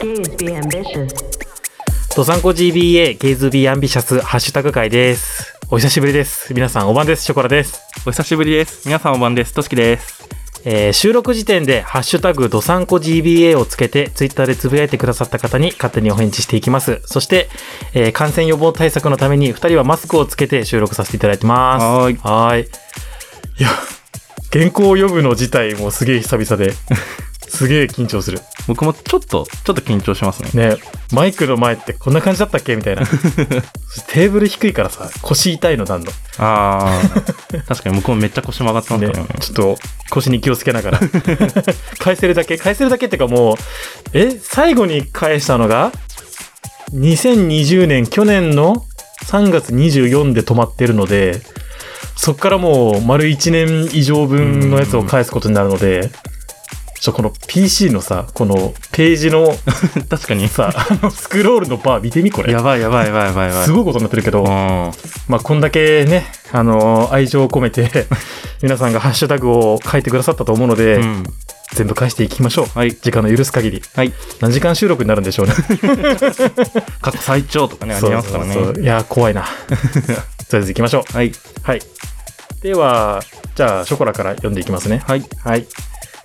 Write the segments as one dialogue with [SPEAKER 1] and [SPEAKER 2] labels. [SPEAKER 1] Gays be ambitious.
[SPEAKER 2] ドサンコ GBA ゲイズビーアンビシャスハッシュタグ会です。お久しぶりです。皆さんお晩です。ショコラです。
[SPEAKER 3] お久しぶりです。皆さんお晩です。としきです。
[SPEAKER 2] えー収録時点でハッシュタグドサンコ GBA をつけてツイッターでつぶやいてくださった方に勝手にお返事していきます。そして、えー感染予防対策のために2人はマスクをつけて収録させていただいてます。
[SPEAKER 3] はーい
[SPEAKER 2] い。いや、原稿を読むの自体もすげえ久々 で、すげえ緊張する。
[SPEAKER 3] 僕もちょっと、ちょっと緊張しますね。
[SPEAKER 2] ねマイクの前ってこんな感じだったっけみ たいなテーブル低いからさ腰痛いのなんの、
[SPEAKER 3] あ あ。確かに向こうめっちゃ腰曲がってます
[SPEAKER 2] ね
[SPEAKER 3] からね。、
[SPEAKER 2] ちょっと腰に気をつけながら 返せるだけ返せるだけっていうかもうえ最後に返したのが2020年去年の3月24で止まってるのでそっからもう丸1年以上分のやつを返すことになるのでちょこの PC のさこのページの
[SPEAKER 3] 確かに。
[SPEAKER 2] さあのスクロールのバー見てみこれ
[SPEAKER 3] やばいやばいやばいやばいやばい。
[SPEAKER 2] すごいことになってるけど、
[SPEAKER 3] うん。
[SPEAKER 2] まあ、こんだけね、あのー愛情を込めて、 皆さんがハッシュタグを書いてくださったと思うので、
[SPEAKER 3] うん。
[SPEAKER 2] 全部返していきましょう。
[SPEAKER 3] はい
[SPEAKER 2] 時間の許す限り。
[SPEAKER 3] はい。
[SPEAKER 2] 何時間収録になるんでしょうね。
[SPEAKER 3] 過去最長とかね、あり
[SPEAKER 2] そう
[SPEAKER 3] ますからね。
[SPEAKER 2] そうそういやー、怖い な。とりあえず行きましょう。
[SPEAKER 3] はい。
[SPEAKER 2] はい。では、じゃあ、ショコラから読んでいきますね。
[SPEAKER 3] はい。ありが
[SPEAKER 2] はい。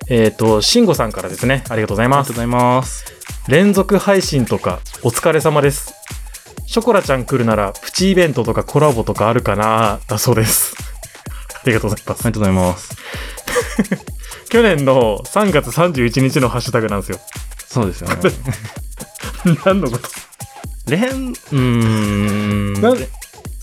[SPEAKER 2] えっ、と、シンゴさんからですね。ありがとうございま
[SPEAKER 3] とう
[SPEAKER 2] す
[SPEAKER 3] ご。ざいます。
[SPEAKER 2] 連続配信とかお疲れ様ですショコラちゃん来るならプチイベントとかコラボとかあるかなだそうですありがとうございます、
[SPEAKER 3] ありがとうございます。
[SPEAKER 2] 去年の3月31日のハッシュタグなんですよ
[SPEAKER 3] そうです よね。
[SPEAKER 2] 何のこと
[SPEAKER 3] 連、うーん。
[SPEAKER 2] なん
[SPEAKER 3] う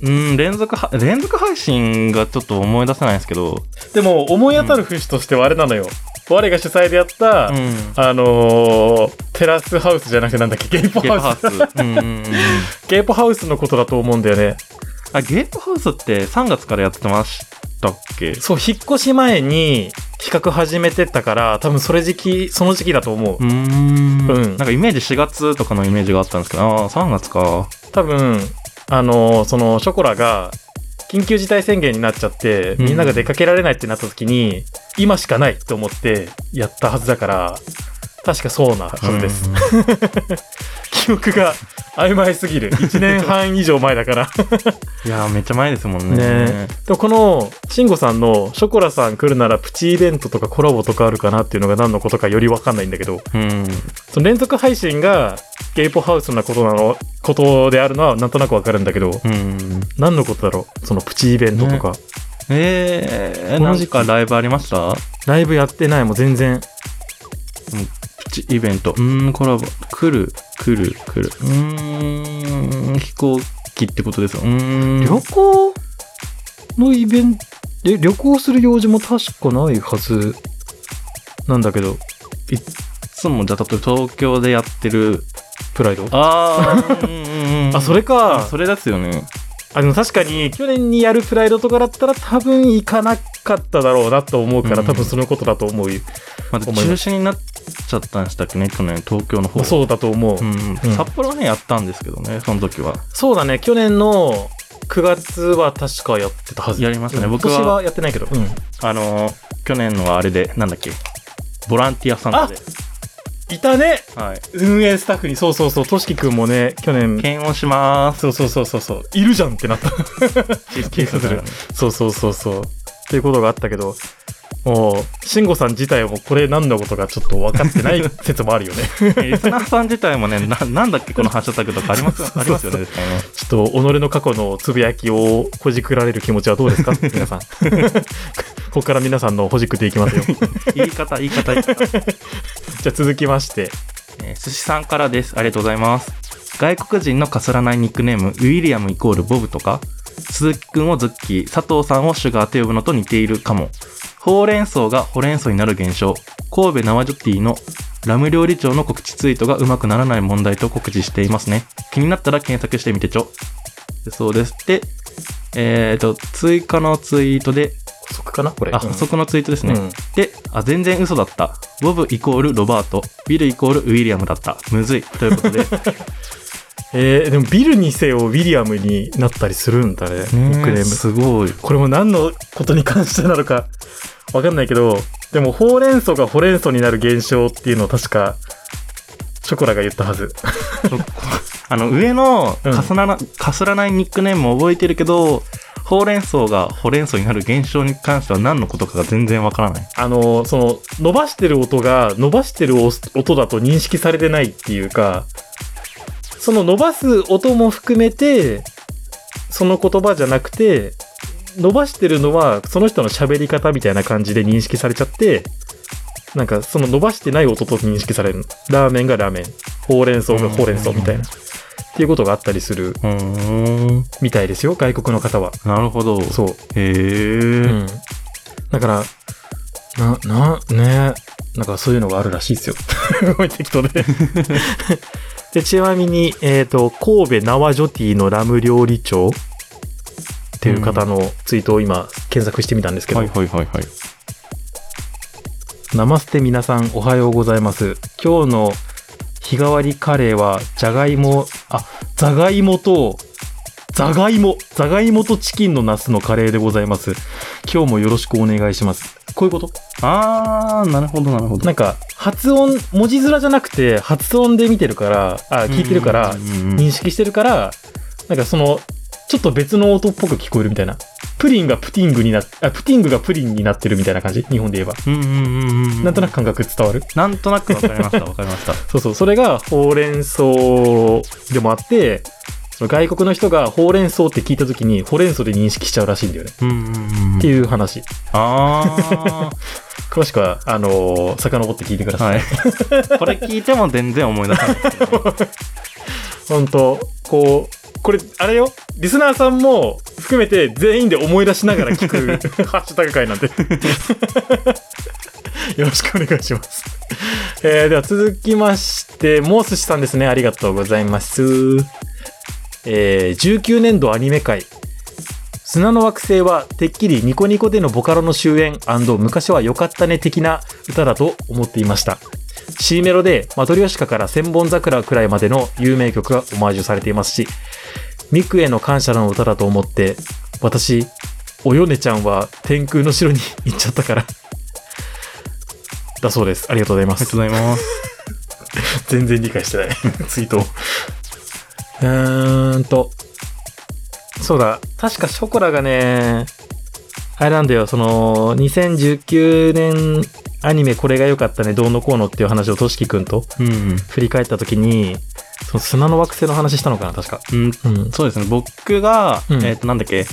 [SPEAKER 3] ーん、連続は、連続配信がちょっと思い出せないんですけど。
[SPEAKER 2] でも思い当たる節としてはあれなのよ、我が主催でやった、
[SPEAKER 3] うん。
[SPEAKER 2] あのーテラスハウスじゃなくてなんだっけゲイポ
[SPEAKER 3] ゲープハ
[SPEAKER 2] ハウ
[SPEAKER 3] ウス。うんうんうん。
[SPEAKER 2] スゲイポハウスのことだと思うんだよね
[SPEAKER 3] あ、ゲートハウスって3月からやってましたっけ
[SPEAKER 2] そう引っ越し前に企画始めてったから多分それ時期その時期だと思う
[SPEAKER 3] うーん。
[SPEAKER 2] うん
[SPEAKER 3] なんかイメージ4月とかのイメージがあったんですけど、ああ、3月か。
[SPEAKER 2] 多分あのそのショコラが緊急事態宣言になっちゃって
[SPEAKER 3] ん
[SPEAKER 2] みんなが出かけられないってなった時に、今しかないと思ってやったはずだから確かそうなはずです、
[SPEAKER 3] うん。
[SPEAKER 2] 記憶が曖昧すぎる1年半以上前だから
[SPEAKER 3] いやー、めっちゃ前ですもんね。
[SPEAKER 2] ねでもこの慎吾さんの「ショコラさん来るならプチイベントとかコラボとかあるかな」っていうのが何のことかより分かんないんだけど
[SPEAKER 3] うん。
[SPEAKER 2] その連続配信がゲイポハウスなことなのことであるのはなんとなく分かるんだけど
[SPEAKER 3] うん。
[SPEAKER 2] 何のことだろうそのプチイベントとか、
[SPEAKER 3] えー、
[SPEAKER 2] 同
[SPEAKER 3] 何
[SPEAKER 2] じ
[SPEAKER 3] 時
[SPEAKER 2] く
[SPEAKER 3] かライブありました
[SPEAKER 2] ライブやってないもん全然
[SPEAKER 3] プチイベント。うーん、コラボ。来る、来る、来る。うーん、飛行機ってことですよ。うーん。
[SPEAKER 2] 行のイベントえ旅行する用事も確かないはずなんだけど
[SPEAKER 3] いっつも、じゃあ、例えば東京でやってる。
[SPEAKER 2] プライドあ
[SPEAKER 3] あー、うんうんうん
[SPEAKER 2] それか
[SPEAKER 3] それですよね。
[SPEAKER 2] あでも確かに去年にやるプライドとかだったら多分行かなかっただろうなと思うから、
[SPEAKER 3] うん
[SPEAKER 2] 多分そのことだと思うよ、
[SPEAKER 3] まあ、で
[SPEAKER 2] 思
[SPEAKER 3] 中
[SPEAKER 2] います
[SPEAKER 3] 止になっちゃったんでしたっけね、去年、東京の方。
[SPEAKER 2] そうだと思う、
[SPEAKER 3] うん、札幌はね、やったんですけどね、その時は。
[SPEAKER 2] そうだね去年の9月は確かやってたはず
[SPEAKER 3] やりましたね
[SPEAKER 2] うん
[SPEAKER 3] 僕は
[SPEAKER 2] 今年はやってないけど、うん
[SPEAKER 3] あのー、去年のはあれで、なんだっけ、ボランティア参加で。
[SPEAKER 2] いたね
[SPEAKER 3] はい。
[SPEAKER 2] 運営スタッフにそうそうそうとしきくんもね去年
[SPEAKER 3] 検温しまーす。
[SPEAKER 2] そうそうそうそうそういるじゃんってなった
[SPEAKER 3] 検査する。
[SPEAKER 2] そうそうそうそうっていうことがあったけどもう慎吾さん自体はもうこれ何のことかちょっと分かってない説もあるよねちょ
[SPEAKER 3] リスナーさん自体もね、ななんだっけ、このハッシュタグとかありますありますよね、絶対ね。
[SPEAKER 2] っと己の過去のつぶやきをほじくられる気持ちはどうです か皆さんここから皆さんのほじくっていきますよ
[SPEAKER 3] 言い方、言い方、言い方。
[SPEAKER 2] じゃあ続きまして
[SPEAKER 3] えー寿司さんからです。ありがとうございます。外国人のかすらないニックネーム、ウィリアムイコールボブとか、鈴木くんをズッキー、佐藤さんをシュガーと呼ぶのと似ているかも。ほうれん草がほうれん草になる現象、神戸縄ジョッティのラム料理長の告知ツイートがうまくならない問題と告知していますね。気になったら検索してみてちょ。そうです。で、えっ、と、追加のツイートで、
[SPEAKER 2] 補足かなこれ
[SPEAKER 3] あ、補足のツイートです
[SPEAKER 2] う
[SPEAKER 3] ね。
[SPEAKER 2] んうん
[SPEAKER 3] で、あ、全然嘘だった。ボブイコールロバート、ビルイコールウィリアムだった。むずい。ということ で、
[SPEAKER 2] えーでもビルにせよウィリアムになったりするんだねニックネーム
[SPEAKER 3] すごい。
[SPEAKER 2] これも何のことに関してなのか わかんないけど、でも、ほうれん草がほれん草になる現象っていうのを確か、ショコラが言ったはず。
[SPEAKER 3] ちょこあの、上の
[SPEAKER 2] うん
[SPEAKER 3] かすらな、かすらないニックネームを覚えてるけど、ほうれん草がほうれん草になる現象に関しては何のことかが全然わからない。
[SPEAKER 2] あの、その、伸ばしてる音が、伸ばしてる音だと認識されてないっていうか、その伸ばす音も含めて、その言葉じゃなくて、伸ばしてるのは、その人の喋り方みたいな感じで認識されちゃって、なんか、その伸ばしてない音と認識されるの。ラーメンがラーメン、ほうれん草がほうれん草みたいな。っていうことがあったりする
[SPEAKER 3] うーん。
[SPEAKER 2] みたいですよ、外国の方は。
[SPEAKER 3] なるほど。
[SPEAKER 2] そう。
[SPEAKER 3] へ
[SPEAKER 2] う
[SPEAKER 3] え。
[SPEAKER 2] ん。だから、な、な、ねなんかそういうのがあるらしいですよ。 すごい適当で。 で、ちなみに、えっ、と、神戸縄ジョティのラム料理長っていう方のツイートを今検索してみたんですけど、
[SPEAKER 3] はいはいはいはい。
[SPEAKER 2] ナマステ皆さんおはようございます。今日の日替わりカレーは、じゃがいも、あ、ざがいもと、ざがいも、ざがいもとチキンのナスのカレーでございます。今日もよろしくお願いします。こういうこと
[SPEAKER 3] あー、なるほどなるほど。
[SPEAKER 2] なんか、発音、文字面じゃなくて、発音で見てるから、あ、聞いてるから
[SPEAKER 3] うん、うんうん
[SPEAKER 2] 認識してるから、なんかその、ちょっと別の音っぽく聞こえるみたいな。プリンがプティングになっ、あ、プティングがプリンになってるみたいな感じ日本で言えば。
[SPEAKER 3] うんうんうんうん。
[SPEAKER 2] なんとなく感覚伝わる
[SPEAKER 3] なんとなくわかりました、わかりま した。
[SPEAKER 2] そうそう、それがほうれん草でもあって、その外国の人がほうれん草って聞いた時に、ほうれん草で認識しちゃうらしいんだよね。
[SPEAKER 3] うんうんうん。
[SPEAKER 2] っていう話。
[SPEAKER 3] あ
[SPEAKER 2] 詳しくは、あのー、遡って聞いてくだ
[SPEAKER 3] ー、
[SPEAKER 2] さい。
[SPEAKER 3] はい。これ聞いても全然思い 出さないですけど。
[SPEAKER 2] 本当こう、これ、あれよ、リスナーさんも含めて全員で思い出しながら聞くハッシュタグ会なんで。よろしくお願いします。えーでは続きまして、モースシさんですね。ありがとうございます。えー19年度アニメ界。砂の惑星は、てっきりニコニコでのボカロの終焉昔は良かったね的な歌だと思っていました。C メロで、マトリョシカから千本桜くらいまでの有名曲がオマージュされていますし、ミクへの感謝の歌だと思って、私、およねちゃんは天空の城に行っちゃったから。だそうです。ありがとうございま
[SPEAKER 3] ありが
[SPEAKER 2] す
[SPEAKER 3] とう。ございます。
[SPEAKER 2] 全然理解してない。 ツイートを。うーんと。そうだ。確かショコラがね、あれなんだよ、その、2019年アニメこれが良かったね、どうのこうのっていう話をとしきくんと
[SPEAKER 3] うん。
[SPEAKER 2] 振り返った時に、その砂の惑星の話したのかな、確か。
[SPEAKER 3] うん
[SPEAKER 2] うん。
[SPEAKER 3] そうですね、僕が、
[SPEAKER 2] うん
[SPEAKER 3] えっ、と、なんだっけ、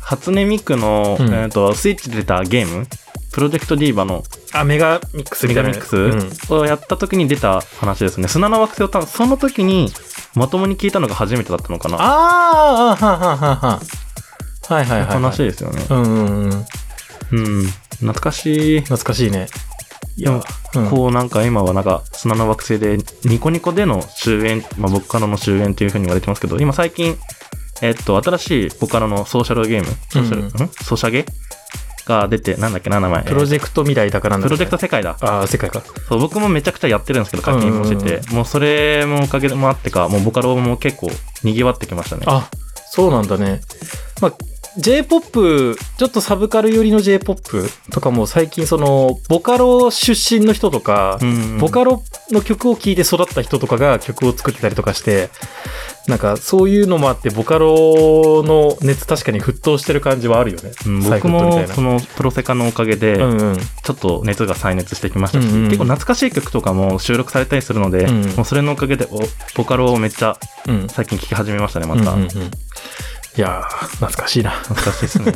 [SPEAKER 3] 初音ミクの、
[SPEAKER 2] うん
[SPEAKER 3] えっ、と、スイッチで出たゲーム、プロジェクトディーバの
[SPEAKER 2] あ、メガミックス
[SPEAKER 3] ス
[SPEAKER 2] み
[SPEAKER 3] リ
[SPEAKER 2] た
[SPEAKER 3] ガ
[SPEAKER 2] いな
[SPEAKER 3] ミ
[SPEAKER 2] や
[SPEAKER 3] ッ
[SPEAKER 2] つ。
[SPEAKER 3] クスをやった時に出た話ですね。砂の惑星を多分その時に、まともに聞いたのが初めてだったのかな。
[SPEAKER 2] あーあ、はんはんはんはん。はいはいはい、はい。
[SPEAKER 3] 話ですよね。
[SPEAKER 2] うんうんうん。
[SPEAKER 3] うん。懐かしい。
[SPEAKER 2] 懐かしいね。い
[SPEAKER 3] でも、
[SPEAKER 2] うん
[SPEAKER 3] こうなんか今はなんか砂の惑星でニコニコでの終焉、まあ、ボカロの終焉というふうに言われてますけど、今最近、えっと、新しいボカロのソーシャルゲーム、ソーシャル、
[SPEAKER 2] うん
[SPEAKER 3] んソシャゲが出て、なんだっけな、名前。
[SPEAKER 2] プロジェクト未来だからなんだ
[SPEAKER 3] プ
[SPEAKER 2] ろ
[SPEAKER 3] ロ
[SPEAKER 2] う
[SPEAKER 3] ジ
[SPEAKER 2] ね
[SPEAKER 3] ェクト世界だ。
[SPEAKER 2] ああ、世界か。
[SPEAKER 3] そう、僕もめちゃくちゃやってるんですけど、課金もして
[SPEAKER 2] うんうん
[SPEAKER 3] て
[SPEAKER 2] う、
[SPEAKER 3] もうそれもおかげもあってか、もうボカロも結構賑わってきましたね。
[SPEAKER 2] あ、そうなんだね。まあ、J-POP、ちょっとサブカル寄りの J-POP とかも最近その、ボカロ出身の人とか、
[SPEAKER 3] うん
[SPEAKER 2] ボカロの曲を聴いて育った人とかが曲を作ってたりとかして、なんかそういうのもあって、ボカロの熱確かに沸騰してる感じはあるよね。
[SPEAKER 3] うん
[SPEAKER 2] サイ
[SPEAKER 3] 僕
[SPEAKER 2] コットみた
[SPEAKER 3] も
[SPEAKER 2] いな
[SPEAKER 3] そのプロセカのおかげで、
[SPEAKER 2] うんうん。
[SPEAKER 3] ちょっと熱が再熱してきましたし、
[SPEAKER 2] うんうん
[SPEAKER 3] 結構懐かしい曲とかも収録されたりするので、
[SPEAKER 2] うん
[SPEAKER 3] もうそれのおかげでおボカロをめっちゃ
[SPEAKER 2] うん。
[SPEAKER 3] 最近聴き始めましたねまた、
[SPEAKER 2] うんうんうんいやー、懐かしいな。
[SPEAKER 3] 懐かしいですね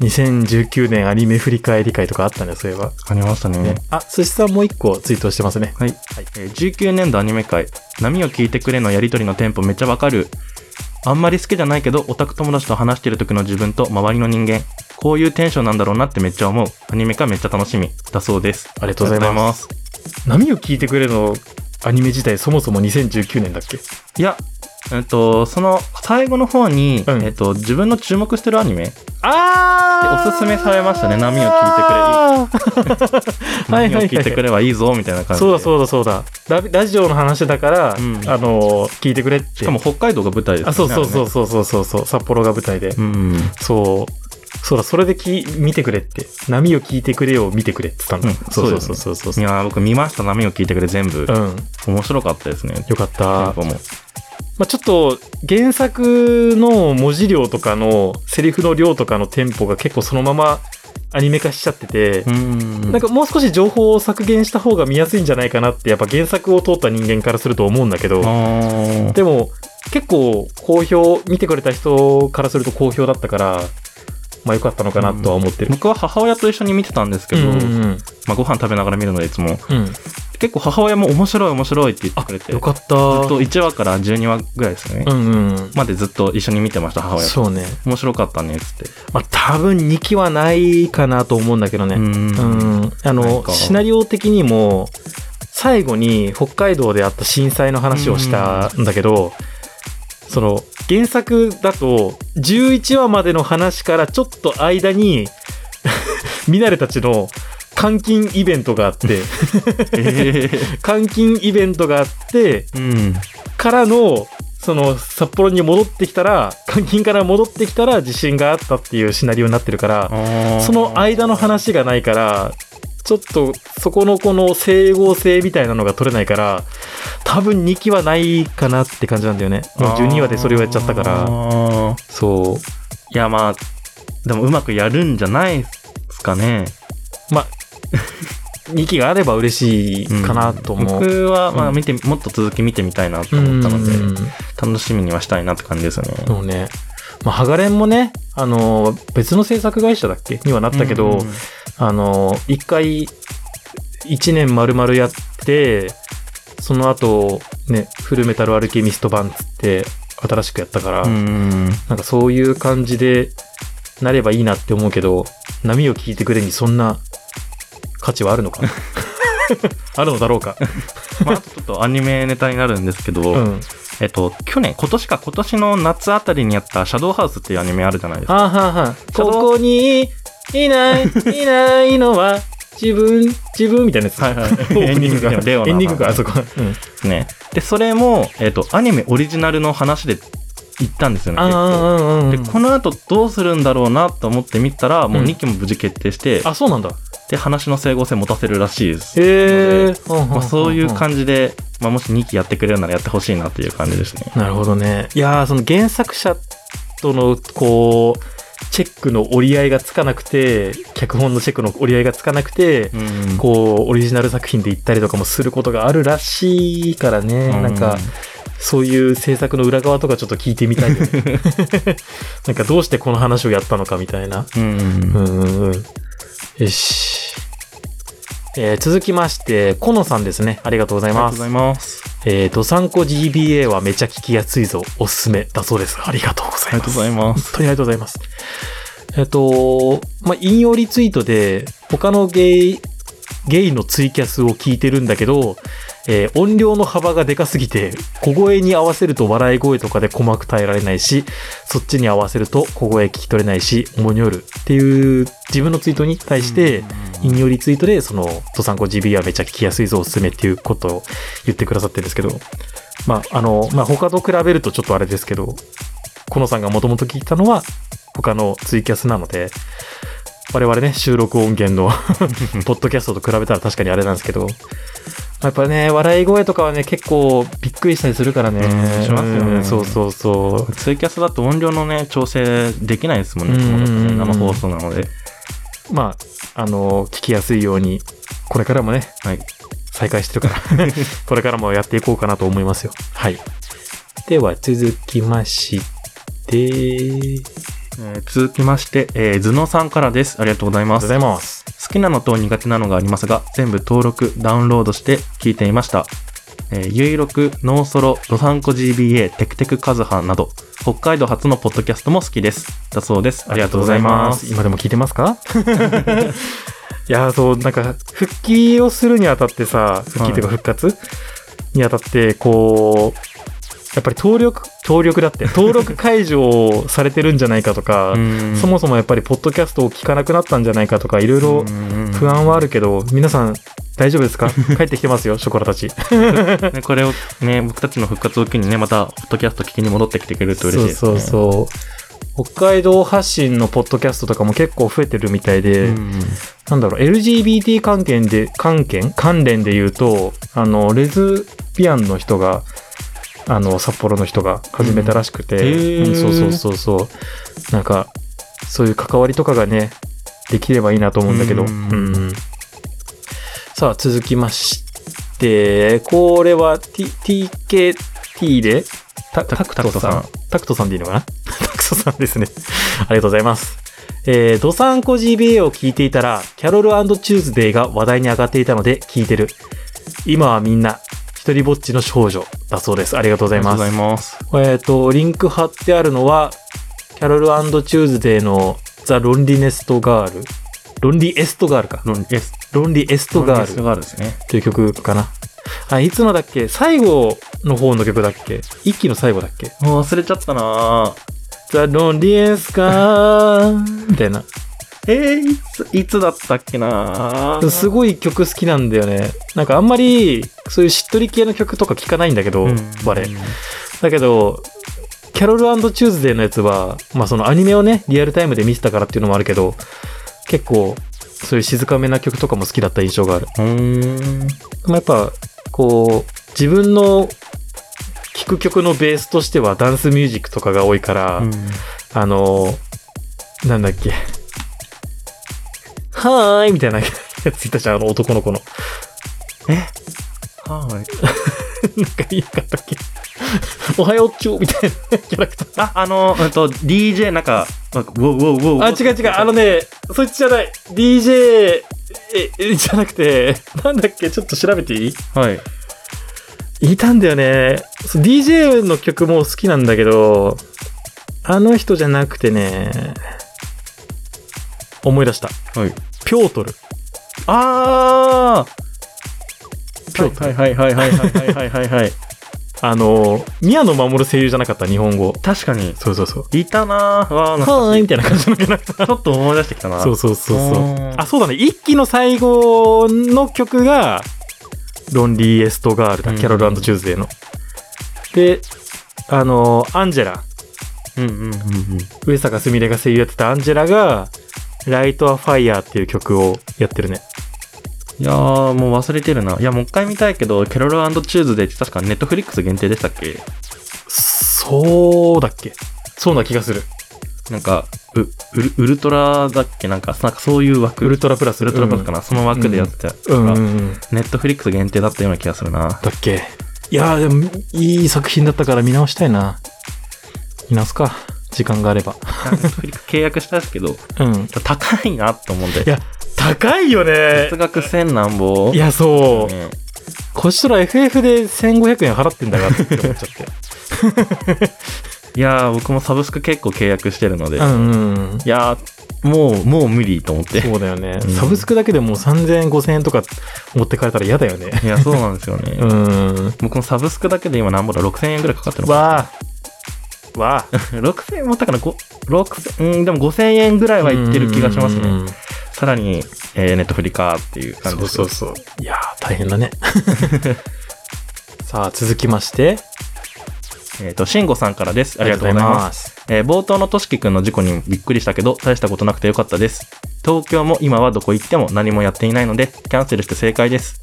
[SPEAKER 2] 2019年アニメ振り返り会 とかあったんだよ、そういえば。
[SPEAKER 3] ありましたね
[SPEAKER 2] ねあ、寿司さんもう一個ツイートしてますね。
[SPEAKER 3] はい、えー19年度アニメ界波を聞いてくれのやりとりのテンポめっちゃわかるあんまり好きじゃないけどオタク友達と話してる時の自分と周りの人間こういうテンションなんだろうなってめっちゃ思うアニメ化めっちゃ楽しみだそうです
[SPEAKER 2] ありがとうございます
[SPEAKER 3] ありがとうございます
[SPEAKER 2] 波を聞いてくれのアニメ自体そもそも2019年だっけ
[SPEAKER 3] いやえっと、その最後の方に、
[SPEAKER 2] うん
[SPEAKER 3] えっと、自分の注目してるアニメ
[SPEAKER 2] あ
[SPEAKER 3] ー
[SPEAKER 2] おすすめされましたね波を聞いてくれ はいはい
[SPEAKER 3] 何
[SPEAKER 2] は
[SPEAKER 3] を
[SPEAKER 2] い
[SPEAKER 3] 聞いてくればいいぞみたいな感じで
[SPEAKER 2] そうだそうだそうだララジオの話だから、
[SPEAKER 3] うん
[SPEAKER 2] あの聞いてくれって
[SPEAKER 3] しかも北海道が舞台です
[SPEAKER 2] あそうそうそう
[SPEAKER 3] そ
[SPEAKER 2] そうそうそうそう札幌が舞台で、
[SPEAKER 3] うん
[SPEAKER 2] そうそうだ、それでき見てくれって。波を聞いてくれよ、見てくれって言ったんだ。
[SPEAKER 3] うん
[SPEAKER 2] そうそうそうそう
[SPEAKER 3] い
[SPEAKER 2] そう。
[SPEAKER 3] やー、僕見ました、波を聞いてくれ、全部。
[SPEAKER 2] うん。
[SPEAKER 3] 面白かったですね。
[SPEAKER 2] よかった。
[SPEAKER 3] なんかもう
[SPEAKER 2] まあ、ちょっと原作の文字量とかのセリフの量とかのテンポが結構そのままアニメ化しちゃってて、
[SPEAKER 3] うん。
[SPEAKER 2] なんかもう少し情報を削減した方が見やすいんじゃないかなってやっぱ原作を通った人間からすると思うんだけど、
[SPEAKER 3] あ
[SPEAKER 2] でも結構好評、見てくれた人からすると好評だったから、まあ良かったのかなとは思って
[SPEAKER 3] ー
[SPEAKER 2] る。
[SPEAKER 3] 僕は母親と一緒に見てたんですけ
[SPEAKER 2] うん
[SPEAKER 3] ど、
[SPEAKER 2] うん
[SPEAKER 3] まあ、ご飯食べながら見るのでいつも
[SPEAKER 2] うん、
[SPEAKER 3] 結構母親も面白い面白いって言ってくれて
[SPEAKER 2] よかった。
[SPEAKER 3] ずっと1話から12話ぐらいですよね、
[SPEAKER 2] うんうん。
[SPEAKER 3] までずっと一緒に見てました母親と
[SPEAKER 2] そうね。
[SPEAKER 3] 面白かったねっつって
[SPEAKER 2] まあ多分2期はないかなと思うんだけどね。
[SPEAKER 3] うん
[SPEAKER 2] うん、あ
[SPEAKER 3] なん
[SPEAKER 2] の
[SPEAKER 3] か
[SPEAKER 2] シナリオ的にも最後に北海道であった震災の話をしたんだけど、その原作だと11話までの話からちょっと間に ミナレたちの監禁イベントがあって
[SPEAKER 3] え
[SPEAKER 2] 監禁イベントがあって
[SPEAKER 3] え うん
[SPEAKER 2] からのその札幌に戻ってきたら監禁から戻ってきたら地震があったっていうシナリオになってるからその間の話がないから、ちょっとそこのこの整合性みたいなのが取れないから、多分2期はないかなって感じなんだよね。もう12話でそれをやっちゃったから。
[SPEAKER 3] ら
[SPEAKER 2] そ
[SPEAKER 3] いやまあでもうまくやるんじゃないですかね
[SPEAKER 2] う。まあ、2期があれば嬉しいかなと思う。
[SPEAKER 3] 僕はまあ
[SPEAKER 2] うん
[SPEAKER 3] 見て、もっと続き見てみたいなと
[SPEAKER 2] うん、
[SPEAKER 3] 思ったので、
[SPEAKER 2] うん
[SPEAKER 3] 楽しみにはしたいなって感じですよね、
[SPEAKER 2] そうね。まあ、ハガレンもね、あの、別の制作会社だっけにはなったけど、
[SPEAKER 3] うん
[SPEAKER 2] あの、一回、一年丸々やって、その後、ね、フルメタルアルケミスト版つって、新しくやったから、
[SPEAKER 3] うん
[SPEAKER 2] なんかそういう感じでなればいいなって思うけど、波を聞いてくれにそんな価値はあるの かあるのだろうか。
[SPEAKER 3] まあ、あとちょっとアニメネタになるんですけど、
[SPEAKER 2] うん。
[SPEAKER 3] えっと、去年、今年か、今年の夏あたりにやった、シャドウハウスっていうアニメあるじゃないですか。
[SPEAKER 2] あーはんはん。
[SPEAKER 3] シャドウ
[SPEAKER 2] ここにいない、いないのは、自分、自分みたいなやつ。
[SPEAKER 3] はいはい
[SPEAKER 2] オープニングが。
[SPEAKER 3] エンディングがレオナ
[SPEAKER 2] エンディングが、あそこ。うん
[SPEAKER 3] ね。で、それも、えっと、アニメオリジナルの話で行ったんですよね、結構。
[SPEAKER 2] あー、うんうんう
[SPEAKER 3] で、
[SPEAKER 2] ん。
[SPEAKER 3] この後どうするんだろうなと思って見たら、もう
[SPEAKER 2] うん
[SPEAKER 3] 2期も無事決定して、
[SPEAKER 2] あ、そうなんだ。
[SPEAKER 3] で、話の整合性持たせるらしいです。
[SPEAKER 2] へえ、
[SPEAKER 3] まあ、そういう
[SPEAKER 2] じ。
[SPEAKER 3] 感じで、まあ、もし2期やってくれるならやってほしいなっていう感じですね。
[SPEAKER 2] なるほどね。いやーその原作者とのこうチェックの折り合いがつかなくて脚本のチェックの折り合いがつかなくて、
[SPEAKER 3] うん
[SPEAKER 2] こうオリジナル作品で行ったりとかもすることがあるらしいからね、なんかそういう制作の裏側とかちょっと聞いてみたいよね なんかどうしてこの話をやったのかみたいな。
[SPEAKER 3] うん、う
[SPEAKER 2] う
[SPEAKER 3] ん
[SPEAKER 2] んうんうん。よし。えー続きまして、コノさんですね。ありがとうござ
[SPEAKER 3] あ
[SPEAKER 2] い
[SPEAKER 3] り
[SPEAKER 2] ま
[SPEAKER 3] がとうご
[SPEAKER 2] す
[SPEAKER 3] ざい。ます。
[SPEAKER 2] えー、ドサンコ GBA はめちゃ聞きやすいぞ。おすすめだそうです。ありがとうござ
[SPEAKER 3] あ
[SPEAKER 2] い
[SPEAKER 3] り
[SPEAKER 2] ます。
[SPEAKER 3] がとうございます。
[SPEAKER 2] 本当にありがとうございます。えっと、まあ、引用リツイートで、他のゲイ、ゲイのツイキャスを聞いてるんだけど、えー音量の幅がでかすぎて、小声に合わせると笑い声とかで鼓膜耐えられないし、そっちに合わせると小声聞き取れないし、重によるっていう自分のツイートに対して、引用リツイートで、その、ドサンコ GB はめちゃ聞きやすいぞ、おすすめっていうことを言ってくださってるんですけど、まあ、あの、まあ、他と比べるとちょっとあれですけど、コノさんがもともと聞いたのは、他のツイキャスなので、我々ね、収録音源の、 ポッドキャストと比べたら確かにあれなんですけど、まあやっぱね、笑い声とかはね、結構びっくりしたりするからね。
[SPEAKER 3] うんしますよね
[SPEAKER 2] うんそうそうそう。
[SPEAKER 3] ツイキャスだと音量のね、調整できないですもんね、
[SPEAKER 2] うんうんうん
[SPEAKER 3] ね生放送なので。
[SPEAKER 2] まあ、あの、聞きやすいように、これからもね、
[SPEAKER 3] はい。
[SPEAKER 2] 再開してるから、 これからもやっていこうかなと思いますよ。はい。では、続きまして、
[SPEAKER 3] えー続きまして、えー、頭脳さんからです。ありがとうござ
[SPEAKER 2] あ
[SPEAKER 3] い
[SPEAKER 2] りがとうご
[SPEAKER 3] ます。
[SPEAKER 2] ざいます。
[SPEAKER 3] 好きなのと苦手なのがありますが、全部登録、ダウンロードして聞いていました。えー、ゆいろく、ノーソロ、ドサンコ GBA、テクテクカズハなど、北海道初のポッドキャストも好きです。だそうです。ありがとうございます。
[SPEAKER 2] 今でも聞いてます かいやー、そう、なんか、復帰をするにあたってさ、復帰というか復活、にあたって、こう、やっぱり登録、登録だって、登録解除されてるんじゃないかとか、
[SPEAKER 3] うん
[SPEAKER 2] そもそもやっぱりポッドキャストを聞かなくなったんじゃないかとか、いろいろ不安はあるけど、皆さん大丈夫です か帰ってきてますよ、ショコラたち。
[SPEAKER 3] ね、これをね、僕たちの復活を機にね、また、ポッドキャスト聞きに戻ってきてくれると嬉しいです、
[SPEAKER 2] そう
[SPEAKER 3] ね。
[SPEAKER 2] そうそう。北海道発信のポッドキャストとかも結構増えてるみたいで、
[SPEAKER 3] うん
[SPEAKER 2] なんだろう、LGBT 関係で、関係関連で言うと、あの、レズビアンの人が、あの、札幌の人が始めたらしくて、
[SPEAKER 3] うんへー
[SPEAKER 2] うんそうそうそうそう。なんか、そういう関わりとかがね、できればいいなと思うんだけど。
[SPEAKER 3] う
[SPEAKER 2] うんん、さあ、続きまして、これは T、TKT で、たタクトさん。タクトさんでいいのかな タクトさんですね。ありがとうございます。えー、ドサンコ GBA を聞いていたら、キャロルチューズデイが話題に上がっていたので聞いてる。今はみんな、一人ぼっちの少女だそうです。ありがとうござ
[SPEAKER 3] あり
[SPEAKER 2] い
[SPEAKER 3] がとう
[SPEAKER 2] ま
[SPEAKER 3] ござい
[SPEAKER 2] す。
[SPEAKER 3] ます。
[SPEAKER 2] えっ、と、リンク貼ってあるのは、キャロルチューズデイのザ・ロンリネストガール。ロンリエストガールか。
[SPEAKER 3] ロンリエス
[SPEAKER 2] ロンリエスト
[SPEAKER 3] ロンリ
[SPEAKER 2] ガ
[SPEAKER 3] エ
[SPEAKER 2] ー
[SPEAKER 3] ス
[SPEAKER 2] ル
[SPEAKER 3] ト
[SPEAKER 2] っ
[SPEAKER 3] ガールですね。
[SPEAKER 2] ていう曲かな。あ、いつのだっけ最後の方の曲だっけ一期の最後だっけ
[SPEAKER 3] あ忘れちゃったなぁ。
[SPEAKER 2] ザ・ロンリエスガーみたいな。
[SPEAKER 3] えー、いつ、いつだったっけなぁ。
[SPEAKER 2] すごい曲好きなんだよね。なんかあんまり、そういうしっとり系の曲とか聞かないんだけど、バレ。だけど、キャロルチューズデーのやつは、まあそのアニメをね、リアルタイムで見てたからっていうのもあるけど、結構、そういう静かめな曲とかも好きだった印象がある。
[SPEAKER 3] うん。
[SPEAKER 2] まあ、やっぱ、こう、自分の聴く曲のベースとしてはダンスミュージックとかが多いから、あの、なんだっけ。はーいみたいなやついたじゃん、あの男の子の。
[SPEAKER 3] はい。
[SPEAKER 2] なんか言いなかったっけ。おはようっちょみたいなキャラクター。
[SPEAKER 3] あ、あの、うんと、DJ、なんか、なんかウォウォウウォウ。
[SPEAKER 2] あ、違う違う、あのね、そいつじゃない。DJ、え、えじゃなくて、 なんだっけ、ちょっと調べていい
[SPEAKER 3] はい。
[SPEAKER 2] いたんだよね。そう DJ の曲も好きなんだけど、あの人じゃなくてね、思い出した。
[SPEAKER 3] はい。
[SPEAKER 2] ピョートル。
[SPEAKER 3] あー
[SPEAKER 2] ピョートル。
[SPEAKER 3] はいはいはいはいはいはいはいはい。
[SPEAKER 2] あの、宮野真守声優じゃなかった、日本語。
[SPEAKER 3] 確かに。
[SPEAKER 2] そうそうそう。
[SPEAKER 3] いたなぁ。わーなんか
[SPEAKER 2] はーいみたいな感じ のキャラクター。
[SPEAKER 3] ちょっと思い出してきたな
[SPEAKER 2] そうそうそう
[SPEAKER 3] う
[SPEAKER 2] そう。
[SPEAKER 3] ん
[SPEAKER 2] あ、そうだね。一期の最後の曲が、ロンリーエストガールだ。
[SPEAKER 3] うん
[SPEAKER 2] キャロルチューズデーの。で、あの、アンジェラ。
[SPEAKER 3] うんうんうんうん。
[SPEAKER 2] 上坂すみれが声優やってたアンジェラが、ライトアファイヤーっていう曲をやってるね。
[SPEAKER 3] いやー、もう忘れてるな。いや、もう一回見たいけど、キャロルチューズデーって確かネットフリックス限定でしたっけ
[SPEAKER 2] そうだっけそうな気がする。
[SPEAKER 3] なんか、う、ウルウルトラだっけなんか、なんかそういう枠。
[SPEAKER 2] ウルトラプラス。
[SPEAKER 3] ウルトラパスか
[SPEAKER 2] な。
[SPEAKER 3] な、その枠でやってた。
[SPEAKER 2] うん。うんうん
[SPEAKER 3] ネットフリックス限定だったような気がするな。
[SPEAKER 2] だっけいやーでも、いい作品だったから見直したいな。見直すか。時間があれば。
[SPEAKER 3] ネットフリックス契約したんですけど、
[SPEAKER 2] うん。
[SPEAKER 3] 高いなと思うんで。
[SPEAKER 2] いや、高いよね
[SPEAKER 3] 月。額千何本
[SPEAKER 2] いや、そう。
[SPEAKER 3] ね
[SPEAKER 2] こちとら FF で1500円払ってんだからって思っちゃっ て。
[SPEAKER 3] いやー、僕もサブスク結構契約してるので。
[SPEAKER 2] う
[SPEAKER 3] い
[SPEAKER 2] んうんうん。
[SPEAKER 3] やー、もう、もう無理と思って。
[SPEAKER 2] そうだよね
[SPEAKER 3] う。ん
[SPEAKER 2] サブスクだけでもう3000円、5000円とか持ってかれたら嫌だよね。
[SPEAKER 3] いや、そうなんですよね。
[SPEAKER 2] うん。
[SPEAKER 3] 僕もサブスクだけで今何本だ ?6000 円ぐらいかかってるのか
[SPEAKER 2] わあ。わあ。
[SPEAKER 3] な。6000円もだから5、6000、うん、でも5000円ぐらいはいってる気がします
[SPEAKER 2] うんうん
[SPEAKER 3] ね。
[SPEAKER 2] うん。
[SPEAKER 3] さらに、えー、ネットフリかっていう感じ
[SPEAKER 2] そ
[SPEAKER 3] で
[SPEAKER 2] う
[SPEAKER 3] す。
[SPEAKER 2] そうそう。いやー、大変だ ね。さあ、続きまして。
[SPEAKER 3] えっ、と、慎吾さんからです。ありがとうございます。
[SPEAKER 2] す。
[SPEAKER 3] えー冒頭のとしきくんの事故にびっくりしたけど、大したことなくてよかったです。東京も今はどこ行っても何もやっていないので、キャンセルして正解です。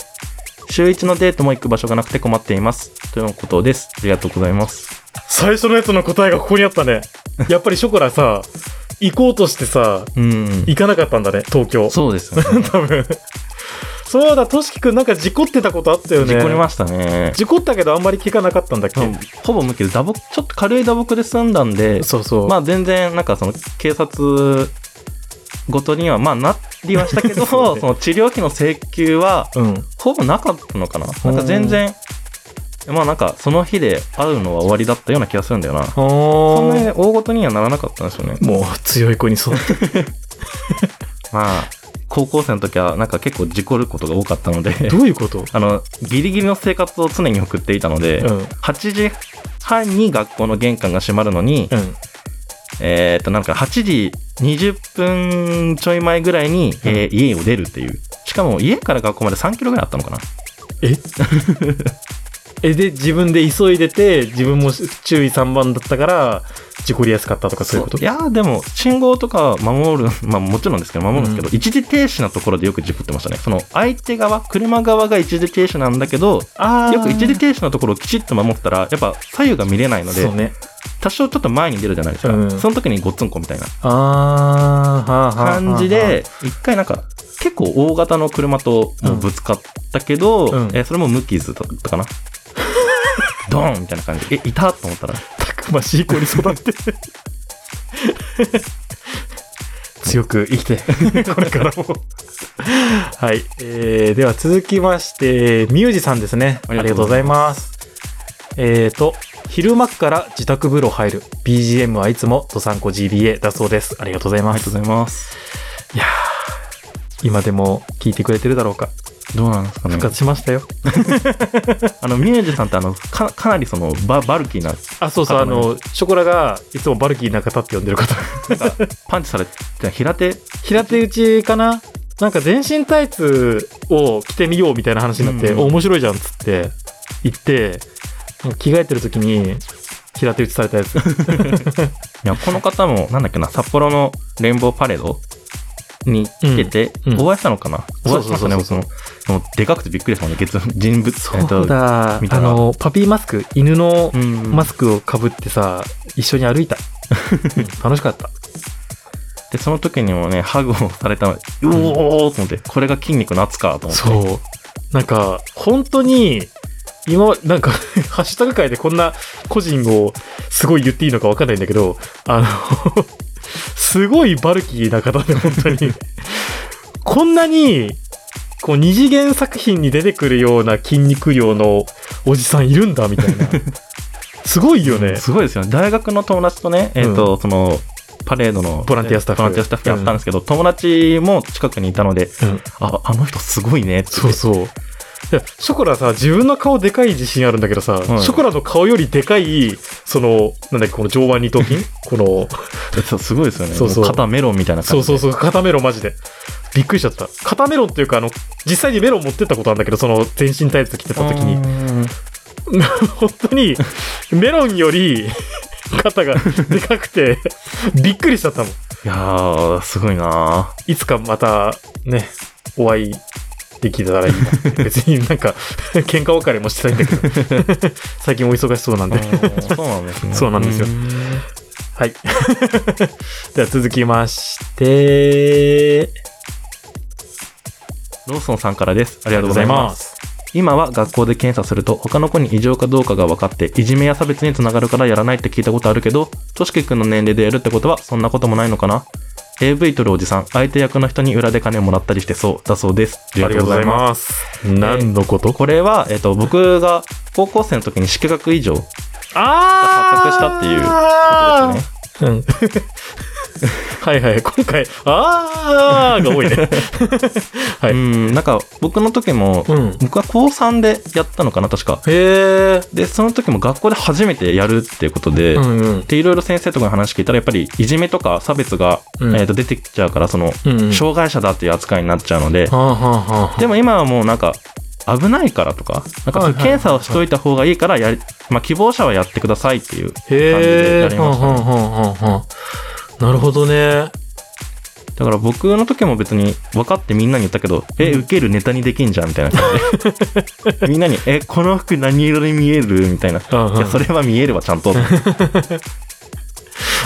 [SPEAKER 3] 週一のデートも行く場所がなくて困っています。ということです。ありがとうございます。
[SPEAKER 2] 最初のやつの答えがここにあったね。やっぱりショコラさ、行こうとしてさ、
[SPEAKER 3] うん。
[SPEAKER 2] 行かなかったんだね、東京。
[SPEAKER 3] そうですよね。
[SPEAKER 2] 多分。そうだ、としきくんなんか事故ってたことあったよね。
[SPEAKER 3] 事故りましたね。
[SPEAKER 2] 事故ったけどあんまり聞かなかったんだっけ、
[SPEAKER 3] ほぼ無傷、打撲、ちょっと軽い打撲で済んだんで、
[SPEAKER 2] そうそう。
[SPEAKER 3] まあ全然、なんかその警察ごとには、まあなりはしたけ ど、
[SPEAKER 2] そうね
[SPEAKER 3] その治療費の請求は、
[SPEAKER 2] うん。
[SPEAKER 3] ほぼなかったのかな
[SPEAKER 2] う
[SPEAKER 3] なん
[SPEAKER 2] ん
[SPEAKER 3] か全然、まあなんかその日で会うのは終わりだったような気がするんだよな。そんなに
[SPEAKER 2] も
[SPEAKER 3] 大ごとにはならなかったんですよね。
[SPEAKER 2] う強い子にそう。
[SPEAKER 3] まあ、高校生の時はなんか結構事故ることが多かったので、
[SPEAKER 2] どういうこと
[SPEAKER 3] あの、ギリギリの生活を常に送っていたので、
[SPEAKER 2] うん。うん。
[SPEAKER 3] 8時半に学校の玄関が閉まるのに、えーっと、なんか8時20分ちょい前ぐらいに、えー家を出るっていう。しかも家から学校まで3キロぐらいあったのかな
[SPEAKER 2] ええ、で、自分で急いでて、自分も注意3番だったから、事故りやすかったとかそういうこと
[SPEAKER 3] いやーでも信号とか守る まあもちろんですけど守るんですけど、一時停止なところでよく事故ってましたねその相手側車側が一時停止なんだけど
[SPEAKER 2] あー
[SPEAKER 3] よく一時停止のところをきちっと守ったらやっぱ左右が見れないので、
[SPEAKER 2] そうね。
[SPEAKER 3] 多少ちょっと前に出るじゃないですか、
[SPEAKER 2] うん
[SPEAKER 3] その時にごっつんこみたいな
[SPEAKER 2] あー、はあ、はあはあ。
[SPEAKER 3] 感じで、一回なんか、結構大型の車ともうぶつかったけど、
[SPEAKER 2] うん
[SPEAKER 3] えーそれも無傷だった かな。ドーンみたいな感じで。え、いたと思ったら、
[SPEAKER 2] たくましい子に育って。強く生きて、 これからも。はい。えー、では続きまして、ミュージさんですね。あ
[SPEAKER 3] あ
[SPEAKER 2] り
[SPEAKER 3] り
[SPEAKER 2] がと
[SPEAKER 3] がと
[SPEAKER 2] う
[SPEAKER 3] う
[SPEAKER 2] ご
[SPEAKER 3] ご
[SPEAKER 2] ざ
[SPEAKER 3] ざ
[SPEAKER 2] い
[SPEAKER 3] い
[SPEAKER 2] ます。えーと、昼間から自宅風呂入る。BGM はいつも、ドサンコ GBA だそうです。ありがとうござい
[SPEAKER 3] あ
[SPEAKER 2] ま
[SPEAKER 3] りがと
[SPEAKER 2] す。
[SPEAKER 3] うございます。
[SPEAKER 2] いやー今でも聞いてくれてるだろうか。
[SPEAKER 3] どうなんですかね
[SPEAKER 2] 復。活しましたよ。
[SPEAKER 3] あの、ミュージさんってあの、かかなりそのバ、バルキーな、
[SPEAKER 2] あ、そうそう、あ
[SPEAKER 3] あの
[SPEAKER 2] の、ショコラがいつもバルキー中田って呼んでる方。
[SPEAKER 3] なんか、パンチされて、平手、
[SPEAKER 2] 平手打ちかななんか全身タイツを着てみようみたいな話になって、
[SPEAKER 3] うんうん
[SPEAKER 2] お面白いじゃんっつって行ってなんか着替えてる時に平手打ちされたやつ
[SPEAKER 3] いや、この方も、なんだっけな、札幌のレインボーパレードに来てて、
[SPEAKER 2] うんうん
[SPEAKER 3] お会いしたのかな、
[SPEAKER 2] そ
[SPEAKER 3] お
[SPEAKER 2] う
[SPEAKER 3] 会いし
[SPEAKER 2] そう
[SPEAKER 3] まし
[SPEAKER 2] そう
[SPEAKER 3] たね、僕も。もうでかくてびっくりしたもんね、月人物。
[SPEAKER 2] そうだあ
[SPEAKER 3] 見たら
[SPEAKER 2] のパピーマスク犬の
[SPEAKER 3] えっとうん
[SPEAKER 2] マスクをかぶってさ一緒に歩い た、うん楽しかった
[SPEAKER 3] で、その時にもね、ハグをされたので、うおーと思って、これが筋肉の圧かと思って。
[SPEAKER 2] そうなんか本当に今なんか ハッシュタグ界でこんな個人をすごい言っていいのかわかんないんだけどあの すごいバルキーな方で本当にこんなにこう二次元作品に出てくるような筋肉量のおじさんいるんだみた いなすごいよね、
[SPEAKER 3] すごいですよね。大学の友達とね、えっ、と、その、パレードの
[SPEAKER 2] ボランティアスタッフ
[SPEAKER 3] ボランティアスタッフやったんですけど、友達も近くにいたので、
[SPEAKER 2] うん
[SPEAKER 3] あ、あの人すごいねって
[SPEAKER 2] そうそう。いや、ショコラさ、自分の顔でかい自信あるんだけどさ、シ
[SPEAKER 3] い
[SPEAKER 2] ョコラの顔よりでかい、その、なんだっけ、この上腕二頭筋この、
[SPEAKER 3] そうすごいですよね。
[SPEAKER 2] そうそう
[SPEAKER 3] も肩メロンみたいな
[SPEAKER 2] そ
[SPEAKER 3] 感
[SPEAKER 2] う
[SPEAKER 3] じで。
[SPEAKER 2] そうそう、肩メロンマジで。びっくりしちゃった。肩メロンっていうか、あの、実際にメロン持ってったことあるんだけど、その全身タイツ着てた時に。
[SPEAKER 3] に。
[SPEAKER 2] 本当に、メロンより、肩がでかくて、びっくりしちゃったもん。
[SPEAKER 3] いやー、すごいない
[SPEAKER 2] つかまた、ね、お会いできたらいいなって。別になんか、喧嘩別れもしてないんだけど。最近お忙しそうなんで。
[SPEAKER 3] ーそうなんですね。
[SPEAKER 2] そうなんですよ
[SPEAKER 3] ん
[SPEAKER 2] はい。 では続きまして、
[SPEAKER 3] ローソンさんからです。あり
[SPEAKER 2] あ
[SPEAKER 3] が
[SPEAKER 2] りがと
[SPEAKER 3] と
[SPEAKER 2] う
[SPEAKER 3] う
[SPEAKER 2] ご
[SPEAKER 3] ご
[SPEAKER 2] ざいま
[SPEAKER 3] ざいますす。。今は学校で検査すると他の子に異常かどうかが分かっていじめや差別につながるからやらないって聞いたことあるけどとしきくんの年齢でやるってことはそんなこともないのかな AV 撮るおじさん相手役の人に裏で金もらったりしてそうだそうですあす
[SPEAKER 2] す。何のこと、
[SPEAKER 3] これは、えっと僕が高校生の時に色学以上
[SPEAKER 2] あ
[SPEAKER 3] 発覚したっていうことですね
[SPEAKER 2] すね。うん。 はいはい。今回、あーが多いね。 はい
[SPEAKER 3] うんなんか僕の時も、
[SPEAKER 2] うん
[SPEAKER 3] 僕は高3でやったのかな確か
[SPEAKER 2] へえ。
[SPEAKER 3] でその時も学校で初めてやるっていうことで、
[SPEAKER 2] うんうん。
[SPEAKER 3] でいろいろ先生とかに話聞いたらやっぱりいじめとか差別が、
[SPEAKER 2] うん
[SPEAKER 3] えー、と出てきちゃうからその、
[SPEAKER 2] うんうん
[SPEAKER 3] 障害者だっていう扱いになっちゃうので、
[SPEAKER 2] はあはあはあはあ。
[SPEAKER 3] でも今はもうなんか危ないからとかなんか
[SPEAKER 2] はいはいはい
[SPEAKER 3] 検査をしといた方がいいからやり、まあ、希望者はやってくださいっていう感じで
[SPEAKER 2] へ
[SPEAKER 3] や
[SPEAKER 2] え。
[SPEAKER 3] り
[SPEAKER 2] はあ
[SPEAKER 3] ましたね、
[SPEAKER 2] はあはあはあ。なるほどね。
[SPEAKER 3] だから僕の時も別に分かってみんなに言ったけど、え受けるネタにできんじゃんみたいな感じ でみんなにえこの服何色で見えるみたいな、
[SPEAKER 2] うんうん
[SPEAKER 3] いやそれは見えるわちゃんと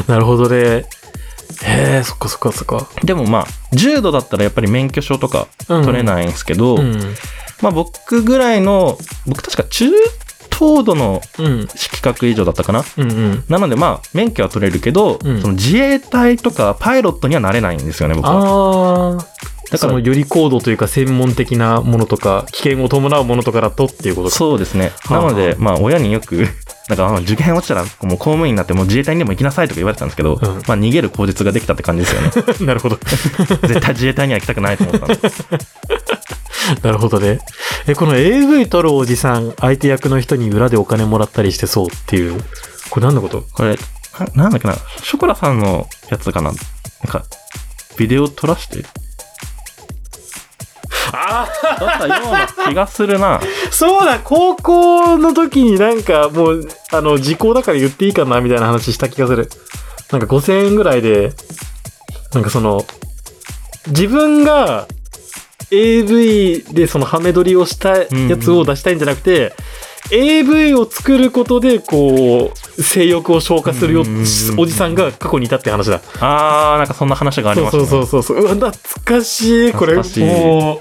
[SPEAKER 2] なるほどね。へえ、そっかそっかそっか。
[SPEAKER 3] でもまあ重度だったらやっぱり免許証とか取れないんですけど、
[SPEAKER 2] うん。
[SPEAKER 3] まあ、僕ぐらいの僕確か中等度の
[SPEAKER 2] うん。
[SPEAKER 3] 資格以上だったかな
[SPEAKER 2] うんうん。
[SPEAKER 3] なのでまあ免許は取れるけど、
[SPEAKER 2] うん
[SPEAKER 3] その自衛隊とかパイロットにはなれないんですよね僕
[SPEAKER 2] あ
[SPEAKER 3] は
[SPEAKER 2] あ。
[SPEAKER 3] だ
[SPEAKER 2] そ
[SPEAKER 3] か
[SPEAKER 2] の
[SPEAKER 3] ら
[SPEAKER 2] より高度というか専門的なものとか危険を伴うものとかだとっていうことか
[SPEAKER 3] そうですね
[SPEAKER 2] は
[SPEAKER 3] な
[SPEAKER 2] あはあ
[SPEAKER 3] のでまあ親によく なんかあの受験落ちたらもう公務員になってもう自衛隊にでも行きなさいとか言われてたんですけど、
[SPEAKER 2] うん
[SPEAKER 3] まあ逃げる口実ができたって感じですよね
[SPEAKER 2] なるほど
[SPEAKER 3] 絶対自衛隊には行きたくないと思ったんです
[SPEAKER 2] なるほどねえこの AV 撮るおじさん相手役の人に裏でお金もらったりしてそうっていうこれ何のこと
[SPEAKER 3] これななんだっけなショコラさんのやつかななんかビデオ撮らして
[SPEAKER 2] あ
[SPEAKER 3] だったような気がするな。
[SPEAKER 2] そうだ、高校の時になんかもう、あの、時効だから言っていいかなみたいな話した気がする。なんか5000円ぐらいで、なんかその、自分が AV でそのハメ撮りをしたやつを出したいんじゃなくて、AV を作ることで、こう、性欲を消化するよ、
[SPEAKER 3] うんうんうんうん
[SPEAKER 2] おじさんが過去にいたって話だ。
[SPEAKER 3] あー、なんかそんな話があり
[SPEAKER 2] そう
[SPEAKER 3] ました
[SPEAKER 2] そ
[SPEAKER 3] ね。
[SPEAKER 2] うそうそうそう。うわ、懐かしい。これ、
[SPEAKER 3] 懐かしい
[SPEAKER 2] も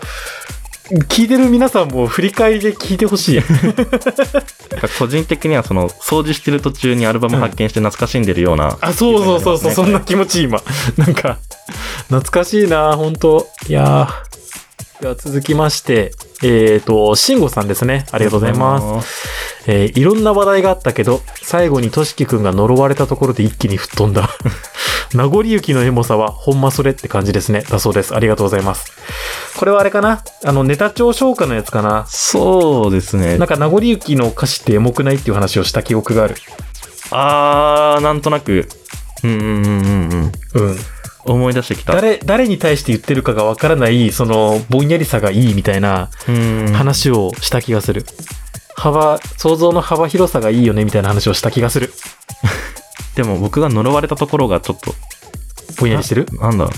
[SPEAKER 2] う、聞いてる皆さんも振り返りで聞いてほしい。
[SPEAKER 3] なんか個人的にはその掃除してる途中にアルバム発見して懐かしんでるような、
[SPEAKER 2] あ、そうそうそうそう、
[SPEAKER 3] ね
[SPEAKER 2] そんな気持ちいい今。なんか、懐かしいな、本当いやーでは続きまして、えっ、と、慎吾さんですね。ありがとうございます。
[SPEAKER 3] す。
[SPEAKER 2] えーいろんな話題があったけど、最後にとしきくんが呪われたところで一気に吹っ飛んだ。 名残雪のエモさは、ほんまそれって感じですね。だそうです。ありがとうございます。これはあれかなあの、ネタ帳消化のやつかな
[SPEAKER 3] そうですね
[SPEAKER 2] なん。か、名残雪の歌詞ってエモくないっていう話をした記憶がある。
[SPEAKER 3] あー、なんとなく、うんうんうんうんうん。
[SPEAKER 2] うん。
[SPEAKER 3] 思い出してきた。
[SPEAKER 2] 誰、誰に対して言ってるかがわからない、その、ぼんやりさがいいみたいな
[SPEAKER 3] うん
[SPEAKER 2] 話をした気がする。幅、想像の幅広さがいいよねみたいな話をした気がする。
[SPEAKER 3] でも僕が呪われたところがちょっと、
[SPEAKER 2] ぼんやりしてる
[SPEAKER 3] なんだろ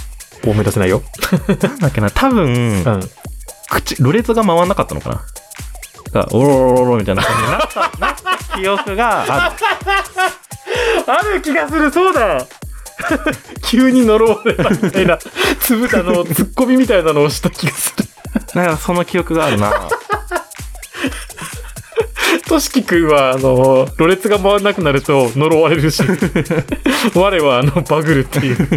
[SPEAKER 2] 思い出せないよ。
[SPEAKER 3] う。なんだっけな、多 分
[SPEAKER 2] う、ん。
[SPEAKER 3] 口、ろれつが回らなかったのかな。が、おろろろろみたいな感じになった、なった記憶がある。
[SPEAKER 2] ある気がする、そうだ 急に呪われたみたいな、つぶ、あの、ツッコミみたいなのをした気がする。
[SPEAKER 3] なんかその記憶があるな。
[SPEAKER 2] としきくんは、あの、ろれつが回らなくなると呪われる し、我は、あの、バグるって いう。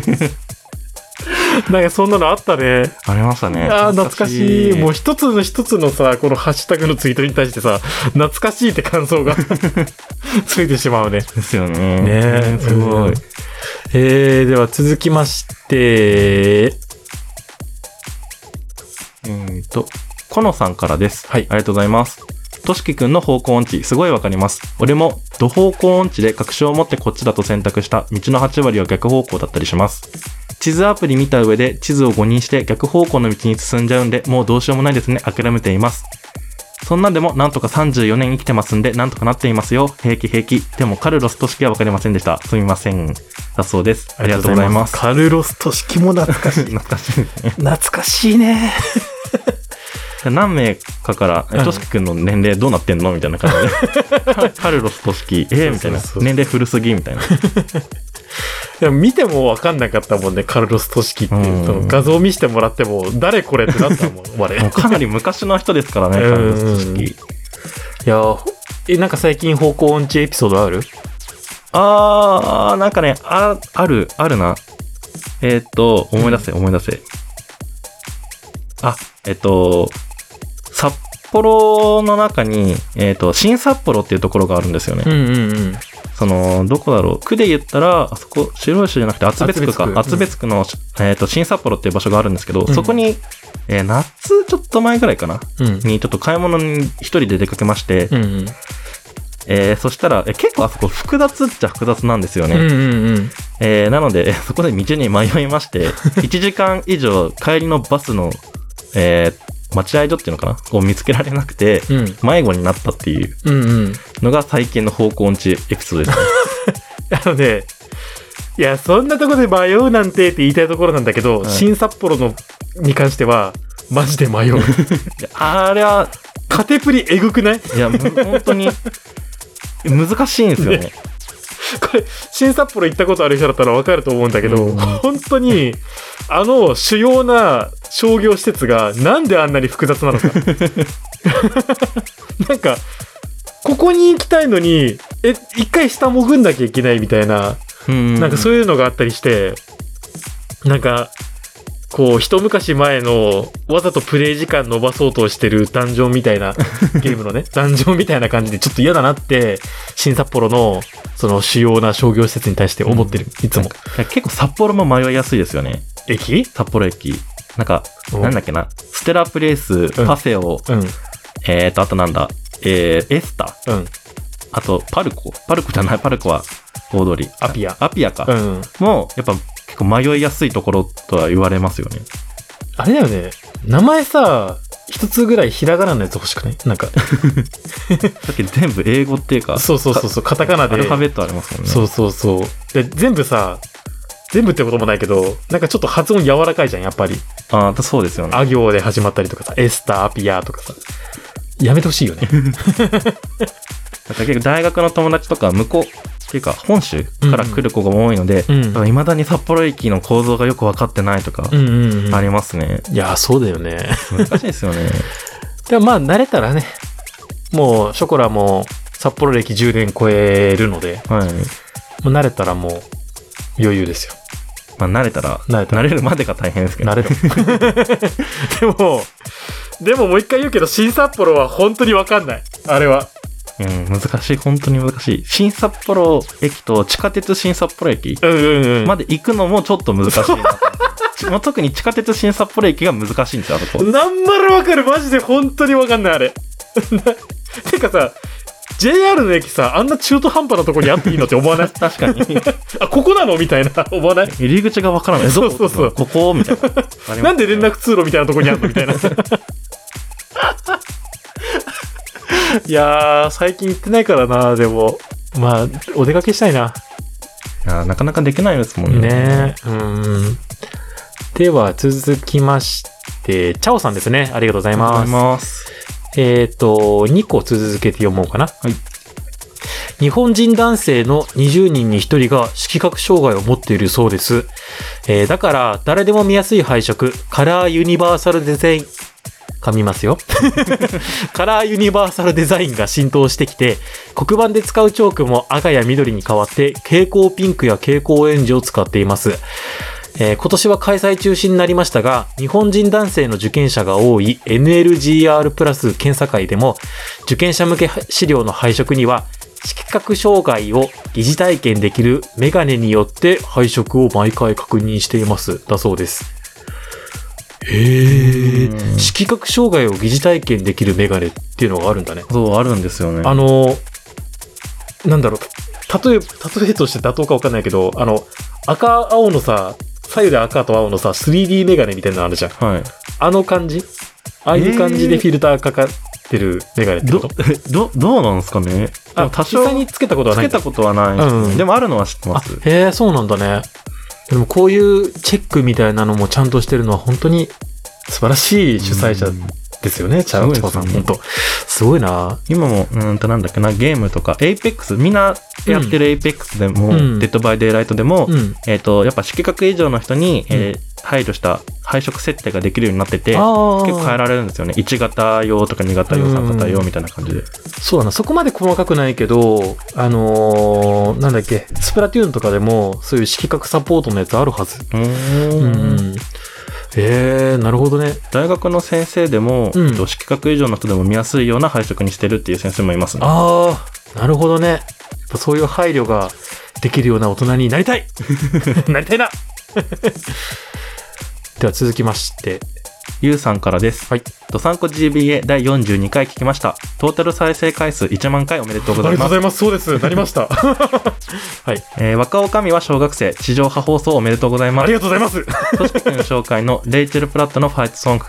[SPEAKER 2] なんかそんなのあったね。
[SPEAKER 3] ありましたね。
[SPEAKER 2] ああ、懐かしい。もう一つの一つのさ、このハッシュタグのツイートに対してさ、懐かしいって感想が ついてしまうね。
[SPEAKER 3] ですよ
[SPEAKER 2] ね
[SPEAKER 3] ね。
[SPEAKER 2] え
[SPEAKER 3] うんすご
[SPEAKER 2] うん
[SPEAKER 3] い。
[SPEAKER 2] えー、では続きまして、
[SPEAKER 3] えっと、コノさんからです。
[SPEAKER 2] はい
[SPEAKER 3] ありがとうございます。としきくんの方向音痴、すごいわかります。俺も、土方向音痴で確証を持ってこっちだと選択した道の8割は逆方向だったりします。地図アプリ見た上で地図を誤認して逆方向の道に進んじゃうんで、もうどうしようもないですね。諦めています。そんなんでもなんとか34年生きてますんで、なんとかなっていますよ。平気平気。でもカルロスとしきはわかりませんでした。すみません。だそうです。ありがとうございます。
[SPEAKER 2] カルロスと式も懐かしい。
[SPEAKER 3] 懐かしいですね。
[SPEAKER 2] 懐かしいね。
[SPEAKER 3] 何名かから、
[SPEAKER 2] う
[SPEAKER 3] え
[SPEAKER 2] ん
[SPEAKER 3] としきくんの年齢どうなってんのみたいな感じで。 カカルロスとしき、えーみたいな
[SPEAKER 2] そうそう。そう
[SPEAKER 3] 年齢古すぎみた いな。
[SPEAKER 2] でも見てもわかんなかったもんね、カルロスと式っていううんその画像見せてもらっても、誰これってなったもん、 我。い
[SPEAKER 3] もうかなり昔の人ですからね、カルロスとし
[SPEAKER 2] うん
[SPEAKER 3] き。
[SPEAKER 2] やー、え、なんか最近方向音痴エピソードある
[SPEAKER 3] あー、なんかね、あ、ある、あるな。えーっと、思い出せ、思い出せ。あ、えっと、札幌の中に、えーっと、新札幌っていうところがあるんですよね。
[SPEAKER 2] んうんうん。
[SPEAKER 3] そのどこだろう区で言ったらあそこ白石じゃなくて厚別区か
[SPEAKER 2] 厚
[SPEAKER 3] 厚
[SPEAKER 2] 別
[SPEAKER 3] 別区の、えー、と新札幌っていう場所があるんですけど、
[SPEAKER 2] うん
[SPEAKER 3] そこに、えー夏ちょっと前ぐらいかな
[SPEAKER 2] うん。
[SPEAKER 3] にちょっと買い物に一人で出かけまして、
[SPEAKER 2] うんうん。
[SPEAKER 3] えーそしたら、えー結構あそこ複雑っちゃ複雑なんですよね、
[SPEAKER 2] うんうんうん。
[SPEAKER 3] えーなのでえーそこで道に迷いまして 1時間以上帰りのバスの、えー待合所っていうのかなを見つけられなくて
[SPEAKER 2] うん。
[SPEAKER 3] 迷子になったっていう
[SPEAKER 2] うんうん。
[SPEAKER 3] のが最近の方向音痴エピソ ードですね
[SPEAKER 2] あのね、いや、そんなとこで迷うなんてって言いたいところなんだけど、
[SPEAKER 3] はい
[SPEAKER 2] 新札幌のに関しては、マジで迷 う。
[SPEAKER 3] であれは
[SPEAKER 2] カテプリえぐくない
[SPEAKER 3] いや、む本当に、難しいんですよね。
[SPEAKER 2] これ、新札幌行ったことある人だったらわかると思うんだけど、
[SPEAKER 3] うん
[SPEAKER 2] 本当に、あの主要な商業施設がなんであんなに複雑な のか。なんか、ここに行きたいのに、え、一回下潜んなきゃいけないみたいな、
[SPEAKER 3] な
[SPEAKER 2] なんかそういうのがあったりして、なんか、こう、一昔前の、わざとプレイ時間伸ばそうとしてるダンジョンみたい な、ゲームのね、ダンジョンみたいな感じで、ちょっと嫌だなって、新札幌の、その主要な商業施設に対して思ってる、いつも。
[SPEAKER 3] 結構札幌も迷いやすいですよね。
[SPEAKER 2] 駅
[SPEAKER 3] 札幌駅。なんか、なんだっけな。ステラプレイス、
[SPEAKER 2] うん
[SPEAKER 3] パセオ、
[SPEAKER 2] うん、うん、
[SPEAKER 3] えーと、あとなんだ、えーエスタ、
[SPEAKER 2] うん、
[SPEAKER 3] あとパルコ。パルコじゃない、パルコは大通り。
[SPEAKER 2] アピア
[SPEAKER 3] アピアか。
[SPEAKER 2] うん。
[SPEAKER 3] もう、やっぱ結構迷いやすいところとは言われますよね。
[SPEAKER 2] あれだよね、名前さ、一つぐらいひらがなのやつ欲しくないなんか、
[SPEAKER 3] さっき全部英語っていうか、
[SPEAKER 2] そうそうそうそう、カタカナで。
[SPEAKER 3] アルファベットありますもんね。
[SPEAKER 2] そうそうそう。で、全部さ、全部ってこともないけど、なんかちょっと発音柔らかいじゃん、やっぱり。
[SPEAKER 3] あーそうですよね。
[SPEAKER 2] あ行で始まったりとかさ、エスター、アピアとかさ。やめてほしいよね。
[SPEAKER 3] だから結構大学の友達とか向こうっていうか本州から来る子が多いので、
[SPEAKER 2] うんうん
[SPEAKER 3] いまだに札幌駅の構造がよく分かってないとか
[SPEAKER 2] うんうん、
[SPEAKER 3] ありますね。
[SPEAKER 2] いや、そうだよね。
[SPEAKER 3] 難しいです よね。
[SPEAKER 2] でもまあ、慣れたらね、もう、ショコラも札幌歴10年超えるので、
[SPEAKER 3] はい。
[SPEAKER 2] もう慣れたらもう、余裕ですよ。
[SPEAKER 3] まあ慣れたら、
[SPEAKER 2] 慣れたら
[SPEAKER 3] 慣れるまでが大変ですけど。
[SPEAKER 2] 慣れろ。 でも、でももう一回言うけど、新札幌は本当にわかんない。あれは。
[SPEAKER 3] うん、難しい、本当に難しい。新札幌駅と地下鉄新札幌駅
[SPEAKER 2] うんうんうん。
[SPEAKER 3] まで行くのもちょっと難しいなと。 ちもう特に地下鉄新札幌駅が難しいんですよ、あそこ。
[SPEAKER 2] なんまらわかるマジで本当にわかんないあれ てかさ JR の駅さあんな中途半端なとこにあっていいのって思わない
[SPEAKER 3] 確かに。
[SPEAKER 2] あここなのみたいな思わない
[SPEAKER 3] 入り口がわからない。
[SPEAKER 2] そうそうそう
[SPEAKER 3] どこここみたいな。
[SPEAKER 2] なんで連絡通路みたいなとこにあるのみたいな いやー最近行ってないからなでもまあお出かけしたいない
[SPEAKER 3] やなかなかできないですもんね。
[SPEAKER 2] ねえうんでは続きましてチャオさんですねありがとうござ
[SPEAKER 3] あ
[SPEAKER 2] い
[SPEAKER 3] りがとう
[SPEAKER 2] ま
[SPEAKER 3] ござい
[SPEAKER 2] す
[SPEAKER 3] ます。
[SPEAKER 2] えっ、と、2個続けて読もうかな。
[SPEAKER 3] い
[SPEAKER 2] 日本人男性の20人に1人が色覚障害を持っているそうです。えーだから、誰でも見やすい配色、カラーユニバーサルデザイン、噛みますよ。カラーユニバーサルデザインが浸透してきて、黒板で使うチョークも赤や緑に変わって、蛍光ピンクや蛍光オレンジを使っています。えー今年は開催中止になりましたが、日本人男性の受験者が多い NLGR プラス検査会でも、受験者向け資料の配色には、色覚障害を疑似体験できるメガネによって配色を毎回確認しています。だそうです。へえ
[SPEAKER 3] うん
[SPEAKER 2] 色覚障害を疑似体験できるメガネっていうのがあるんだね。
[SPEAKER 3] そう、あるんですよね。
[SPEAKER 2] あの、なんだろう、た例え、例えとして妥当かわかんないけど、あの、赤、青のさ、左右で赤と青のさ、3D メガネみたいなのあるじゃん。
[SPEAKER 3] はい。
[SPEAKER 2] あの感じああいう感じでフィルターかかってるメガネってこ
[SPEAKER 3] ど
[SPEAKER 2] と、、
[SPEAKER 3] ど、どうなんですかねでも
[SPEAKER 2] あ、
[SPEAKER 3] 多
[SPEAKER 2] 多
[SPEAKER 3] 少
[SPEAKER 2] 少につけたことは
[SPEAKER 3] つ
[SPEAKER 2] ない
[SPEAKER 3] け
[SPEAKER 2] んだ。
[SPEAKER 3] たことはないですね、
[SPEAKER 2] うん
[SPEAKER 3] でもあるのは知ってま
[SPEAKER 2] あ
[SPEAKER 3] す。、
[SPEAKER 2] へえ、そうなんだね。でもこういうチェックみたいなのもちゃんとしてるのは本当に素晴らしい主催者
[SPEAKER 3] うん
[SPEAKER 2] ですよね、チャ
[SPEAKER 3] すごい
[SPEAKER 2] ン
[SPEAKER 3] で
[SPEAKER 2] チ
[SPEAKER 3] すね
[SPEAKER 2] コさん。本当すごいな
[SPEAKER 3] 今も、うーんとなんだっけな、ゲームとか、エイペックス、みんなやってるエイペックスでも、
[SPEAKER 2] うん
[SPEAKER 3] デッドバイデイライトでも、
[SPEAKER 2] うん。
[SPEAKER 3] えっ、と、やっぱ色覚以上の人に、えー配慮した配色設定ができるようになってて、
[SPEAKER 2] あ
[SPEAKER 3] 結
[SPEAKER 2] ー
[SPEAKER 3] 構変えられるんですよね。1型用とか2型用、
[SPEAKER 2] うん
[SPEAKER 3] 3型用みたいな感じで。
[SPEAKER 2] そうだな、そこまで細かくないけど、あのーなんだっけ、スプラトゥーンとかでも、そういう色覚サポートのやつあるはず。
[SPEAKER 3] うー
[SPEAKER 2] うんん。えー、なるほどね。
[SPEAKER 3] 大学の先生でも、
[SPEAKER 2] うん
[SPEAKER 3] えっと色覚以上の人でも見やすいような配色にしてるっていう先生もいますね。
[SPEAKER 2] あー、なるほどね。やっぱそういう配慮ができるような大人になり たいなりたいな では続きまして。
[SPEAKER 3] ゆうさんからです。
[SPEAKER 2] はい。
[SPEAKER 3] ドサンコ GBA 第42回聞きました。トータル再生回数1万回おめでとう
[SPEAKER 2] あ
[SPEAKER 3] ございます。
[SPEAKER 2] います。そうです。なりま した。
[SPEAKER 3] えー、若おかみは小学生、地上波放送おめでとうございます。
[SPEAKER 2] がとうございます。
[SPEAKER 3] 組織君紹介のレイチェル・プラットのファイトソング、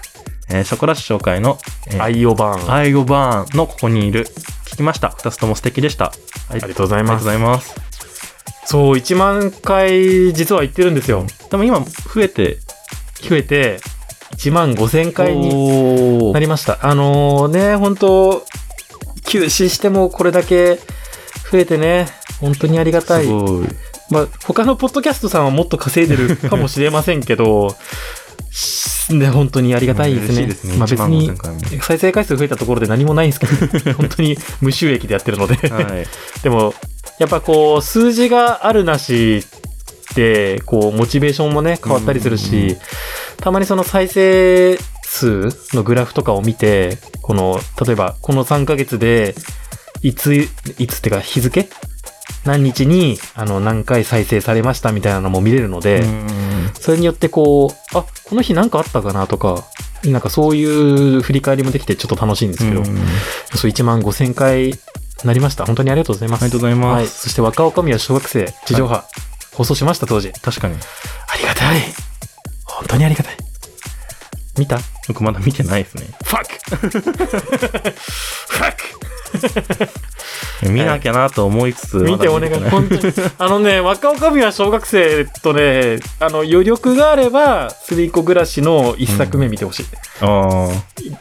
[SPEAKER 3] えーショコラッシュ紹介の、えー
[SPEAKER 2] アイオバーン。あ
[SPEAKER 3] アイゴバーンのここにいる。聞きました。二つとも素敵でした。あ
[SPEAKER 2] り
[SPEAKER 3] り
[SPEAKER 2] がとうござい
[SPEAKER 3] が
[SPEAKER 2] ま
[SPEAKER 3] とうご
[SPEAKER 2] す。
[SPEAKER 3] ざいます。
[SPEAKER 2] そう、1万回実は言ってるんですよ。
[SPEAKER 3] でも今、増えて、
[SPEAKER 2] 増えて、1万5千回に
[SPEAKER 3] お
[SPEAKER 2] な
[SPEAKER 3] ー
[SPEAKER 2] りました。あのね、本当休止してもこれだけ増えてね、本当にありがたい。
[SPEAKER 3] すごい。
[SPEAKER 2] まあ、他のポッドキャストさんはもっと稼いでるかもしれませんけど、 しね、本当にありがたいです
[SPEAKER 3] 嬉し
[SPEAKER 2] ね。
[SPEAKER 3] いですね。
[SPEAKER 2] まあ別
[SPEAKER 3] 1万
[SPEAKER 2] に
[SPEAKER 3] 5000、回も。
[SPEAKER 2] 再生回数増えたところで何もないんですけ ど、本当に無収益でやってるので。
[SPEAKER 3] はい。
[SPEAKER 2] でも、やっぱこう、数字があるなしで、こう、モチベーションもね、変わったりする
[SPEAKER 3] うんうん
[SPEAKER 2] し、
[SPEAKER 3] う
[SPEAKER 2] たまにその再生数のグラフとかを見て、この、例えば、この3ヶ月で、いつ、いつってか日付何日に、あの、何回再生されましたみたいなのも見れるので、
[SPEAKER 3] うん
[SPEAKER 2] それによってこう、あ、この日なんかあったかなとか、なんかそういう振り返りもできてちょっと楽しいんですけど、
[SPEAKER 3] うん
[SPEAKER 2] そう、1万5000回なりました。本当にありがとうございます。
[SPEAKER 3] ありがとうございます
[SPEAKER 2] はい。そして若女将は小学生、地上波、放送しました、当時。
[SPEAKER 3] 確かに。
[SPEAKER 2] ありがたい。本当にありがたい。見た
[SPEAKER 3] 僕まだ見てないですね。
[SPEAKER 2] ファックファック
[SPEAKER 3] 見なきゃなと思いつつ、
[SPEAKER 2] 見てお願い。本当に。あのね、若女将は小学生とね、あの、余力があれば、すりこ暮らしの一作目見てほしい。
[SPEAKER 3] ああ。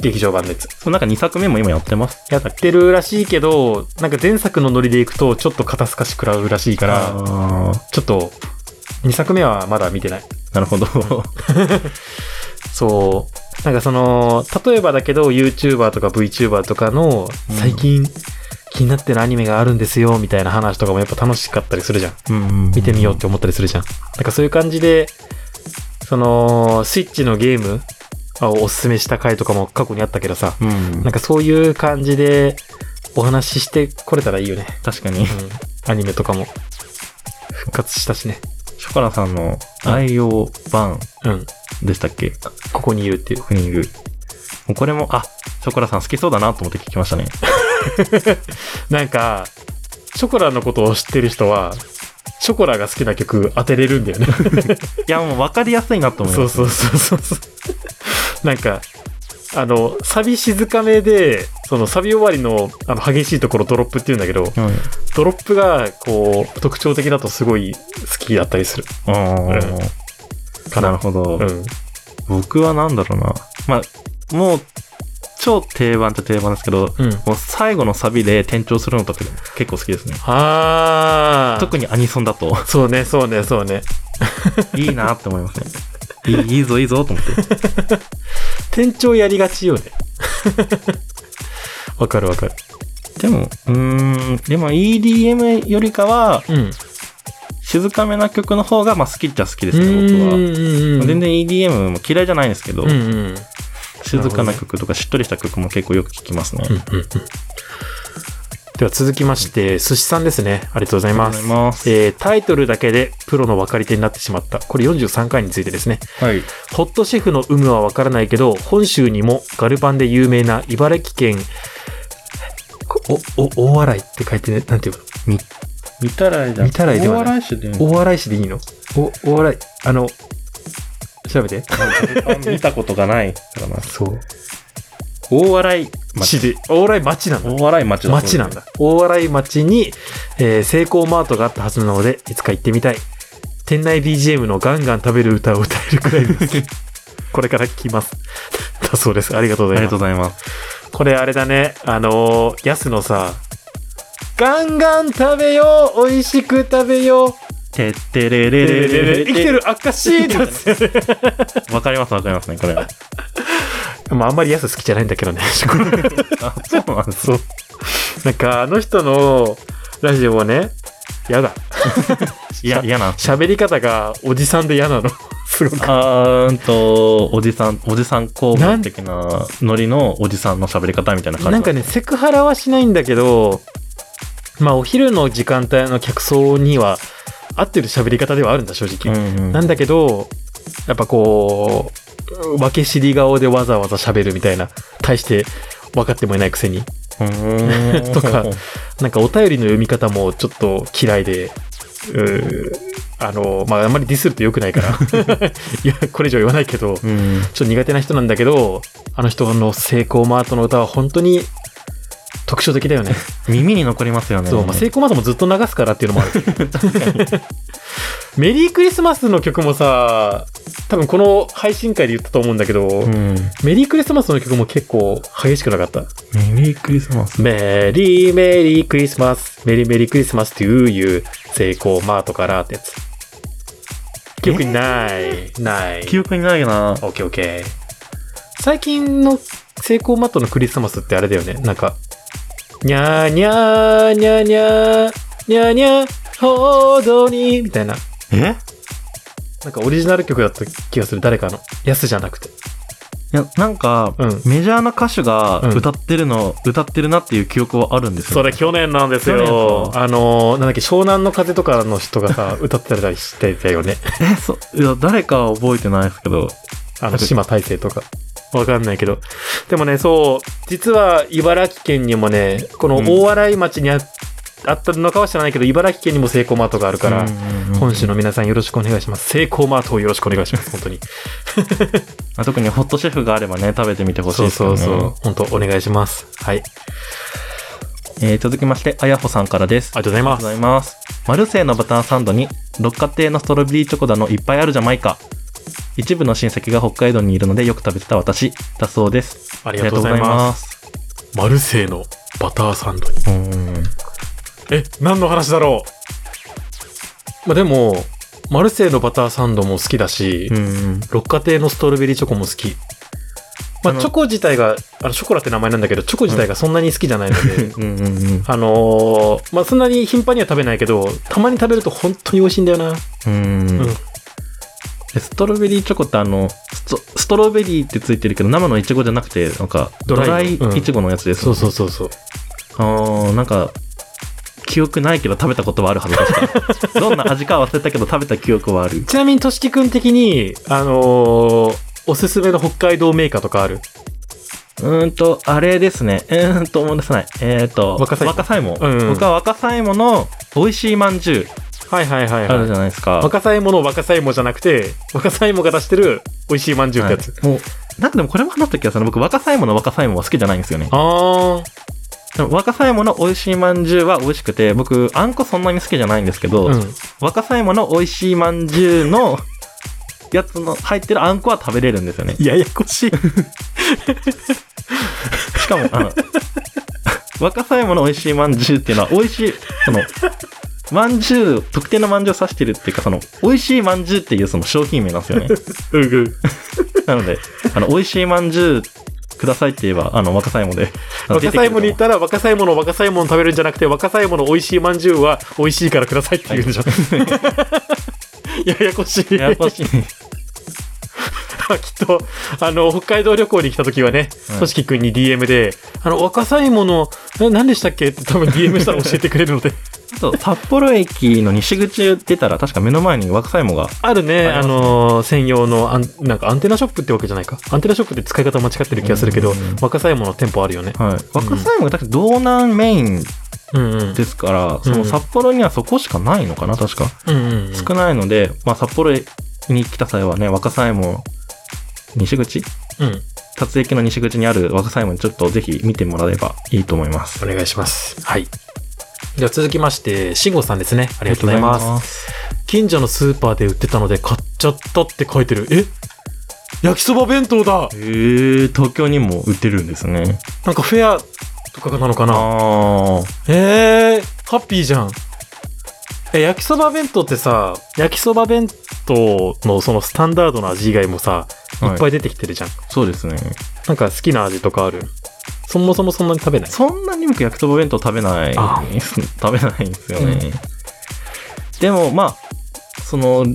[SPEAKER 2] 劇場版のやつ。
[SPEAKER 3] そう、なんか2作目も今やってます。
[SPEAKER 2] やってるらしいけど、なんか前作のノリでいくと、ちょっと肩透かし食らうらしいから、
[SPEAKER 3] ああ。
[SPEAKER 2] ちょっと、2作目はまだ見てない。
[SPEAKER 3] なるほど。
[SPEAKER 2] そう。なんかその、例えばだけど、YouTuber とか VTuber とかの、
[SPEAKER 3] うん
[SPEAKER 2] 最近、気になってるアニメがあるんですよ、みたいな話とかもやっぱ楽しかったりするじゃん。
[SPEAKER 3] うん
[SPEAKER 2] 見てみようって思ったりするじゃん。なんかそういう感じで、その、スイッチのゲームをおすすめした回とかも過去にあったけどさ、
[SPEAKER 3] うん
[SPEAKER 2] なん。かそういう感じでお話ししてこれたらいいよ ね。
[SPEAKER 3] 確かに。
[SPEAKER 2] うん。アニメとかも。復活したしね。
[SPEAKER 3] ショコラさんの愛用版
[SPEAKER 2] うん。
[SPEAKER 3] でしたっけ
[SPEAKER 2] ここにいるっていう。
[SPEAKER 3] クニング。もうこれも、あ、ショコラさん好きそうだなと思って聞きましたね。
[SPEAKER 2] なんか、ショコラのことを知ってる人は、ショコラが好きな曲当てれるんだよね。
[SPEAKER 3] いや、もう分かりやすいなと思 い
[SPEAKER 2] そ
[SPEAKER 3] ま
[SPEAKER 2] う
[SPEAKER 3] す。
[SPEAKER 2] そうそうそうそう。なんか、あの、サビ静かめで、そのサビ終わりのあの激しいところドロップって言うんだけど、
[SPEAKER 3] はい。
[SPEAKER 2] ドロップがこう、特徴的だとすごい好きだったりする
[SPEAKER 3] ああ。
[SPEAKER 2] か
[SPEAKER 3] な
[SPEAKER 2] な。
[SPEAKER 3] るほど。
[SPEAKER 2] うん。
[SPEAKER 3] 僕はなんだろうな。まあ、もう、超定番っちゃ定番ですけど、
[SPEAKER 2] うん。
[SPEAKER 3] もう最後のサビで転調するのとか結構好きですね。
[SPEAKER 2] あー。
[SPEAKER 3] 特にアニソンだ と、
[SPEAKER 2] そうね、そうね、そうね。
[SPEAKER 3] いいなって思い ますね。いいいいぞ、いいぞ、と思って。
[SPEAKER 2] 店長やりがちよね。 わかるわかる。
[SPEAKER 3] でも、うーん、でも EDM よりかは、
[SPEAKER 2] うん。
[SPEAKER 3] 静かめな曲の方が、まあ好きっちゃ好きですね、僕は。
[SPEAKER 2] 僕
[SPEAKER 3] 全然 EDM も嫌いじゃないんですけど、
[SPEAKER 2] うんうんうんうん
[SPEAKER 3] 静かな曲とかしっとりした曲も結構よく聴きますね。ありが
[SPEAKER 2] うんうんでは続きまして、寿司さんですね。ありがとうござい
[SPEAKER 3] とう
[SPEAKER 2] ま
[SPEAKER 3] ござ
[SPEAKER 2] す
[SPEAKER 3] い。ます。
[SPEAKER 2] えータイトルだけでプロの分かり手になってしまった。これ43回についてですね。
[SPEAKER 3] はい。
[SPEAKER 2] ホットシェフの有無は分からないけど、本州にもガルパンで有名な茨城県、こお、お、大洗って書いてね、なんていうの
[SPEAKER 3] 見たらいじ
[SPEAKER 2] ゃん見たらいではない
[SPEAKER 3] い市で
[SPEAKER 2] 大洗市でいいのお、大洗、あの、調べて。
[SPEAKER 3] 見たことがないからな。
[SPEAKER 2] そう。
[SPEAKER 3] 大洗
[SPEAKER 2] 市
[SPEAKER 3] 町。
[SPEAKER 2] で、大洗町なんだ。
[SPEAKER 3] 大洗町だそうです
[SPEAKER 2] 町なんだ。大洗町に、えー、セイコーマートがあったはずなので、いつか行ってみたい。店内 BGM のガンガン食べる歌を歌えるくらい です。これから聞きます。だそうです。ありがとうご
[SPEAKER 3] あ
[SPEAKER 2] ざ
[SPEAKER 3] り
[SPEAKER 2] います
[SPEAKER 3] がとう。ございます。
[SPEAKER 2] これあれだね。あのー、ヤスのさ、ガンガン食べよう美味しく食べよう
[SPEAKER 3] てってれ
[SPEAKER 2] え
[SPEAKER 3] れれれれ
[SPEAKER 2] ー生 きてる証ってやつだよね
[SPEAKER 3] わかりますわかりますね、これは。
[SPEAKER 2] まああんまりヤス好きじゃないんだけどね。
[SPEAKER 3] あ、そうなんです。
[SPEAKER 2] そう。なんかあの人のラジオはね、やだ。
[SPEAKER 3] いや、嫌なんです。
[SPEAKER 2] 喋り方がおじさんで嫌なの。 すごく。
[SPEAKER 3] あーんと、おじさん、おじさん公文的なノリのおじさんの喋り方みたいな感じ。
[SPEAKER 2] なんかね、セクハラはしないんだけど、まあお昼の時間帯の客層には合ってる喋り方ではあるんだ、正
[SPEAKER 3] う
[SPEAKER 2] 直。
[SPEAKER 3] んうん、
[SPEAKER 2] なんだけど、やっぱこう、分け知り顔でわざわざ喋るみたいな、対して分かってもいないくせに。
[SPEAKER 3] う ーん
[SPEAKER 2] とかなんかお便りの読み方もちょっと嫌いで、うーあの、まああんまりディスると良くない から、いや、これ以上言わないけど、
[SPEAKER 3] うん。
[SPEAKER 2] ちょっと苦手な人なんだけど、あの人のセイコーマートの歌は本当に特徴的だよね。
[SPEAKER 3] 耳に残りますよね。
[SPEAKER 2] そう、まあ、セイコーマートもずっと流すからっていうのもある。メリークリスマスの曲もさ、多分この配信会で言ったと思うんだけど、
[SPEAKER 3] うん。
[SPEAKER 2] メリークリスマスの曲も結構激しくなかった。
[SPEAKER 3] メリークリスマス。
[SPEAKER 2] メリーメリークリスマス、メリーメリークリスマスといういう、セイコーマートからってやつ。記憶にない、ない。
[SPEAKER 3] 記憶にないな。
[SPEAKER 2] オッケーオッケー。最近のセイコーマットのクリスマスってあれだよね。なんか、にゃーにゃーにゃーにゃーにゃーにゃー報道にみたいな。
[SPEAKER 3] え
[SPEAKER 2] なんかオリジナル曲だった気がする。誰かの。やすじゃなくて。
[SPEAKER 3] いや、なんか、
[SPEAKER 2] うん
[SPEAKER 3] メジャーな歌手が
[SPEAKER 2] うん
[SPEAKER 3] 歌ってるの、歌ってるなっていう記憶はあるんですよ。
[SPEAKER 2] それ去年なんです
[SPEAKER 3] よ
[SPEAKER 2] よ。あのー、なんだっけ、湘南の風とかの人がさ、歌ってたりしてたよね。
[SPEAKER 3] え、そ、いや、誰かは覚えてないですけど。
[SPEAKER 2] あの、島大成とか。わかんないけど。でもね、そう、実は茨城県にもね、この大洗町にあっあったのかは知らないけど、茨城県にもセイコーマートがあるから、本州の皆さんよろしくお願いします。セイコーマートをよろしくお願いします、本当に。
[SPEAKER 3] まあ特にホットシェフがあればね、食べてみてほしい
[SPEAKER 2] そう
[SPEAKER 3] です
[SPEAKER 2] そ
[SPEAKER 3] よね。
[SPEAKER 2] うそう。本当お願いします。はい。あり
[SPEAKER 3] えー続きまして、あやほさんからです。
[SPEAKER 2] がとうござい
[SPEAKER 3] ありが
[SPEAKER 2] ま
[SPEAKER 3] とう
[SPEAKER 2] す。
[SPEAKER 3] ございます。マルセイのバターサンドに、六花亭のストロベリーチョコだのいっぱいあるじゃないか。一部の親戚が北海道にいるのでよく食べてた私だそうです。
[SPEAKER 2] ありがとうございます。
[SPEAKER 3] す。
[SPEAKER 2] マルセイのバターサンドに。
[SPEAKER 3] うん。
[SPEAKER 2] え、何の話だろうまあ、でも、マルセイのバターサンドも好きだし、
[SPEAKER 3] うん。
[SPEAKER 2] 六花亭のストロベリーチョコも好き。まあ、
[SPEAKER 3] あの
[SPEAKER 2] チョコ自体が、あの、ショコラって名前なんだけど、チョコ自体がそんなに好きじゃないので、
[SPEAKER 3] うんうんう ん。
[SPEAKER 2] あのーまあ、そんなに頻繁には食べないけど、たまに食べると本当に美味しいんだよな。
[SPEAKER 3] う
[SPEAKER 2] う
[SPEAKER 3] ん
[SPEAKER 2] ん
[SPEAKER 3] えストロベリーチョコってあのストストロベリーってついてるけど生のイチゴじゃなくてなんかド
[SPEAKER 2] ドラ
[SPEAKER 3] ラ
[SPEAKER 2] イ
[SPEAKER 3] イ
[SPEAKER 2] のうん
[SPEAKER 3] イチゴのやつです、
[SPEAKER 2] そうそうそうそう。
[SPEAKER 3] あーなんか記憶ないけど食べたことはあるはず確 かどんな味かは忘れたけど食べた記憶はある
[SPEAKER 2] ちなみに、としきくん的に、あのーおすすめの北海道メーカーとかある
[SPEAKER 3] うーんとあれですねうーんと思い出せないえっ、と
[SPEAKER 2] 若さいも
[SPEAKER 3] さいも
[SPEAKER 2] うんうん
[SPEAKER 3] 僕は若さいもの美味しいまんじゅう
[SPEAKER 2] はいはいはい
[SPEAKER 3] ある
[SPEAKER 2] は
[SPEAKER 3] じ
[SPEAKER 2] い。
[SPEAKER 3] ゃないですか
[SPEAKER 2] 若さいもの若さいもじゃなくて、若さいもが出してる美味しいまんじゅうってやつ。
[SPEAKER 3] はいもうなんかでもこれも話した気がする僕若さいもの若さいもは好きじゃないんですよね
[SPEAKER 2] あ
[SPEAKER 3] でも若さいもの美味しいまんじゅうは美味しくて僕あんこそんなに好きじゃないんですけど、
[SPEAKER 2] ー。うん。
[SPEAKER 3] 若さいもの美味しいまんじゅうのやつの入ってるあんこは食べれるんですよね
[SPEAKER 2] ややこしい。
[SPEAKER 3] しかもあの 若さいもの美味しいまんじゅうっていうのは美味しいそのまんじゅう特定のまんじゅうを指してるっていうかその美味しいまんじゅうっていうその商品名なんですよね
[SPEAKER 2] うんうん。
[SPEAKER 3] なのであの美味しいまんじゅうくださいって言えばあの若さいもであの
[SPEAKER 2] 若さいもに
[SPEAKER 3] 出
[SPEAKER 2] 行っ
[SPEAKER 3] てく
[SPEAKER 2] た
[SPEAKER 3] る
[SPEAKER 2] ら、若さいもの若さいもの食べるんじゃなくて、若さいもの美味しいまんじゅうは美味しいからくださいって言うんでしょ。ややこしい。
[SPEAKER 3] と思うややこしい
[SPEAKER 2] あ きっと、あの、北海道旅行に来た時はね、
[SPEAKER 3] うん
[SPEAKER 2] としきくんに DM で、あの、若さいもの、え何でしたっけって多分 DM したら教えてくれるので。
[SPEAKER 3] そう札幌駅の西口出たら確か目の前に若さいもが
[SPEAKER 2] あるね、
[SPEAKER 3] あ
[SPEAKER 2] あ
[SPEAKER 3] りますね
[SPEAKER 2] の、専用のアン、なんかアンテナショップってわけじゃないか。アンテナショップって使い方間違ってる気がするけど
[SPEAKER 3] うんうんうん、
[SPEAKER 2] 若さいもの店舗あるよね。
[SPEAKER 3] はい、若狭山が確か道南メイン
[SPEAKER 2] うんうん。
[SPEAKER 3] ですから、その札幌にはそこしかないのかな確か、
[SPEAKER 2] うんうんうん
[SPEAKER 3] 少ないので、まあ、札幌に来た際はね若狭山西口
[SPEAKER 2] うん。
[SPEAKER 3] 達駅の西口にある若狭山にちょっとぜひ見てもらえればいいと思います
[SPEAKER 2] お願いします。はい。では続きまして、慎吾さんですね。ありがとうござい
[SPEAKER 3] ありがとうござ
[SPEAKER 2] ま
[SPEAKER 3] い
[SPEAKER 2] す。近所のスーパーで売ってたので買っちゃったって書いてる。え焼きそば弁当だ
[SPEAKER 3] へえ東京にも売ってるんですね
[SPEAKER 2] なんかフェアとかなのかな
[SPEAKER 3] ああ
[SPEAKER 2] えー、ハッピーじゃん。え、焼きそば弁当ってさ、焼きそば弁当のそのスタンダードな味以外もさ、い
[SPEAKER 3] はい
[SPEAKER 2] っぱい出てきてるじゃん。
[SPEAKER 3] そうですね
[SPEAKER 2] なんか好きな味とかあるそもそもそんなに食べない
[SPEAKER 3] そんなに僕焼きそば弁当食べない
[SPEAKER 2] あ
[SPEAKER 3] 食べないんですよね、
[SPEAKER 2] うん
[SPEAKER 3] でもまあその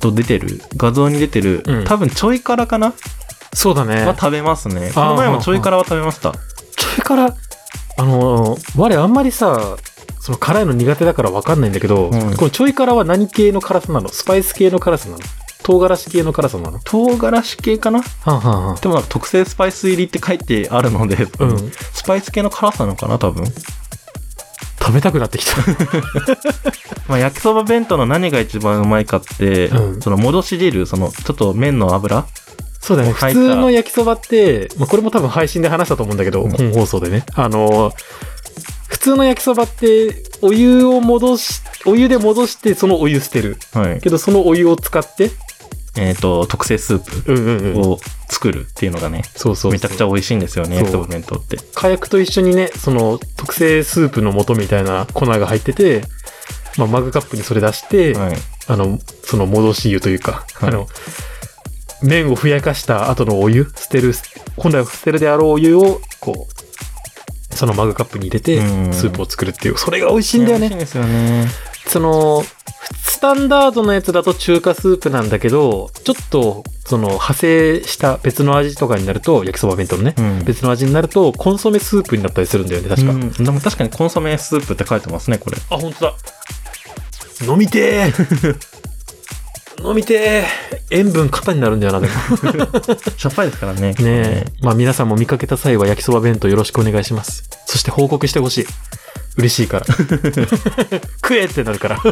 [SPEAKER 3] と出てる画像に出てる、
[SPEAKER 2] うん
[SPEAKER 3] 多分ちょい辛かな
[SPEAKER 2] そうだね
[SPEAKER 3] は食べますねこの前もちょい辛は食べました
[SPEAKER 2] ちょい辛、あのー、我あんまりさ、その辛いの苦手だからわかんないんだけど、
[SPEAKER 3] うん
[SPEAKER 2] このちょい辛は何系の辛さなのスパイス系の辛さなの唐辛子系の辛さなの
[SPEAKER 3] 唐辛子系かな
[SPEAKER 2] はんはんはん。
[SPEAKER 3] でもなんか特製スパイス入りって書いてあるので、
[SPEAKER 2] うん。
[SPEAKER 3] スパイス系の辛さなのかな多分、
[SPEAKER 2] 食べたくなってきた。
[SPEAKER 3] まあ、焼きそば弁当の何が一番うまいかって、
[SPEAKER 2] うん
[SPEAKER 3] その戻し汁そのちょっと麺の油
[SPEAKER 2] そうだね。
[SPEAKER 3] 入
[SPEAKER 2] 普
[SPEAKER 3] った
[SPEAKER 2] 通の焼きそばって、まあ、これも多分配信で話したと思うんだけど、
[SPEAKER 3] うん
[SPEAKER 2] 本放送でね。あのー普通の焼きそばって、お湯を戻し、お湯で戻して、そのお湯捨てる。
[SPEAKER 3] はい
[SPEAKER 2] けど、そのお湯を使って、
[SPEAKER 3] えっ、と特製スープ
[SPEAKER 2] うんうんうん。
[SPEAKER 3] を作るっていうのがね
[SPEAKER 2] そうそうそう
[SPEAKER 3] めちゃくちゃ美味しいんですよね
[SPEAKER 2] そう
[SPEAKER 3] 焼きそば弁当って
[SPEAKER 2] 火薬と一緒にね、その特製スープの素みたいな粉が入ってて、まあ、マグカップにそれ出して、
[SPEAKER 3] はい
[SPEAKER 2] あの、その戻し湯というか、
[SPEAKER 3] はい
[SPEAKER 2] あの、麺をふやかした後のお湯、捨てる、本来は捨てるであろうお湯を、こう、そのマグカップに入れて
[SPEAKER 3] うん、
[SPEAKER 2] スープを作るっていう、それが美味しいんだよ
[SPEAKER 3] 美味し
[SPEAKER 2] ね。
[SPEAKER 3] いんですよね
[SPEAKER 2] その、スタンダードのやつだと中華スープなんだけど、ちょっと、その、派生した別の味とかになると、焼きそば弁当のね、
[SPEAKER 3] うん
[SPEAKER 2] 別の味になると、コンソメスープになったりするんだよね、確か。
[SPEAKER 3] うんでも確かにコンソメスープって書いてますねこれ
[SPEAKER 2] あ、本当だ。飲みてー 飲みてー塩分肩になるんだよな、 でも。
[SPEAKER 3] しょっぱいですからね
[SPEAKER 2] ねえ。まあ皆さんも見かけた際は焼きそば弁当よろしくお願いします。そして報告してほしい。嬉しい から。食えってなるから。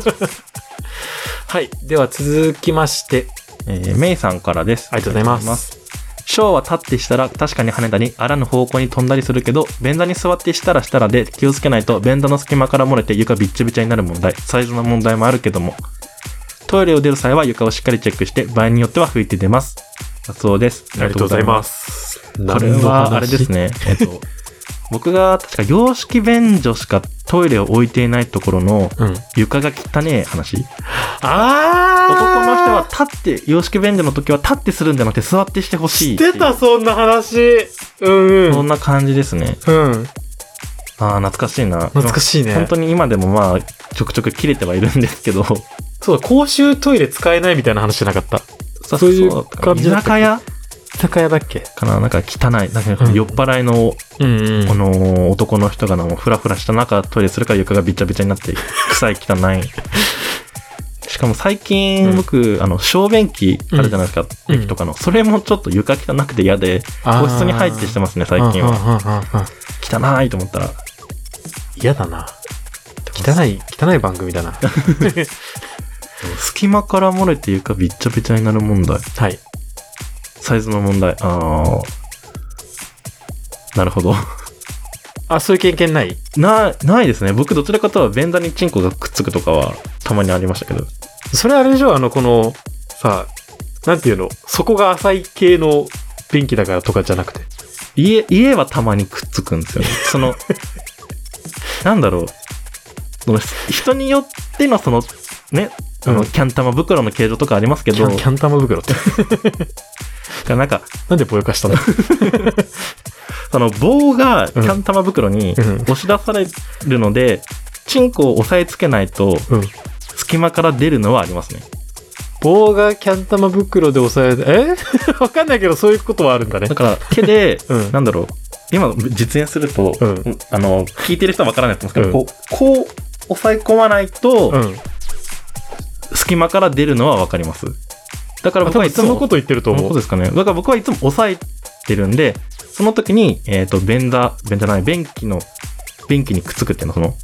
[SPEAKER 2] はい。では続きまして、
[SPEAKER 3] えーメイさんからです。
[SPEAKER 2] ありがとうございます。
[SPEAKER 3] ショーは立ってしたら確かに跳ねたり、あらぬ方向に飛んだりするけど、便座に座ってしたらしたらで気をつけないと、便座の隙間から漏れて床びっちゃびちゃになる問題、サイズの問題もあるけども。トイレを出る際は床をしっかりチェックして、場合によっては拭いて出ます。だそうです。
[SPEAKER 2] ありがとうござい
[SPEAKER 3] す
[SPEAKER 2] ます。
[SPEAKER 3] これは、あれです。ね。えっと、僕が確か洋式便所しかトイレを置いていないところの
[SPEAKER 2] うん。
[SPEAKER 3] 床が汚ねえ話。
[SPEAKER 2] あー
[SPEAKER 3] 男の人は立って、洋式便所の時は立ってするんじゃなくて座ってしてほ
[SPEAKER 2] 知っ
[SPEAKER 3] しいっていう
[SPEAKER 2] てた、そんな話。うんうん。
[SPEAKER 3] そんな感じですね。
[SPEAKER 2] うん。
[SPEAKER 3] ああ、懐かしいな。
[SPEAKER 2] 懐かしいね。
[SPEAKER 3] 本当に今でもまあ、ちょくちょく切れてはいるんですけど。
[SPEAKER 2] そうだ、公衆トイレ使えないみたいな話じゃなかった。 そういう感じだ
[SPEAKER 3] 居
[SPEAKER 2] ったっ
[SPEAKER 3] 酒屋
[SPEAKER 2] 酒屋だっけ
[SPEAKER 3] かななんか汚い。なんか
[SPEAKER 2] うん
[SPEAKER 3] 酔っ払いの、
[SPEAKER 2] うんうん
[SPEAKER 3] こ。の男の人がなんかフラフラした中、トイレするから床がびちゃびちゃに なって、臭い汚い。しかも最
[SPEAKER 2] う
[SPEAKER 3] 近
[SPEAKER 2] ん
[SPEAKER 3] 僕、あの、小便器あるじゃないですか、
[SPEAKER 2] うん
[SPEAKER 3] 駅とかの。それもちょっと床汚くて嫌で、
[SPEAKER 2] あー
[SPEAKER 3] 個室に入ってしてますね、最近は。
[SPEAKER 2] は。
[SPEAKER 3] 汚いと思ったら。
[SPEAKER 2] 嫌だな。汚い、汚い番組だな。
[SPEAKER 3] 隙間から漏れて床びっちゃびちゃになる問題。
[SPEAKER 2] はい。
[SPEAKER 3] サイズの問題。ああ。なるほど。
[SPEAKER 2] あ、そういう経験ない
[SPEAKER 3] な、ないですね。僕どちらかとは便座にチンコがくっつくとかはたまにありましたけど。
[SPEAKER 2] それあれでしょあの、この、さ、なんていうの底が浅い系の便器だからとかじゃなくて。
[SPEAKER 3] 家、家はたまにくっつくんですよね。その、 なんだろう。その人によってのその、ね、あの、
[SPEAKER 2] うん
[SPEAKER 3] キャン玉袋の形状とかありますけ
[SPEAKER 2] キ
[SPEAKER 3] ど、
[SPEAKER 2] ャン、キャン玉袋 って。
[SPEAKER 3] なんか、
[SPEAKER 2] なんでぼやかしたの
[SPEAKER 3] その棒がキャン玉袋に
[SPEAKER 2] うん
[SPEAKER 3] 押し出されるので、チンコを押さえつけないと
[SPEAKER 2] うん。
[SPEAKER 3] 隙間から出るのはありますね。
[SPEAKER 2] 棒がキャン玉袋で押さえ て、えわかんないけど、そういうことはあるんだね
[SPEAKER 3] だ。から手で、
[SPEAKER 2] うん
[SPEAKER 3] なんだろう、今実演すると、
[SPEAKER 2] うん
[SPEAKER 3] あの、聞いてる人はわからないと思うんで
[SPEAKER 2] う
[SPEAKER 3] すけど、
[SPEAKER 2] ん
[SPEAKER 3] こう、こう押さえ込まないと、
[SPEAKER 2] うん。
[SPEAKER 3] 隙間から出るのはわかります。だから
[SPEAKER 2] あ、
[SPEAKER 3] 僕
[SPEAKER 2] 多
[SPEAKER 3] はい
[SPEAKER 2] 分
[SPEAKER 3] つ
[SPEAKER 2] その
[SPEAKER 3] も、
[SPEAKER 2] こと言ってると
[SPEAKER 3] その
[SPEAKER 2] 思
[SPEAKER 3] こ
[SPEAKER 2] う。
[SPEAKER 3] とですかね。だから僕はいつも押さえてるんで、その時に、えっ、と、便座、便座じゃない、便器の、便器にくっつくっていうの、その、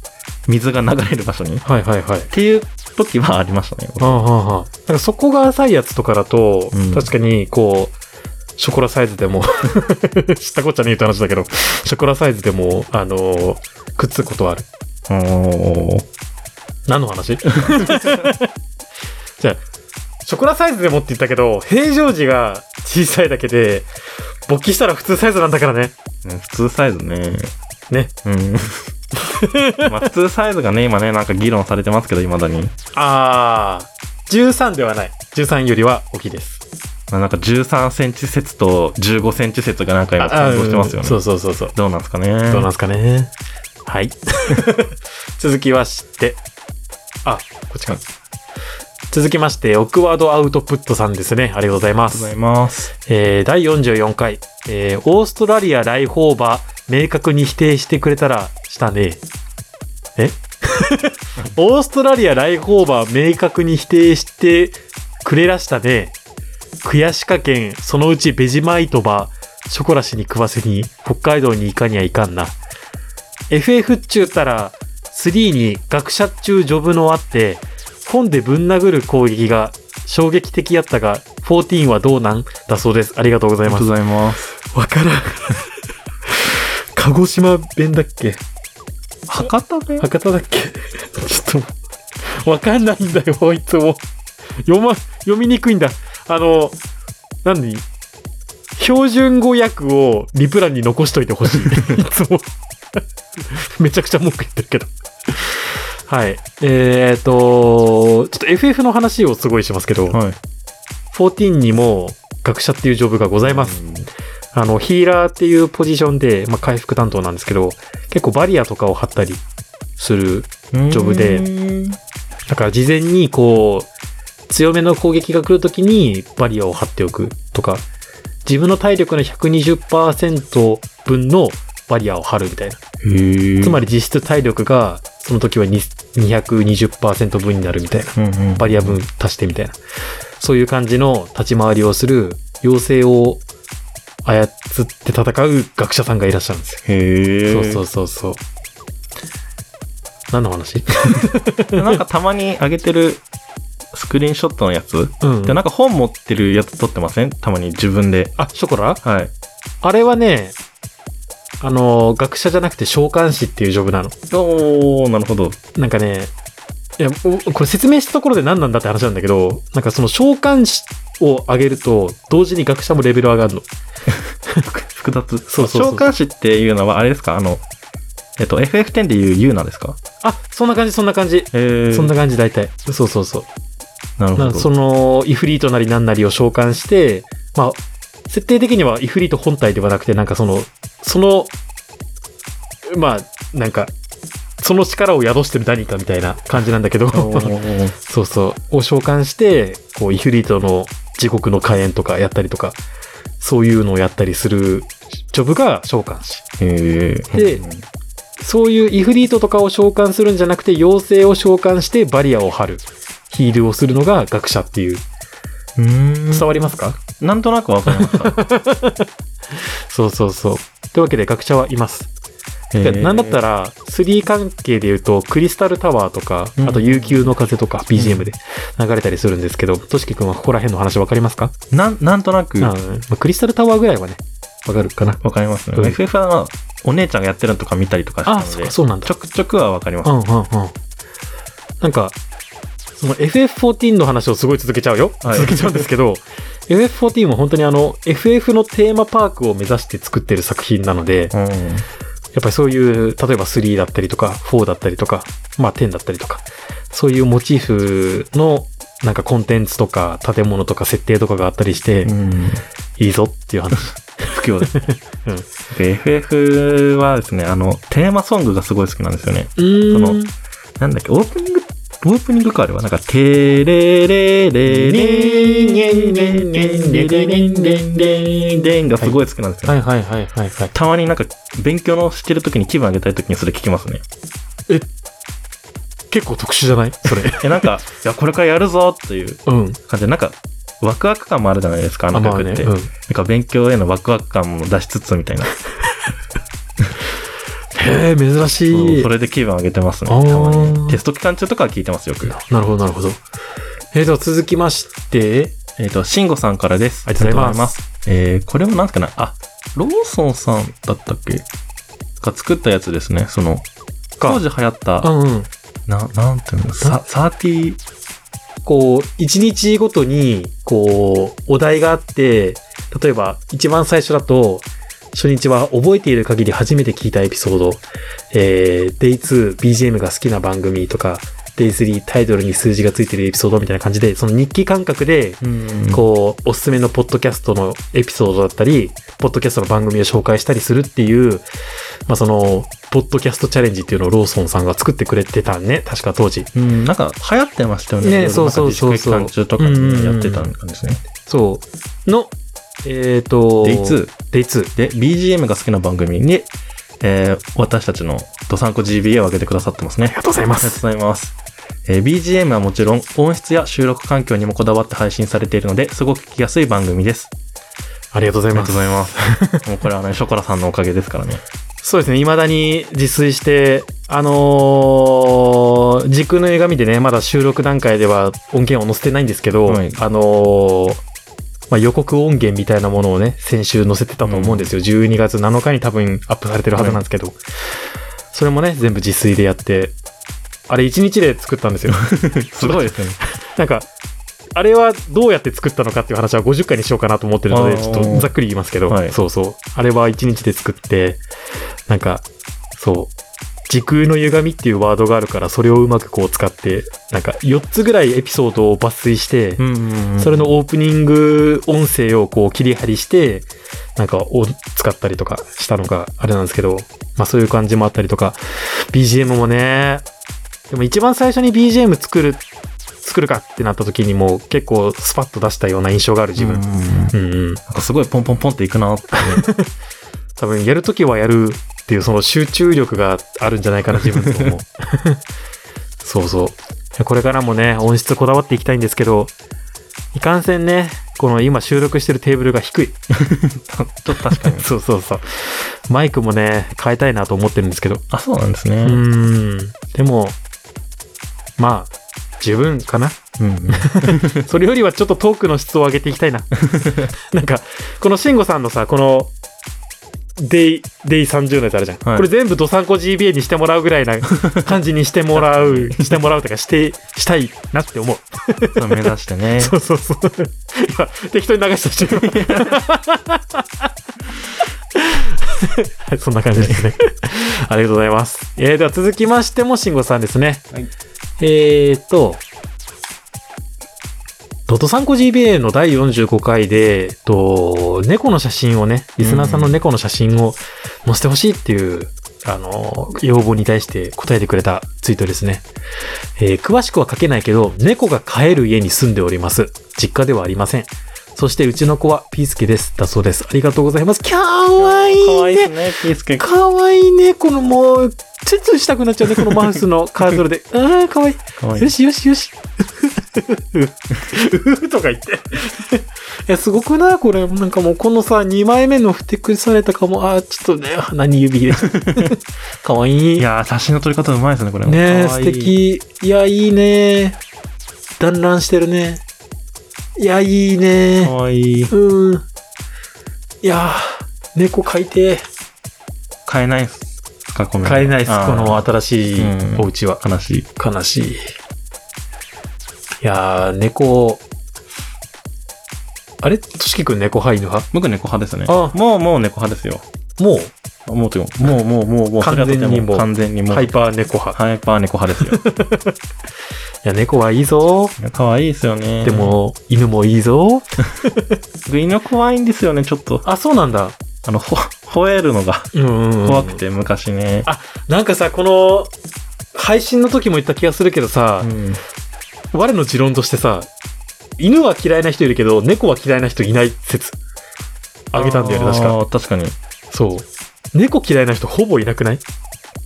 [SPEAKER 3] 水が流れる場所に。っ
[SPEAKER 2] はいはいはい。
[SPEAKER 3] ていう時はありましたね。
[SPEAKER 2] ああ、はあ、はあ。なんかそこが浅いやつとかだと、
[SPEAKER 3] うん
[SPEAKER 2] 確かに、こう、ショコラサイズでも、 知ったこっちゃねえって話だけど、ショコラサイズでも、あのーくっつくことはある。
[SPEAKER 3] おー
[SPEAKER 2] 何の話 じゃあ、ショコラサイズでもって言ったけど、平常時が小さいだけで、勃起したら普通サイズなんだからね。
[SPEAKER 3] ね普通サイズね。
[SPEAKER 2] ね。
[SPEAKER 3] うん。まあ普通サイズがね、今ね、なんか議論されてますけど、未だに。
[SPEAKER 2] あー、13ではない。13よりは大きいです。
[SPEAKER 3] まあなんか13センチ説と15センチ説がなんか今、
[SPEAKER 2] あ
[SPEAKER 3] 混同してますよ
[SPEAKER 2] うん
[SPEAKER 3] ね。
[SPEAKER 2] そうそうそうそう。
[SPEAKER 3] どうなんですかね。
[SPEAKER 2] どうなんすかね。はい。 続きまして。あ、こっちか。続きまして、オクワードアウトプットさんですね。ありがとうございま
[SPEAKER 3] ありがとうござ
[SPEAKER 2] す
[SPEAKER 3] い。ます。
[SPEAKER 2] えー第44回、えーオーストラリア来訪馬、明確に否定してくれたら、したね。えオーストラリア来訪馬、明確に否定してくれらしたね。悔しかけん、そのうちベジマイトバ、ショコラ氏に食わせに、北海道に行かにはいかんな。FF っちゅうたら、3に学者っちゅうジョブのあって、本でぶん殴る攻撃が衝撃的やったが、14はどうなんだそうです。ありがとうござ
[SPEAKER 3] あ
[SPEAKER 2] い
[SPEAKER 3] りが
[SPEAKER 2] ま
[SPEAKER 3] とう
[SPEAKER 2] す。
[SPEAKER 3] ございます。
[SPEAKER 2] わからん。鹿児島弁だっけ
[SPEAKER 3] 博多弁
[SPEAKER 2] 博多だっけ ちょっと、わかんないんだよ、いつも。読ま、読みにくいんだ。あの、何標準語訳をリプランに残しといてほ しい。いつも。 めちゃくちゃ文句言ってるけど。はい。えーと、ちょっと FF の話をすごいしますけど、
[SPEAKER 3] はい。
[SPEAKER 2] 14にも学者っていうジョブがございます。あの、ヒーラーっていうポジションで、まあ、回復担当なんですけど、結構バリアとかを張ったりする
[SPEAKER 3] うん
[SPEAKER 2] ジョブで
[SPEAKER 3] うん
[SPEAKER 2] だから事前にこう、強めの攻撃が来るときにバリアを張っておくとか、自分の体力の120%分のバリアを張るみたいな。
[SPEAKER 3] へ
[SPEAKER 2] つま
[SPEAKER 3] り、
[SPEAKER 2] り実質体力がその時はに220%分になるみたいな。
[SPEAKER 3] うんうん
[SPEAKER 2] バリア分足してみたいな。そういう感じの立ち回りをする妖精を操って戦う学者さんがいらっしゃるんですよ。そう
[SPEAKER 3] へえ。。
[SPEAKER 2] そううそうそう。何の話
[SPEAKER 3] なんかたまに上げてるスクリーンショットのやつ、
[SPEAKER 2] うん
[SPEAKER 3] でなんか本持ってるやつ撮ってませんたまに自分で。
[SPEAKER 2] あ、ショコラ
[SPEAKER 3] はい。
[SPEAKER 2] あれはね、あの、学者じゃなくて召喚師っていうジョブなの。
[SPEAKER 3] おー、なるほど。
[SPEAKER 2] なんかね、いや、おこれ説明したところで何なんだって話なんだけど、なんかその召喚師を上げると、同時に学者もレベル上がるの。
[SPEAKER 3] 複
[SPEAKER 2] そ
[SPEAKER 3] 雑。
[SPEAKER 2] うそうそう
[SPEAKER 3] 召喚師っていうのは、あれですかあの、えっと、FF10 でいうユーナですか
[SPEAKER 2] あ、そんな感じ、そんな感じ。
[SPEAKER 3] え
[SPEAKER 2] そんな感じ大体。そうそうそう。
[SPEAKER 3] なるほ
[SPEAKER 2] な
[SPEAKER 3] ど。
[SPEAKER 2] その、イフリートなりなんなりを召喚して、まあ、設定的にはイフリート本体ではなくて、なんかその、その、まあ、なんか、その力を宿してる何かみたいな感じなんだけど、
[SPEAKER 3] おー
[SPEAKER 2] そうそう、を召喚して、こう、イフリートの地獄の火炎とかやったりとか、そういうのをやったりするジョブが召喚師。
[SPEAKER 3] へー
[SPEAKER 2] でそういうイフリートとかを召喚するんじゃなくて、妖精を召喚してバリアを張る。ヒールをするのが学者っていう。
[SPEAKER 3] う
[SPEAKER 2] 伝
[SPEAKER 3] ー
[SPEAKER 2] わりますか
[SPEAKER 3] ん。なんとなくわかりま した。
[SPEAKER 2] そうそうそう。というわけで学者はいます。
[SPEAKER 3] へー
[SPEAKER 2] なんだったら、3関係で言うと、クリスタルタワーとか、
[SPEAKER 3] うん
[SPEAKER 2] あと悠久の風とか、BGM で流れたりするんですけど、としきくんはここら辺の話わかりますか、
[SPEAKER 3] なん、なんとなく
[SPEAKER 2] うんまあ、クリスタルタワーぐらいはね、わかるかな。
[SPEAKER 3] わかりますね。
[SPEAKER 2] うん
[SPEAKER 3] FF はまあ、お姉ちゃんがやってるのとか見たりとかしたの
[SPEAKER 2] あ、
[SPEAKER 3] で、
[SPEAKER 2] そっか、そうなんだ
[SPEAKER 3] ちょ。くちょくはわかります
[SPEAKER 2] うん。うんうん。なんか、その FF14 の話をすごい続けちゃうよ。
[SPEAKER 3] はい
[SPEAKER 2] 続けちゃうんですけど、FF14 も本当にあの、FF のテーマパークを目指して作ってる作品なので、
[SPEAKER 3] うん
[SPEAKER 2] やっぱりそういう、例えば3だったりとか、4だったりとか、まあ10だったりとか、そういうモチーフのなんかコンテンツとか建物とか設定とかがあったりして、
[SPEAKER 3] うん
[SPEAKER 2] いいぞっていう話。
[SPEAKER 3] 不況ですね
[SPEAKER 2] うん
[SPEAKER 3] で FF はですね、あの、テーマソングがすごい好きなんですよね。
[SPEAKER 2] うん
[SPEAKER 3] そのなんだっけ、オープニング、オープニングかあれは、なんか、テレレレレレレレレレレレンがすごい好きなんですよ。
[SPEAKER 2] はいはいはいはいはい。
[SPEAKER 3] たまになんか、勉強のしてる時に気分上げたい時にそれ聞きますね。
[SPEAKER 2] 結構特殊じゃない それ。
[SPEAKER 3] え、なんか、いや、これからやるぞっていう
[SPEAKER 2] うん。
[SPEAKER 3] 感じで、なんか、ワクワク感もあるじゃないですか、あの曲って。
[SPEAKER 2] うん。
[SPEAKER 3] なんか勉強へのワクワク感も出しつつみたいな。
[SPEAKER 2] へえ、珍
[SPEAKER 3] そ
[SPEAKER 2] し
[SPEAKER 3] う
[SPEAKER 2] い
[SPEAKER 3] そ。れで気分上げてますね。
[SPEAKER 2] あ
[SPEAKER 3] た
[SPEAKER 2] ー
[SPEAKER 3] まに。テスト期間中とかは聞いてますよ、よく。
[SPEAKER 2] なるほどなるほど。えー、では続きまして、
[SPEAKER 3] えっ、と、慎吾さんからです。
[SPEAKER 2] ありがとうございます
[SPEAKER 3] ありがとうございます。えー、これもなんすかね、あ、ローソンさんだったっけが作ったやつですね、その、
[SPEAKER 2] か
[SPEAKER 3] 当時流行った
[SPEAKER 2] う、んうん。
[SPEAKER 3] な、なんていうの、さサーティー、
[SPEAKER 2] こう、一日ごとに、こう、お題があって、例えば、一番最初だと、初日は覚えている限り初めて聞いたエピソード、えー、Day2、BGM が好きな番組とか、Day3、タイトルに数字がついてるエピソードみたいな感じで、その日記感覚で、
[SPEAKER 3] こ
[SPEAKER 2] こう、おすすめのポッドキャストのエピソードだったり、ポッドキャストの番組を紹介したりするっていう、まあ、その、ポッドキャストチャレンジっていうのをローソンさんが作ってくれてたね、確か当時。
[SPEAKER 3] う、うん、なんか流行ってましたよね。
[SPEAKER 2] ね
[SPEAKER 3] いろいろ
[SPEAKER 2] そうそうそうそう
[SPEAKER 3] なんか自粛期間中とかにやってたんですね。
[SPEAKER 2] そう。の、えっ、と、
[SPEAKER 3] で、いつ、
[SPEAKER 2] デイツ
[SPEAKER 3] で、BGM が好きな番組に、えー私たちのドサンコ GBA を上げてくださってますね。ありが
[SPEAKER 2] とうございます
[SPEAKER 3] ありがとうございます。えー BGM はもちろん音質や収録環境にもこだわって配信されているので、すごく聞きやすい番組です。
[SPEAKER 2] ありがとうござ
[SPEAKER 3] あ
[SPEAKER 2] い
[SPEAKER 3] りが
[SPEAKER 2] ま
[SPEAKER 3] と
[SPEAKER 2] す
[SPEAKER 3] うご。ざいます。もうこれはね、ショコラさんのおかげですからね。
[SPEAKER 2] そうですね、未だに自炊して、あのー時空の歪みでね、まだ収録段階では音源を載せてないんですけど、
[SPEAKER 3] はい
[SPEAKER 2] あのーまあ、予告音源みたいなものをね、先週載せてたと思うんですよ。12月7日に多分アップされてるはずなんですけど、それもね、全部自炊でやって、あれ1日で作ったんですよ。
[SPEAKER 3] すごいですね。
[SPEAKER 2] なんか、あれはどうやって作ったのかっていう話は50回にしようかなと思ってるの
[SPEAKER 3] あ
[SPEAKER 2] で、
[SPEAKER 3] ー
[SPEAKER 2] ちょっとざっくり言いますけど、
[SPEAKER 3] はい
[SPEAKER 2] そうそう。あれは1日で作って、なんか、そう、時空の歪みっていうワードがあるから、それをうまくこう使って、なんか4つぐらいエピソードを抜粋して、
[SPEAKER 3] ん
[SPEAKER 2] それのオープニング音声をこう切り張りして、なんかを使ったりとかしたのがあれなんですけど、まあそういう感じもあったりとか、BGM もね、でも一番最初に BGM 作る、作るかってなった時にもう結構スパッと出したような印象がある自
[SPEAKER 3] うん
[SPEAKER 2] 分。
[SPEAKER 3] なん
[SPEAKER 2] うん、うん、
[SPEAKER 3] かすごいポンポンポンっていくなって。
[SPEAKER 2] 多分やるときはやるっていうその集中力があるんじゃないかな自分と思う。そうそう。これからもね、音質こだわっていきたいんですけど、いかんせんね、この今収録してるテーブルが低い。
[SPEAKER 3] ちょっと確かに。
[SPEAKER 2] そうそうそう。マイクもね、変えたいなと思ってるんですけど。
[SPEAKER 3] あ、そうなんです
[SPEAKER 2] う
[SPEAKER 3] ね。
[SPEAKER 2] ーん。でも、まあ、十分かな。
[SPEAKER 3] うん。
[SPEAKER 2] それよりはちょっとトークの質を上げていきたい な。なんか、この慎吾さんのさ、この、デイ、デイ30のやつあるじゃん。
[SPEAKER 3] はい
[SPEAKER 2] これ全部ドサンコ GBA にしてもらうぐらいな感じにしてもら う、してもらうとか、して、したいなって思う。
[SPEAKER 3] そう目指してね。
[SPEAKER 2] そうそうそう。いや、適当に流したし。はい、そんな感じですね。ありがとうございます。えー、では続きましても、慎吾さんですね。
[SPEAKER 3] はい
[SPEAKER 2] えーと、ドトサンコ GBA の第45回で、えっと、猫の写真をね、リスナーさんの猫の写真を載せてほしいっていう、あの、要望に対して答えてくれたツイートですね。えー詳しくは書けないけど、猫が飼える家に住んでおります。実家ではありません。そして、うちの子はピースケです。だそうです。ありがとうございます。かわいいね。
[SPEAKER 3] かわいいですね、ピースケ。
[SPEAKER 2] かわいいね。このもう、ツンツンしたくなっちゃうね。このマウスのカーソルで。ああ、かわいい。
[SPEAKER 3] かわい い
[SPEAKER 2] よ。しよしよし。うふとか言って。え、すごくないこれ。なんかもうこのさ、2枚目のふてくされたかも。あー、ちょっとね、何指で。 かわいい。
[SPEAKER 3] いやー、写真の撮り方うまいですね、これも。
[SPEAKER 2] ねえ、
[SPEAKER 3] かわ
[SPEAKER 2] 素
[SPEAKER 3] いい。
[SPEAKER 2] 敵。いや、いいね。団らんしてるね。いや、いいね
[SPEAKER 3] か。わいい。
[SPEAKER 2] うん。いやー、猫飼いてえ。
[SPEAKER 3] 買えないっすか、この。
[SPEAKER 2] 飼えないです、
[SPEAKER 3] あー
[SPEAKER 2] この新しい
[SPEAKER 3] うん
[SPEAKER 2] お家は。
[SPEAKER 3] 悲しい。
[SPEAKER 2] 悲しい。いやー、猫、あれとしきくん猫派犬派
[SPEAKER 3] 僕猫派ですね。
[SPEAKER 2] あ
[SPEAKER 3] もうもう猫派ですよ。
[SPEAKER 2] も
[SPEAKER 3] もうというかもうもうもうもう、
[SPEAKER 2] 完全にもう
[SPEAKER 3] 完全に
[SPEAKER 2] う、
[SPEAKER 3] もう
[SPEAKER 2] ハイパー猫派。
[SPEAKER 3] ハイパー猫派ですよ
[SPEAKER 2] いや、猫はいいぞ。
[SPEAKER 3] いや。可愛いですよね。
[SPEAKER 2] で、も、犬もいいぞ。
[SPEAKER 3] グイの怖いんですよね、ちょっと。
[SPEAKER 2] あ、そうなんだ。
[SPEAKER 3] あの、ほ、吠えるのが
[SPEAKER 2] うんうんうん。
[SPEAKER 3] 怖くて、昔ね。
[SPEAKER 2] なんかさ、この、配信の時も言った気がするけどさ
[SPEAKER 3] う、ん。
[SPEAKER 2] 我の持論としてさ、犬は嫌いな人いるけど、猫は嫌いな人いない説。あげたんだよね、確か。
[SPEAKER 3] あー。確かに。
[SPEAKER 2] そう。猫嫌いな人ほぼいなくない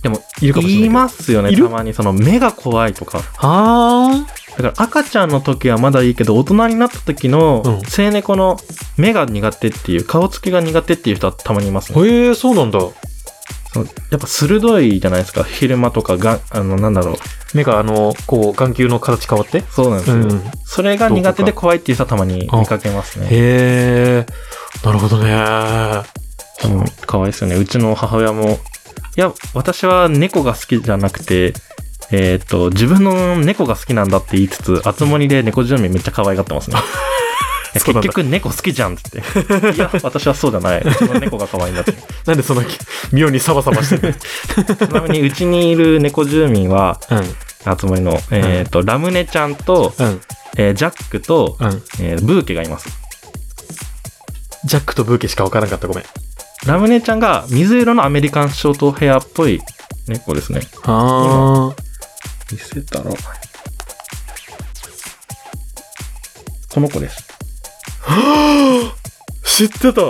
[SPEAKER 3] でも、
[SPEAKER 2] いるかもしれないけど。
[SPEAKER 3] 言いますよね、
[SPEAKER 2] いる
[SPEAKER 3] たまに。その、目が怖いとか。
[SPEAKER 2] あ
[SPEAKER 3] だから、赤ちゃんの時はまだいいけど、大人になった時の
[SPEAKER 2] うん、
[SPEAKER 3] 性猫の目が苦手っていう、顔つきが苦手っていう人はたまにいますね
[SPEAKER 2] ー。へえ、そうなんだ。
[SPEAKER 3] そのやっぱ鋭いじゃないですか。昼間とかが、あの、なんだろう。
[SPEAKER 2] 目があの、こう、眼球の形変わって。
[SPEAKER 3] そうなんです
[SPEAKER 2] う
[SPEAKER 3] よ。
[SPEAKER 2] ん。
[SPEAKER 3] それが苦手で怖いっていう人はたまに
[SPEAKER 2] あ
[SPEAKER 3] 見かけますね。
[SPEAKER 2] へえ、なるほどね。
[SPEAKER 3] うんかわいいですよね。うちの母親も、いや、私は猫が好きじゃなくて、えーっと、自分の猫が好きなんだって言いつつ、熱盛で猫住民めっちゃ可愛がってますね。いや
[SPEAKER 2] そうなんだ
[SPEAKER 3] 結局猫好きじゃんって言って。いや、私はそうじゃない。うちの猫が可愛いんだって。
[SPEAKER 2] なんでその、妙にサバサバして る
[SPEAKER 3] ちなみに、うちにいる猫住民は、
[SPEAKER 2] うん、
[SPEAKER 3] 熱盛の、えーっと、ラムネちゃんと、
[SPEAKER 2] うん、
[SPEAKER 3] えージャックと、
[SPEAKER 2] うん。
[SPEAKER 3] えーブーケがいます。
[SPEAKER 2] ジャックとブーケしかわからんかった、ごめん。
[SPEAKER 3] ラムネちゃんが水色のアメリカンショートヘアっぽい猫ですね。
[SPEAKER 2] あー。
[SPEAKER 3] 見せたら。この子です。
[SPEAKER 2] 知ってた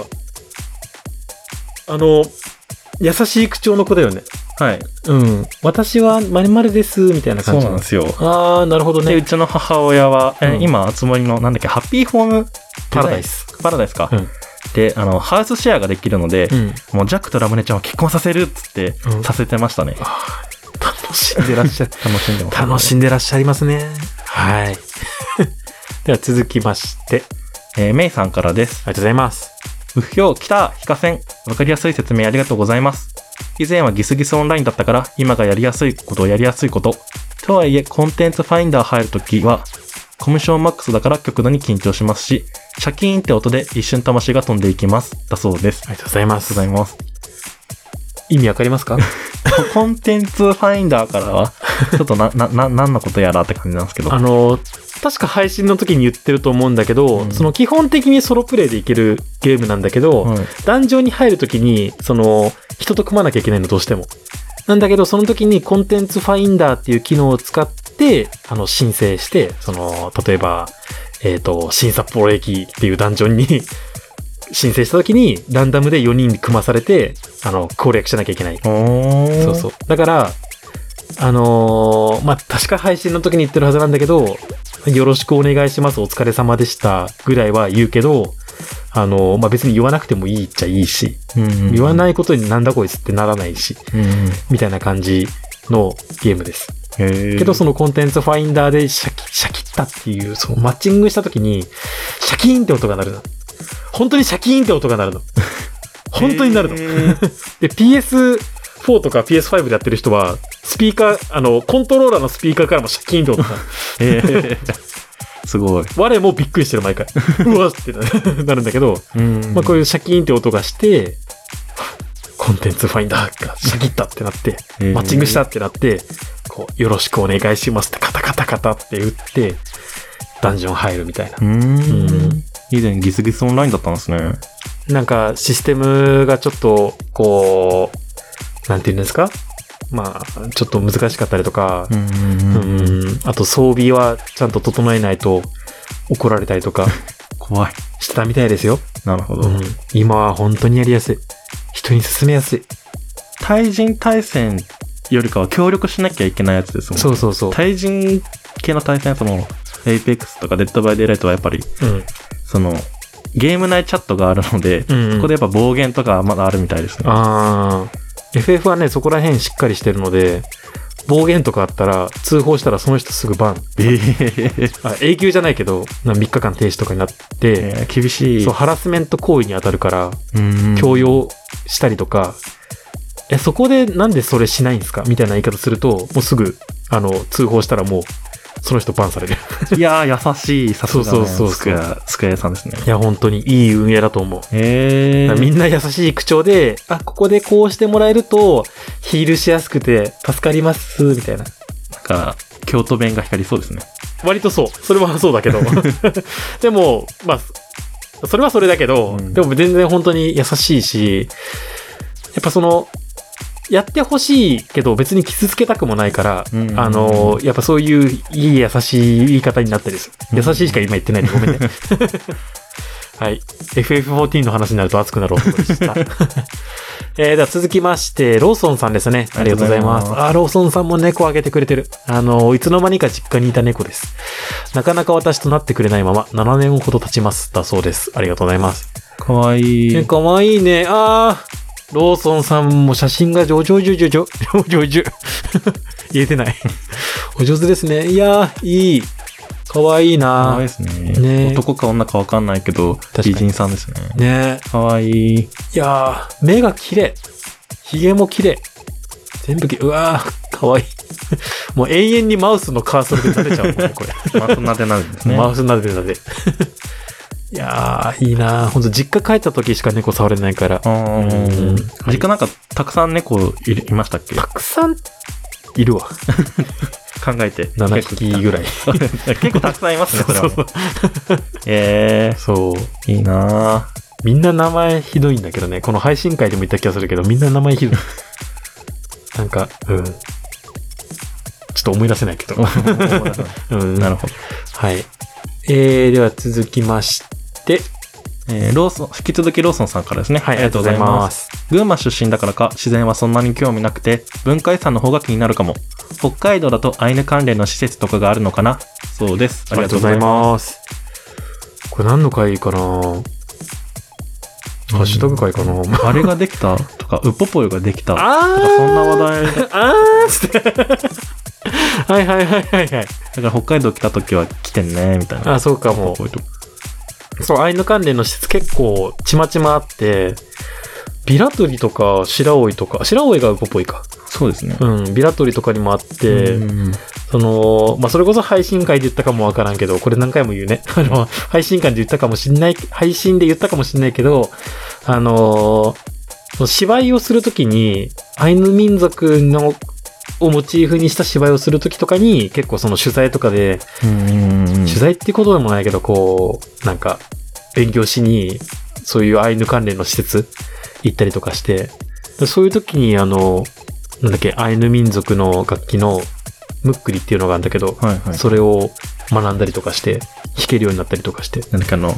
[SPEAKER 2] あの、優しい口調の子だよね。
[SPEAKER 3] はい。
[SPEAKER 2] うん。私は〇〇です、みたいな
[SPEAKER 3] そう
[SPEAKER 2] 感じ
[SPEAKER 3] なんですよ。
[SPEAKER 2] あー、なるほど
[SPEAKER 3] で、う
[SPEAKER 2] ね。
[SPEAKER 3] ちの母親は、え
[SPEAKER 2] うん
[SPEAKER 3] 今、つ森の、なんだっけ、ハッピーホーム
[SPEAKER 2] パラダイス。
[SPEAKER 3] パラダイスか。
[SPEAKER 2] うん
[SPEAKER 3] で、あの、ハウスシェアができるので、
[SPEAKER 2] うん。
[SPEAKER 3] もうジャックとラムネちゃんを結婚させるっつって、
[SPEAKER 2] うん
[SPEAKER 3] させてましたね。
[SPEAKER 2] 楽しんでらっしゃる。
[SPEAKER 3] 楽しんでます、
[SPEAKER 2] 楽し
[SPEAKER 3] ん
[SPEAKER 2] んでらっしゃいますね。はい。 では続きまして、
[SPEAKER 3] えーメイさんからです。
[SPEAKER 2] ありがとうございます。
[SPEAKER 3] うひょう、来た、非課線。わかりやすい説明ありがとうございます。以前はギスギスオンラインだったから、今がやりやすいことをやりやすいこと。とはいえ、コンテンツファインダー入るときは、コミュ障マックスだから極度に緊張しますし、シャキーンって音で一瞬魂が飛んでいきます。だそうです。
[SPEAKER 2] ありがとうございま
[SPEAKER 3] あり
[SPEAKER 2] す
[SPEAKER 3] がとう。ございます。
[SPEAKER 2] 意味わかり ますか
[SPEAKER 3] コンテンツファインダーか らは、ちょっとな、な、な、何のことやらって感じなんですけど。
[SPEAKER 2] あの、確か配信の時に言ってると思うんだけど、
[SPEAKER 3] うん
[SPEAKER 2] その基本的にソロプレイでいけるゲームなんだけど、
[SPEAKER 3] うん
[SPEAKER 2] ダンジョンに入るときに、その、人と組まなきゃいけないの、どうしても。なんだけど、その時にコンテンツファインダーっていう機能を使って、あの、申請して、その、例えば、えっ、と、新札幌駅っていうダンジョンに 申請した時に、ランダムで4人に組まされて、あの、攻略しなきゃいけない。
[SPEAKER 3] おー。
[SPEAKER 2] そうそう。だから、あのーまあ、確か配信の時に言ってるはずなんだけど、よろしくお願いします、お疲れ様でした、ぐらいは言うけど、あの、まあ、別に言わなくてもいいっちゃいいし、
[SPEAKER 3] うん
[SPEAKER 2] 言わないことになんだこいつってならないし、
[SPEAKER 3] うんうん
[SPEAKER 2] みたいな感じのゲームです。
[SPEAKER 3] へえ
[SPEAKER 2] けど、そのコンテンツファインダーでシャキ、シャキったっていう、そのマッチングした時に、シャキーンって音が鳴るの。本当にシャキーンって音が鳴る の。本当になるの。
[SPEAKER 3] へー
[SPEAKER 2] で、PS4 とか PS5 でやってる人は、スピーカー、あの、コントローラーのスピーカーからもシャキーンって音 が鳴る。
[SPEAKER 3] へ ーすごい。
[SPEAKER 2] 我もびっくりしてる毎 回。うわっってななるんだけど、
[SPEAKER 3] うん
[SPEAKER 2] まあこういうシャキーンって音がして、コンテンツファインダーがシャキったってなって、
[SPEAKER 3] へー
[SPEAKER 2] マッチングしたってなって、こう、よろしくお願いしますってカタカタカタって打って、ダンジョン入るみたいな。
[SPEAKER 3] うー。
[SPEAKER 2] うん
[SPEAKER 3] 以前ギスギスオンラインだったんですね。
[SPEAKER 2] なんかシステムがちょっと、こう、なんて言うんですかまあ、ちょっと難しかったりとか、
[SPEAKER 3] ん
[SPEAKER 2] うん、あと装備はちゃんと整えないと怒られたりと か
[SPEAKER 3] 怖い。
[SPEAKER 2] してたみたいですよ。
[SPEAKER 3] なるほ
[SPEAKER 2] う
[SPEAKER 3] ど。
[SPEAKER 2] ん、今は本当にやりやすい。人に勧めやすい。
[SPEAKER 3] 対人対戦よりかは協力しなきゃいけないやつですもんね
[SPEAKER 2] そうそうそう。
[SPEAKER 3] 対人系の対戦その、エイペックスとかデッドバイデイライトはやっぱり、
[SPEAKER 2] うん。
[SPEAKER 3] その、ゲーム内チャットがあるので、
[SPEAKER 2] うんうん
[SPEAKER 3] そこでやっぱ暴言とかまだあるみたいですね。
[SPEAKER 2] あー FF はね、そこら辺しっかりしてるので、暴言とかあったら、通報したらその人すぐバン。
[SPEAKER 3] ええ
[SPEAKER 2] あ永久じゃないけど、な3日間停止とかになって、
[SPEAKER 3] ー厳しい。
[SPEAKER 2] そう、ハラスメント行為に当たるから、
[SPEAKER 3] うん
[SPEAKER 2] 強要したりとか、え、そこでなんでそれしないんですかみたいな言い方すると、もうすぐ、あの、通報したらもう、その人バンされる。
[SPEAKER 3] いやー、優しい、さすが、ね、
[SPEAKER 2] そうそうそうそう
[SPEAKER 3] スクエア、スクエアさんですね。
[SPEAKER 2] いや、本当にいい運営だと思う。
[SPEAKER 3] ええ
[SPEAKER 2] みんな優しい口調で、あ、ここでこうしてもらえると、ヒールしやすくて助かります、みたいな。
[SPEAKER 3] なんか、京都弁が光りそうですね。
[SPEAKER 2] 割とそう。それはそうだ けど。でも、まあ、それはそれだけど、
[SPEAKER 3] うん
[SPEAKER 2] でも全然本当に優しいし、やっぱその、やってほしいけど別に傷つけたくもないから、
[SPEAKER 3] うんうんうん
[SPEAKER 2] あの、やっぱそういういい優しい言い方になってるんですよ。優しいしか今言ってないんでごめん ね。はい。FF14 の話になると熱くなる男でした。えー、では続きまして、ローソンさんですね。ありがとうございます。
[SPEAKER 3] ありがとうございます
[SPEAKER 2] あー、ローソンさんも猫あげてくれてる。あの、いつの間にか実家にいた猫です。なかなか私となってくれないまま7年ほど経ちます。だそうです。ありがとうございます。
[SPEAKER 3] かわいい。
[SPEAKER 2] え、かわいいね。あー、ローソンさんも写真が上々上々上々上々。 言えてない。お上手ですね。いやー、いい。かわいい
[SPEAKER 3] かわいい
[SPEAKER 2] な
[SPEAKER 3] ですね。
[SPEAKER 2] ね
[SPEAKER 3] 男か女かわかんないけど
[SPEAKER 2] か、に
[SPEAKER 3] 美人さんですね。
[SPEAKER 2] ね
[SPEAKER 3] かわいい。
[SPEAKER 2] いやー、目が綺麗。髭も綺麗。全部き、うわー、かわい い。もう永遠にマウスのカーソルで撫でちゃうもんね、これ。
[SPEAKER 3] まあ、そんなでなるんですね。
[SPEAKER 2] マウスなでなで。 いやー、いいなー。ほんと、実家帰った時しか猫触れないから。
[SPEAKER 3] う
[SPEAKER 2] た
[SPEAKER 3] ーん
[SPEAKER 2] うん
[SPEAKER 3] 実家なんか、たくさん猫いるいましたっけ考
[SPEAKER 2] くさんいるわ。
[SPEAKER 3] えて。
[SPEAKER 2] 7匹ぐらい。
[SPEAKER 3] 結構たくさんいますね、それはもう。
[SPEAKER 2] そう
[SPEAKER 3] ええ
[SPEAKER 2] そう。
[SPEAKER 3] いいな
[SPEAKER 2] みんな名前ひどいんだけどね。この配信会でも言った気がするけど、みんな名前 ひどい。なんか、うん。ちょっと思い出 せないけど。
[SPEAKER 3] ぁ
[SPEAKER 2] うん、
[SPEAKER 3] なるほど。
[SPEAKER 2] はい。えー、では続きまして、
[SPEAKER 3] えーローソン、引き続きローソンさんからですね。
[SPEAKER 2] はい、ありがとうござい
[SPEAKER 3] す
[SPEAKER 2] ます。
[SPEAKER 3] 群馬出身だからか自然はそんなに興味なくて文化遺産の方が気になるかも北海道だとアイヌ関連の施設とかがあるのかなそうです
[SPEAKER 2] ありがとうございます。これ何の回かなハッシュタグ回かな
[SPEAKER 3] あれができたとかウポポイができたとか
[SPEAKER 2] あー
[SPEAKER 3] そんな話 題だだか
[SPEAKER 2] あーつって。はいはいはいはいはい。
[SPEAKER 3] ら北海道来た時は来てんねみたいな
[SPEAKER 2] あ、そうかも
[SPEAKER 3] ウポ。ポイとか
[SPEAKER 2] そう、アイヌ関連の施設結構ちまちまあって、ビラトリとか白老とか、白老がウポポイか。
[SPEAKER 3] そうですね
[SPEAKER 2] うん、ビラトリとかにもあって、
[SPEAKER 3] うん
[SPEAKER 2] その、まあ、それこそ配信会で言ったかもわからんけど、これ何回も言うね。 あの、配信会で言ったかもしんない、配信で言ったかもしんないけど、あのその芝居をするときに、アイヌ民族の、をモチーフにした芝居をするときとかに、結構その取材とかで、
[SPEAKER 3] うんうん
[SPEAKER 2] 取材ってことでもないけど、こう、なんか、勉強しに、そういうアイヌ関連の施設行ったりとかして、でそういう時に、あの、なんだっけ、アイヌ民族の楽器のムックリっていうのがあるんだけど、
[SPEAKER 3] はいはい
[SPEAKER 2] それを学んだりとかして、弾けるようになったりとかして、
[SPEAKER 3] 何かあの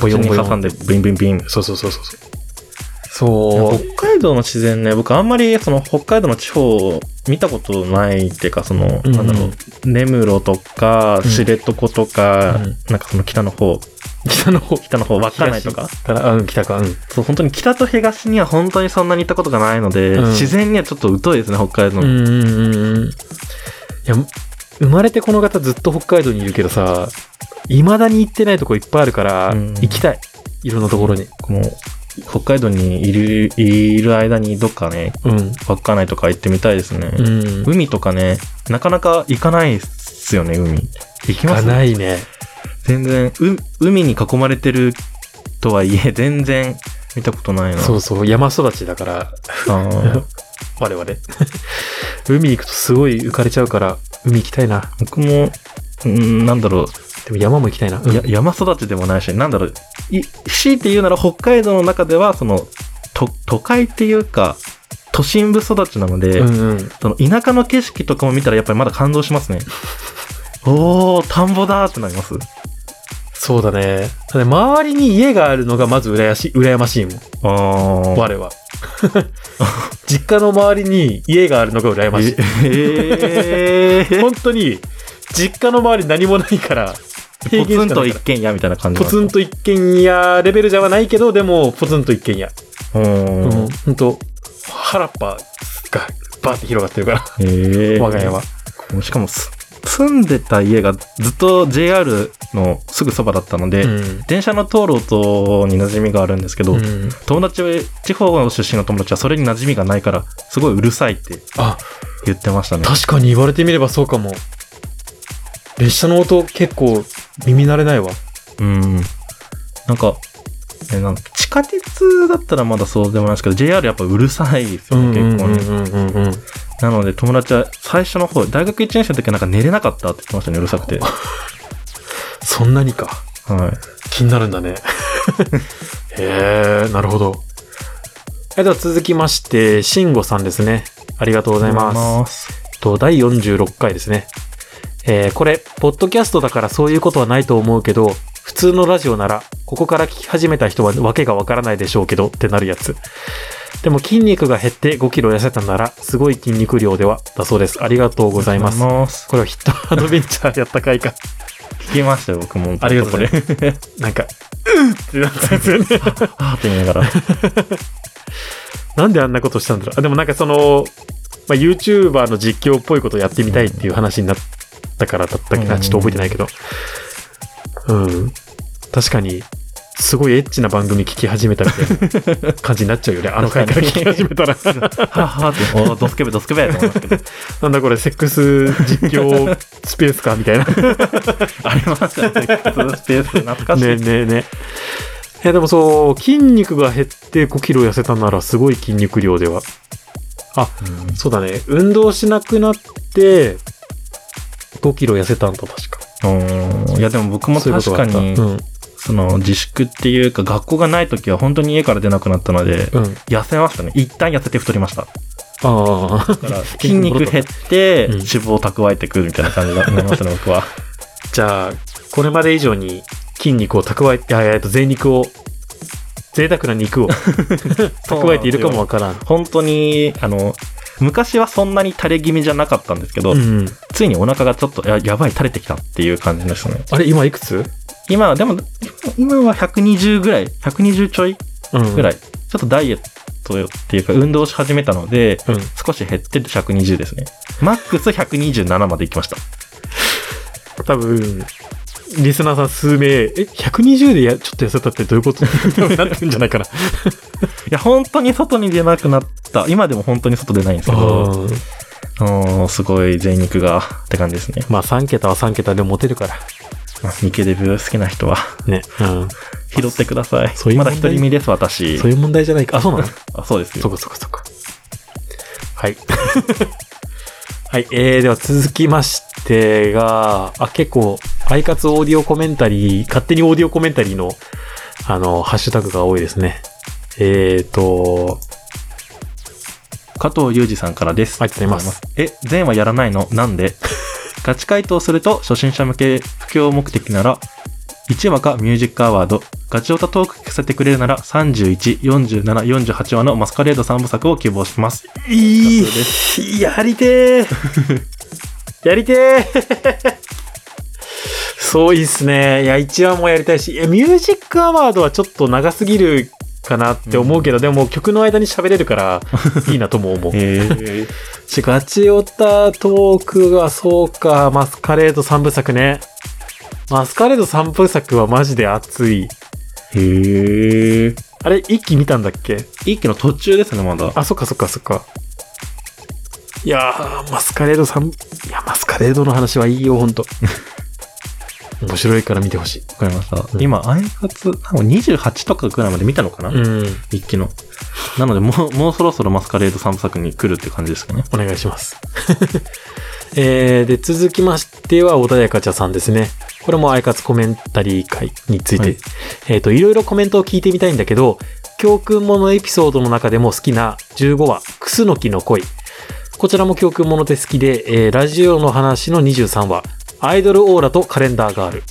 [SPEAKER 2] ボ
[SPEAKER 3] 口
[SPEAKER 2] ヨン
[SPEAKER 3] に
[SPEAKER 2] ボヨ
[SPEAKER 3] 挟ん
[SPEAKER 2] ン。
[SPEAKER 3] でビンビンビン
[SPEAKER 2] そうそうそうそう。
[SPEAKER 3] そう。北海道の自然ね、僕あんまりその北海道の地方を見たことないっていうか、その、
[SPEAKER 2] うん
[SPEAKER 3] なんだろう、根室とか、
[SPEAKER 2] うん
[SPEAKER 3] 知床とか、
[SPEAKER 2] うん
[SPEAKER 3] なんかその北の方、
[SPEAKER 2] 北の方
[SPEAKER 3] 北の方、稚内とか。
[SPEAKER 2] から、うん、北か、うん。
[SPEAKER 3] そう、本当に北と東には本当にそんなに行ったことがないので、
[SPEAKER 2] うん
[SPEAKER 3] 自然にはちょっと疎いですね、北海
[SPEAKER 2] う
[SPEAKER 3] 道の。
[SPEAKER 2] んうんうんうん。いや、生まれてこの方ずっと北海道にいるけどさ、未だに行ってないとこいっぱいあるから、
[SPEAKER 3] うん
[SPEAKER 2] 行きたい。いろんなところに。
[SPEAKER 3] この北海道にいる、いる間にどっかね、
[SPEAKER 2] うん。
[SPEAKER 3] 稚内とか行ってみたいですね。
[SPEAKER 2] うん。
[SPEAKER 3] 海とかね、なかなか行かないっすよね、海。行き
[SPEAKER 2] 行
[SPEAKER 3] ま
[SPEAKER 2] か
[SPEAKER 3] す
[SPEAKER 2] ないね。
[SPEAKER 3] 全然う海に囲まれてるとはいえ全然見たことないな
[SPEAKER 2] そうそう、山育ちだから、
[SPEAKER 3] あー
[SPEAKER 2] 我々。海行くとすごい浮かれちゃうから、海行きたいな。
[SPEAKER 3] 僕もうんなんだろ
[SPEAKER 2] でも山も行きたいな。う
[SPEAKER 3] うんや山育ちでもないしなんだろうい強いて言うなら北海道の中ではそのと都会っていうか都心部育ちなので、
[SPEAKER 2] うんうん。
[SPEAKER 3] その田舎の景色とかも見たらやっぱりまだ感動します ねおー田んぼだーってなります
[SPEAKER 2] そうだね。ただね周りに家があるのがまず羨ましい、羨ましいもん。
[SPEAKER 3] あー
[SPEAKER 2] 我は。 実家の周りに家があるのが羨ましい。
[SPEAKER 3] え ー、
[SPEAKER 2] 本当に、実家の周り何もないから、
[SPEAKER 3] ポツンと
[SPEAKER 2] ない
[SPEAKER 3] 一
[SPEAKER 2] から
[SPEAKER 3] 軒家みたいな感じ
[SPEAKER 2] ポツンと一軒家レベルじゃないけど、でも、ポツンと一軒家。
[SPEAKER 3] と
[SPEAKER 2] うん
[SPEAKER 3] う、ん
[SPEAKER 2] 本当原っぱがバーって広がってるから、
[SPEAKER 3] ええ
[SPEAKER 2] 我が家は。
[SPEAKER 3] しかもす住んでた家がずっと JR のすぐそばだったので、
[SPEAKER 2] うん
[SPEAKER 3] 電車の通る音に馴染みがあるんですけど、
[SPEAKER 2] うん
[SPEAKER 3] 友達は地方の出身の友達はそれに馴染みがないからすごいうるさいって
[SPEAKER 2] あ、
[SPEAKER 3] 言ってましたね
[SPEAKER 2] 確かに言われてみればそうかも。列車の音結構耳慣れないわ。
[SPEAKER 3] うんなんかえなんか地下鉄だったらまだそうでもないですけど JR やっぱうるさいですよね、結構ね、
[SPEAKER 2] うんうんうんうんうん。
[SPEAKER 3] なので友達は最初の方大学1年生の時はなんか寝れなかったって言ってましたねうるさ くて
[SPEAKER 2] そんなにか。
[SPEAKER 3] はい
[SPEAKER 2] 気になるんだ ね。へえ、なるほど。えでは続きまして、慎吾さんですね。ありがとうございます。
[SPEAKER 3] す
[SPEAKER 2] と第46回ですね。えーこれ、ポッドキャストだからそういうことはないと思うけど、普通のラジオなら、ここから聞き始めた人はわけがわからないでしょうけどってなるやつ。でも筋肉が減って5キロ痩せたなら、すごい筋肉量では、だそうです。ありがとうございます。
[SPEAKER 3] ます
[SPEAKER 2] これはヒットアドベンチャーやった回か。
[SPEAKER 3] 聞きましたよ僕も
[SPEAKER 2] ありがとう
[SPEAKER 3] こ
[SPEAKER 2] ね
[SPEAKER 3] れ
[SPEAKER 2] なんか、うっってなったんですよね。
[SPEAKER 3] あーって言いな がら
[SPEAKER 2] なんであんなことしたんだろう。あでもなんかその、まあ、YouTuber の実況っぽいことやってみたいっていう話になったからだったっけな。
[SPEAKER 3] うん
[SPEAKER 2] ちょっと覚えてないけど。うん。確かに、すごいエッチな番組聞き始めたみたいな感じになっちゃうよ ね。あの回から聞き始めたら。
[SPEAKER 3] はあはあっておードスケベドスケベって思いますけど
[SPEAKER 2] なんだこれ、セックス実況スペースかみたい な。
[SPEAKER 3] ありますよねセックススペース懐かしい、
[SPEAKER 2] ねねね。いやでもそう、筋肉が減って5キロ痩せたならすごい筋肉量では。あ、
[SPEAKER 3] うん
[SPEAKER 2] そうだね。運動しなくなって、5キロ痩せたんだ、確か。
[SPEAKER 3] うんいやでも僕も
[SPEAKER 2] そういうこと
[SPEAKER 3] 確
[SPEAKER 2] があ
[SPEAKER 3] か
[SPEAKER 2] った
[SPEAKER 3] に
[SPEAKER 2] うん。
[SPEAKER 3] その自粛っていうか学校がない時は本当に家から出なくなったので
[SPEAKER 2] うん。
[SPEAKER 3] 痩せましたね一旦痩せて太りました
[SPEAKER 2] ああ。
[SPEAKER 3] だから筋肉減って
[SPEAKER 2] うん
[SPEAKER 3] 脂肪蓄えてくるみたいな感じになりましたね僕 は
[SPEAKER 2] じゃあ、これまで以上に筋肉を蓄えて、あえっと、贅肉を、贅沢な 肉を蓄えているかもわからん。
[SPEAKER 3] 本当にあの昔はそんなに垂れ気味じゃなかったんですけど、
[SPEAKER 2] うんうん。
[SPEAKER 3] ついにお腹がちょっとややばい垂れてきたっていう感じですね
[SPEAKER 2] あれ、今いくつ
[SPEAKER 3] 今はでも今は120ぐらい120ちょい
[SPEAKER 2] うん
[SPEAKER 3] ぐらい、ちょっとダイエットっていうか運動し始めたので
[SPEAKER 2] うん。
[SPEAKER 3] 少し減って120ですねマックス127までいきました
[SPEAKER 2] 多分、リスナーさん数名、え、120でやちょっと痩せたってどういうこと多分なってるんじゃない かな。
[SPEAKER 3] いや本当に外に出なくなった今でも本当に外出ないんですけど
[SPEAKER 2] うん
[SPEAKER 3] うんすごい贅肉がって感じですね
[SPEAKER 2] まあ、3桁は3桁でモテるから。
[SPEAKER 3] まあイケデブ好きな人は
[SPEAKER 2] ね。うん。
[SPEAKER 3] 拾ってください
[SPEAKER 2] そういう
[SPEAKER 3] ま
[SPEAKER 2] 問
[SPEAKER 3] だ
[SPEAKER 2] 題
[SPEAKER 3] 独り身です私
[SPEAKER 2] そういう問題じゃないか。あ、そうなの
[SPEAKER 3] あそうです
[SPEAKER 2] そ
[SPEAKER 3] よ
[SPEAKER 2] こそこそこ。はい。 はい。えー、では続きましてが、あ、結構、アイカツオーディオコメンタリー、勝手にオーディオコメンタリーの、あの、ハッシュタグが多いですね。えーと、
[SPEAKER 3] 加藤裕二さんからです。
[SPEAKER 2] ありがとうございます
[SPEAKER 3] え、全はやらないのなん でガチ回答すると初心者向け布教目的なら、1話かミュージックアワード、ガチオタトーク聞かせてくれるなら31、47、48話のマスカレード3部作を希望します。
[SPEAKER 2] い
[SPEAKER 3] だそうで
[SPEAKER 2] いやりてえ やりてえそういいっすね。いや、1話もやりたいし、いやミュージックアワードはちょっと長すぎるかなって思うけど、でも曲の間に喋れるから、いいなとも思う。
[SPEAKER 3] え
[SPEAKER 2] しガチオタトークはそうか、マスカレード3部作ね。マスカレード3部作はマジで熱い。
[SPEAKER 3] へえ。
[SPEAKER 2] あれ、一期見たんだっけ
[SPEAKER 3] 一期の途中ですね、まだ。
[SPEAKER 2] あ、そっかそっかそっか。いやー、マスカレードさん、いや、マスカレードの話はいいよ、ほん と。面白いから見てほしい。
[SPEAKER 3] わかりました。
[SPEAKER 2] うん
[SPEAKER 3] 今、アイカツ、なんか28とかぐらいまで見たのかな、
[SPEAKER 2] うん、
[SPEAKER 3] 一期の。なので、もう、もうそろそろマスカレード3部作に来るって感じですかね。
[SPEAKER 2] お願いします。 えー、で、続きましては、穏やかちゃさんですね。これもアイカツコメンタリー会について。
[SPEAKER 3] はい
[SPEAKER 2] えっ、と、いろいろコメントを聞いてみたいんだけど、教訓ものエピソードの中でも好きな15話、クスノキの恋。こちらも教訓もので好きで、えーラジオの話の23話、アイドルオーラとカレンダーガール。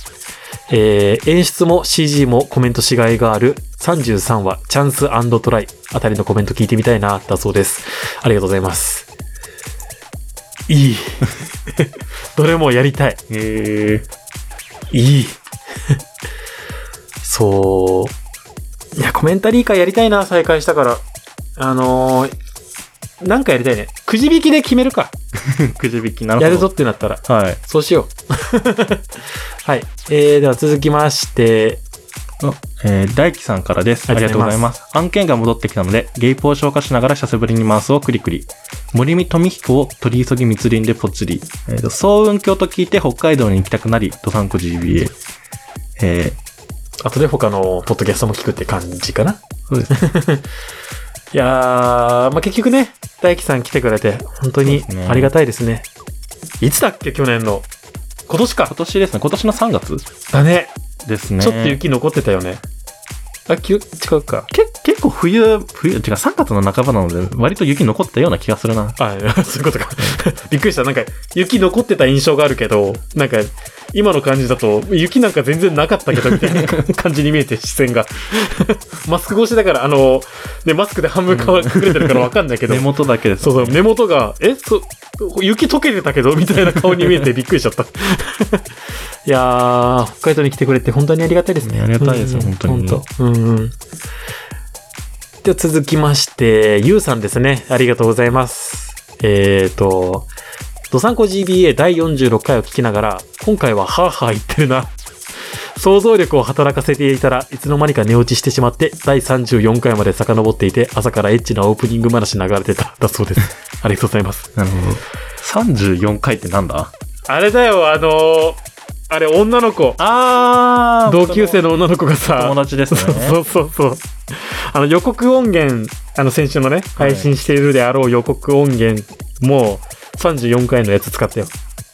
[SPEAKER 2] えー演出も CG もコメントしがいがある33話、チャンストライあたりのコメント聞いてみたいな、だそうです。ありがとうございます。いい。どれもやりたい。
[SPEAKER 3] へえ。
[SPEAKER 2] いい。そう。いや、コメンタリー会やりたいな、再開したから。あのー、なんかやりたいね。くじ引きで決めるか。
[SPEAKER 3] くじ引きなるほど。
[SPEAKER 2] やるぞってなったら。
[SPEAKER 3] はい。
[SPEAKER 2] そうしよう。 はい。えー、では続きまして、
[SPEAKER 3] えー大輝さんからです。
[SPEAKER 2] あ
[SPEAKER 3] あ
[SPEAKER 2] りが
[SPEAKER 3] りが
[SPEAKER 2] と
[SPEAKER 3] と
[SPEAKER 2] うご
[SPEAKER 3] う
[SPEAKER 2] ざ
[SPEAKER 3] ござ
[SPEAKER 2] い
[SPEAKER 3] い
[SPEAKER 2] ま
[SPEAKER 3] ます。案件が戻ってきたので、ゲイポを消化しながら久しぶりにマウスをクリクリ。森見富彦を取り急ぎ密林でぽっちり。えーと、総雲峡と聞いて北海道に行きたくなり、ドサンコ GBA。えー
[SPEAKER 2] あとで他のポッドキャストも聞くって感じかな。
[SPEAKER 3] そうです ね。
[SPEAKER 2] いやー、まあ、結局ね、大輝さん来てくれて、本当に
[SPEAKER 3] そうですね
[SPEAKER 2] ありがたいですね。いつだっけ、去年の。今年か
[SPEAKER 3] 今。年ですね。今年の3月
[SPEAKER 2] だね。
[SPEAKER 3] ですね。
[SPEAKER 2] ちょっと雪残ってたよね。あ、きゅ違うか。
[SPEAKER 3] け結構冬、冬、違う、3月の半ばなので、割と雪残ってたような気がするな。
[SPEAKER 2] あ、 そういうことか。びっくりした。なんか、雪残ってた印象があるけど、なんか、今の感じだと、雪なんか全然なかったけど、みたいな感じに見えて、視線が。 マスク越しだから、あの、ね、マスクで半分かわ隠れてるからわかんないけど
[SPEAKER 3] 根、元だけです、
[SPEAKER 2] そうそう、目元が、え、そ、雪溶けてたけどみたいな顔に見えてびっくりしちゃった。いやー、北海道に来てくれて本当にありがたいですね。
[SPEAKER 3] ねありがたいですよ
[SPEAKER 2] うん
[SPEAKER 3] 本当に
[SPEAKER 2] 本当うんうん。では続きまして、ゆうさんですね。ありがとうございます。えーと、ドサンコ GBA 第46回を聞きながら、今回はハーハー言ってるな。 想像力を働かせていたらいつの間にか寝落ちしてしまって第34回まで遡っていて朝からエッチなオープニング話流れてただ そうですありがとうございます
[SPEAKER 3] なるほど。34回ってなんだ
[SPEAKER 2] あれだよあのーあれ女の子
[SPEAKER 3] あ
[SPEAKER 2] 同級生の女の子がさ
[SPEAKER 3] 友達ですね。
[SPEAKER 2] そうそうそうあの予告音源あの先週のね
[SPEAKER 3] はい
[SPEAKER 2] 配信しているであろう予告音源も34回のやつ使ったよ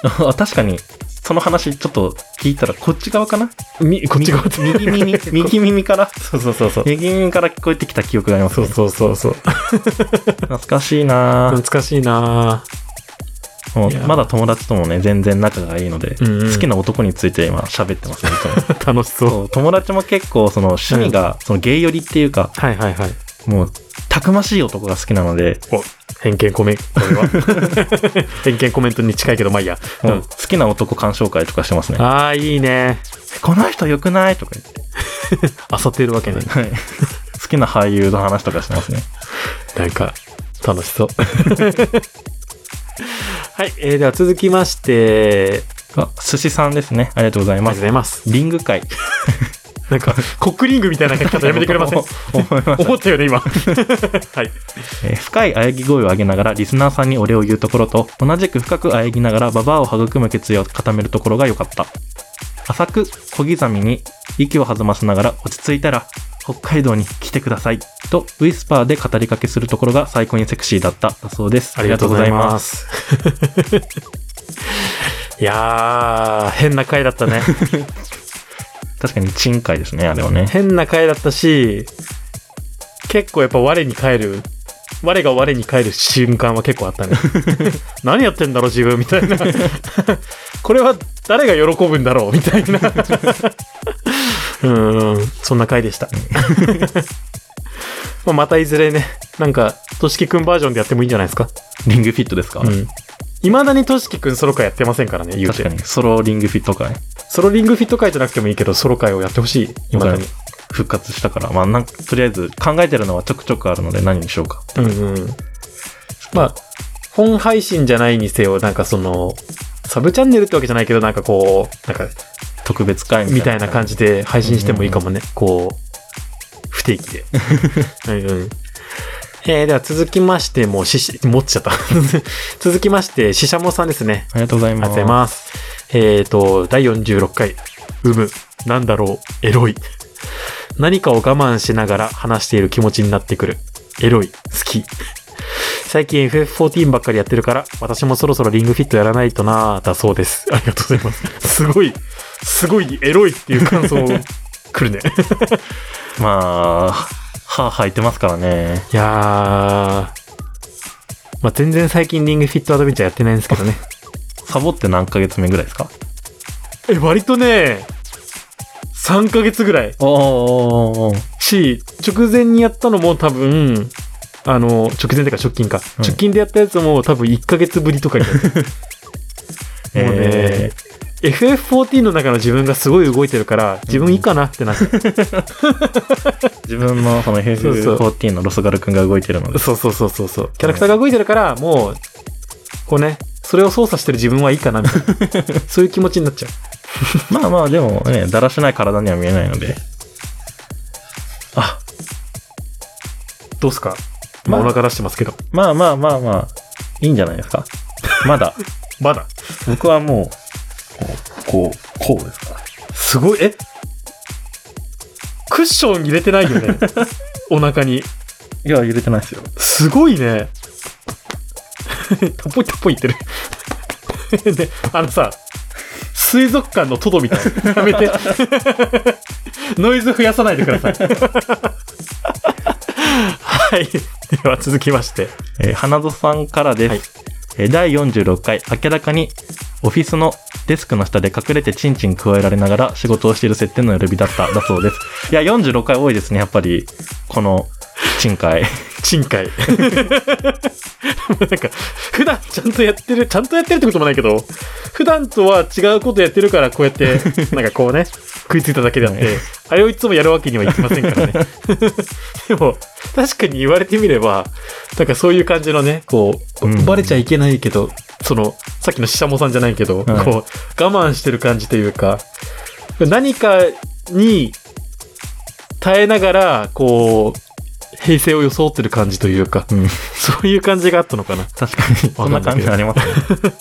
[SPEAKER 3] あ確かに、その話ちょっと聞いたら、こっち側かな
[SPEAKER 2] みこっち側って
[SPEAKER 3] み右耳、右耳から、
[SPEAKER 2] そうそうそうそう
[SPEAKER 3] 右耳から聞こえてきた記憶があります、
[SPEAKER 2] そ
[SPEAKER 3] ね。
[SPEAKER 2] うそうそうそう
[SPEAKER 3] 懐かしいな
[SPEAKER 2] 懐かしいな
[SPEAKER 3] ぁもう
[SPEAKER 2] いや
[SPEAKER 3] まだ友達ともね、全然仲がいいので、
[SPEAKER 2] うんうん
[SPEAKER 3] 好きな男について今喋っ てますね。いつも
[SPEAKER 2] ぁ楽しそう
[SPEAKER 3] そう友達も結構、その趣味が、そのゲイ寄りっていうか、
[SPEAKER 2] はいはいはい
[SPEAKER 3] もう、たくましい男が好きなので、
[SPEAKER 2] 偏見コメント、これは。偏見コメントに近いけど、まあいいや。
[SPEAKER 3] もう好きな男鑑賞会とかしてますね。
[SPEAKER 2] ああ、いいね。
[SPEAKER 3] この人良くないとか言って
[SPEAKER 2] あさってるわけね。
[SPEAKER 3] はい。 好きな俳優の話とかしてますね。
[SPEAKER 2] なんか、楽し そう。はい、えー、では続きまして、
[SPEAKER 3] あ、寿司さんですね。ありがとうござい
[SPEAKER 2] ありがとう
[SPEAKER 3] ま
[SPEAKER 2] ご
[SPEAKER 3] す。
[SPEAKER 2] ざいます。
[SPEAKER 3] リング会。
[SPEAKER 2] なんか、コックリングみたいな書き方やめてくれませ ん
[SPEAKER 3] 思いました
[SPEAKER 2] 思ったよね、今。 はい。
[SPEAKER 3] えー深い喘ぎ声を上げながらリスナーさんにお礼を言うところと同じく深く喘ぎながらババアを育む決意を固めるところが良かった浅く小刻みに息を弾ませながら落ち着いたら北海道に来てくださいとウィスパーで語りかけするところが最高にセクシーだっただそうです
[SPEAKER 2] ありがとうございますす。いやー、変な回だったね。
[SPEAKER 3] 確かに珍会ですねあれはね
[SPEAKER 2] 変な回だったし、結構やっぱ我に返る、我が我に返る瞬間は結構あ ったね。何やってんだろう自分みたいな。これは誰が喜ぶんだろうみたいな。うんうん、そんな回で した。まあまたいずれね、なんか、としきくんバージョンでやってもいいんじゃないですか。
[SPEAKER 3] リングフィットですか、
[SPEAKER 2] うん。いまだにとしきくんソロ会やってませんからね、言う
[SPEAKER 3] 確か
[SPEAKER 2] て。
[SPEAKER 3] に。ソロリングフィット会
[SPEAKER 2] ソロリングフィット会じゃなくてもいいけど、ソロ会をやってほしい、いまだに。
[SPEAKER 3] 復活したから。まあなんか、とりあえず考えてるのはちょくちょくあるので何にしようか。
[SPEAKER 2] うんうん。まあ、本配信じゃないにせよ、なんかその、サブチャンネルってわけじゃないけど、なんかこう、なんか、
[SPEAKER 3] 特別会み
[SPEAKER 2] み
[SPEAKER 3] た
[SPEAKER 2] た
[SPEAKER 3] い
[SPEAKER 2] い
[SPEAKER 3] な
[SPEAKER 2] な
[SPEAKER 3] 感
[SPEAKER 2] 感
[SPEAKER 3] じ。
[SPEAKER 2] じで配信してもいいかもね。こう、不定 期で。うんうん。えー、では続きまして、もうしし、持っちゃった。 続きまして、ししゃもさんですね。
[SPEAKER 3] ありがとうござい
[SPEAKER 2] ありが
[SPEAKER 3] ま
[SPEAKER 2] とうご
[SPEAKER 3] す。
[SPEAKER 2] ざいます。えっ、と、第46回、うむ、なんだろう、エロい。何かを我慢しながら話している気持ちになってくる。エロい、好き。最近 FF14 ばっかりやってるから、私もそろそろリングフィットやらないとなぁ、だそうです。ありがとうございます。すごい、すごいエロいっていう感想来るね。
[SPEAKER 3] まあ、歯吐いてますからね。
[SPEAKER 2] いやー。まあ、全然最近リングフィットアドベンチャーやってないんですけどね。
[SPEAKER 3] サボって何ヶ月目ぐらいですか
[SPEAKER 2] え、割とね、3ヶ月ぐらい。
[SPEAKER 3] おー
[SPEAKER 2] し、直前にやったのも多分、あの、直前てか直近か。
[SPEAKER 3] うん
[SPEAKER 2] 直近でやったやつも多分1ヶ月ぶりとかに やってるもうね、
[SPEAKER 3] え
[SPEAKER 2] FF14 の中の自分がすごい動いてるから、自分いいかなってなって、
[SPEAKER 3] 自分のそ
[SPEAKER 2] そ
[SPEAKER 3] の
[SPEAKER 2] うそう
[SPEAKER 3] FF14 のロスガル君が動いてるので。
[SPEAKER 2] そうそうそうそうそう。キャラクターが動いてるから、もう、こうね、それを操作してる自分はいいかなみたいな。 そういう気持ちになっちゃう。
[SPEAKER 3] まあまあ、でもね、だらしない体には見えないので。
[SPEAKER 2] あ、どうすかまあ、
[SPEAKER 3] まあ
[SPEAKER 2] お腹出してますけど。
[SPEAKER 3] まあまあまあまあ、いいんじゃないです か。まだ。
[SPEAKER 2] まだ。
[SPEAKER 3] 僕はもう、こう、こうですか
[SPEAKER 2] すごい、 えクッション入れてないよ ね。お腹に。
[SPEAKER 3] いや、揺れてないですよ。
[SPEAKER 2] すごいね。 たっぽいたっぽい 言ってる。ね、あのさ、水族館のトドみたい。やめて。 ノイズ増やさないでください。はい。では続きまして。
[SPEAKER 3] えー花園さんからです。
[SPEAKER 2] はい
[SPEAKER 3] えー第46回、明らかにオフィスのデスクの下で隠れてチンチン加えられながら仕事をしている設定の呼びだった、だ そうです。いや、46回多いですね、やっぱり。この、チン会。
[SPEAKER 2] 賃貸。 なんか、普段ちゃんとやってる、ちゃんとやってるってこともないけど、普段とは違うことやってるから、こうやって、 なんかこうね、食いついただけであって、あれをいつもやるわけにはいきません からね。でも、確かに言われてみれば、なんかそういう感じのね、こう、
[SPEAKER 3] うん
[SPEAKER 2] バレちゃいけないけど、その、さっきのししゃもさんじゃないけど、
[SPEAKER 3] はい
[SPEAKER 2] こう、我慢してる感じというか、何かに耐えながら、こう、平成を装ってる感じというか、
[SPEAKER 3] うん
[SPEAKER 2] そういう感じがあったのかな。
[SPEAKER 3] 確かに、 そんな感じになりますね。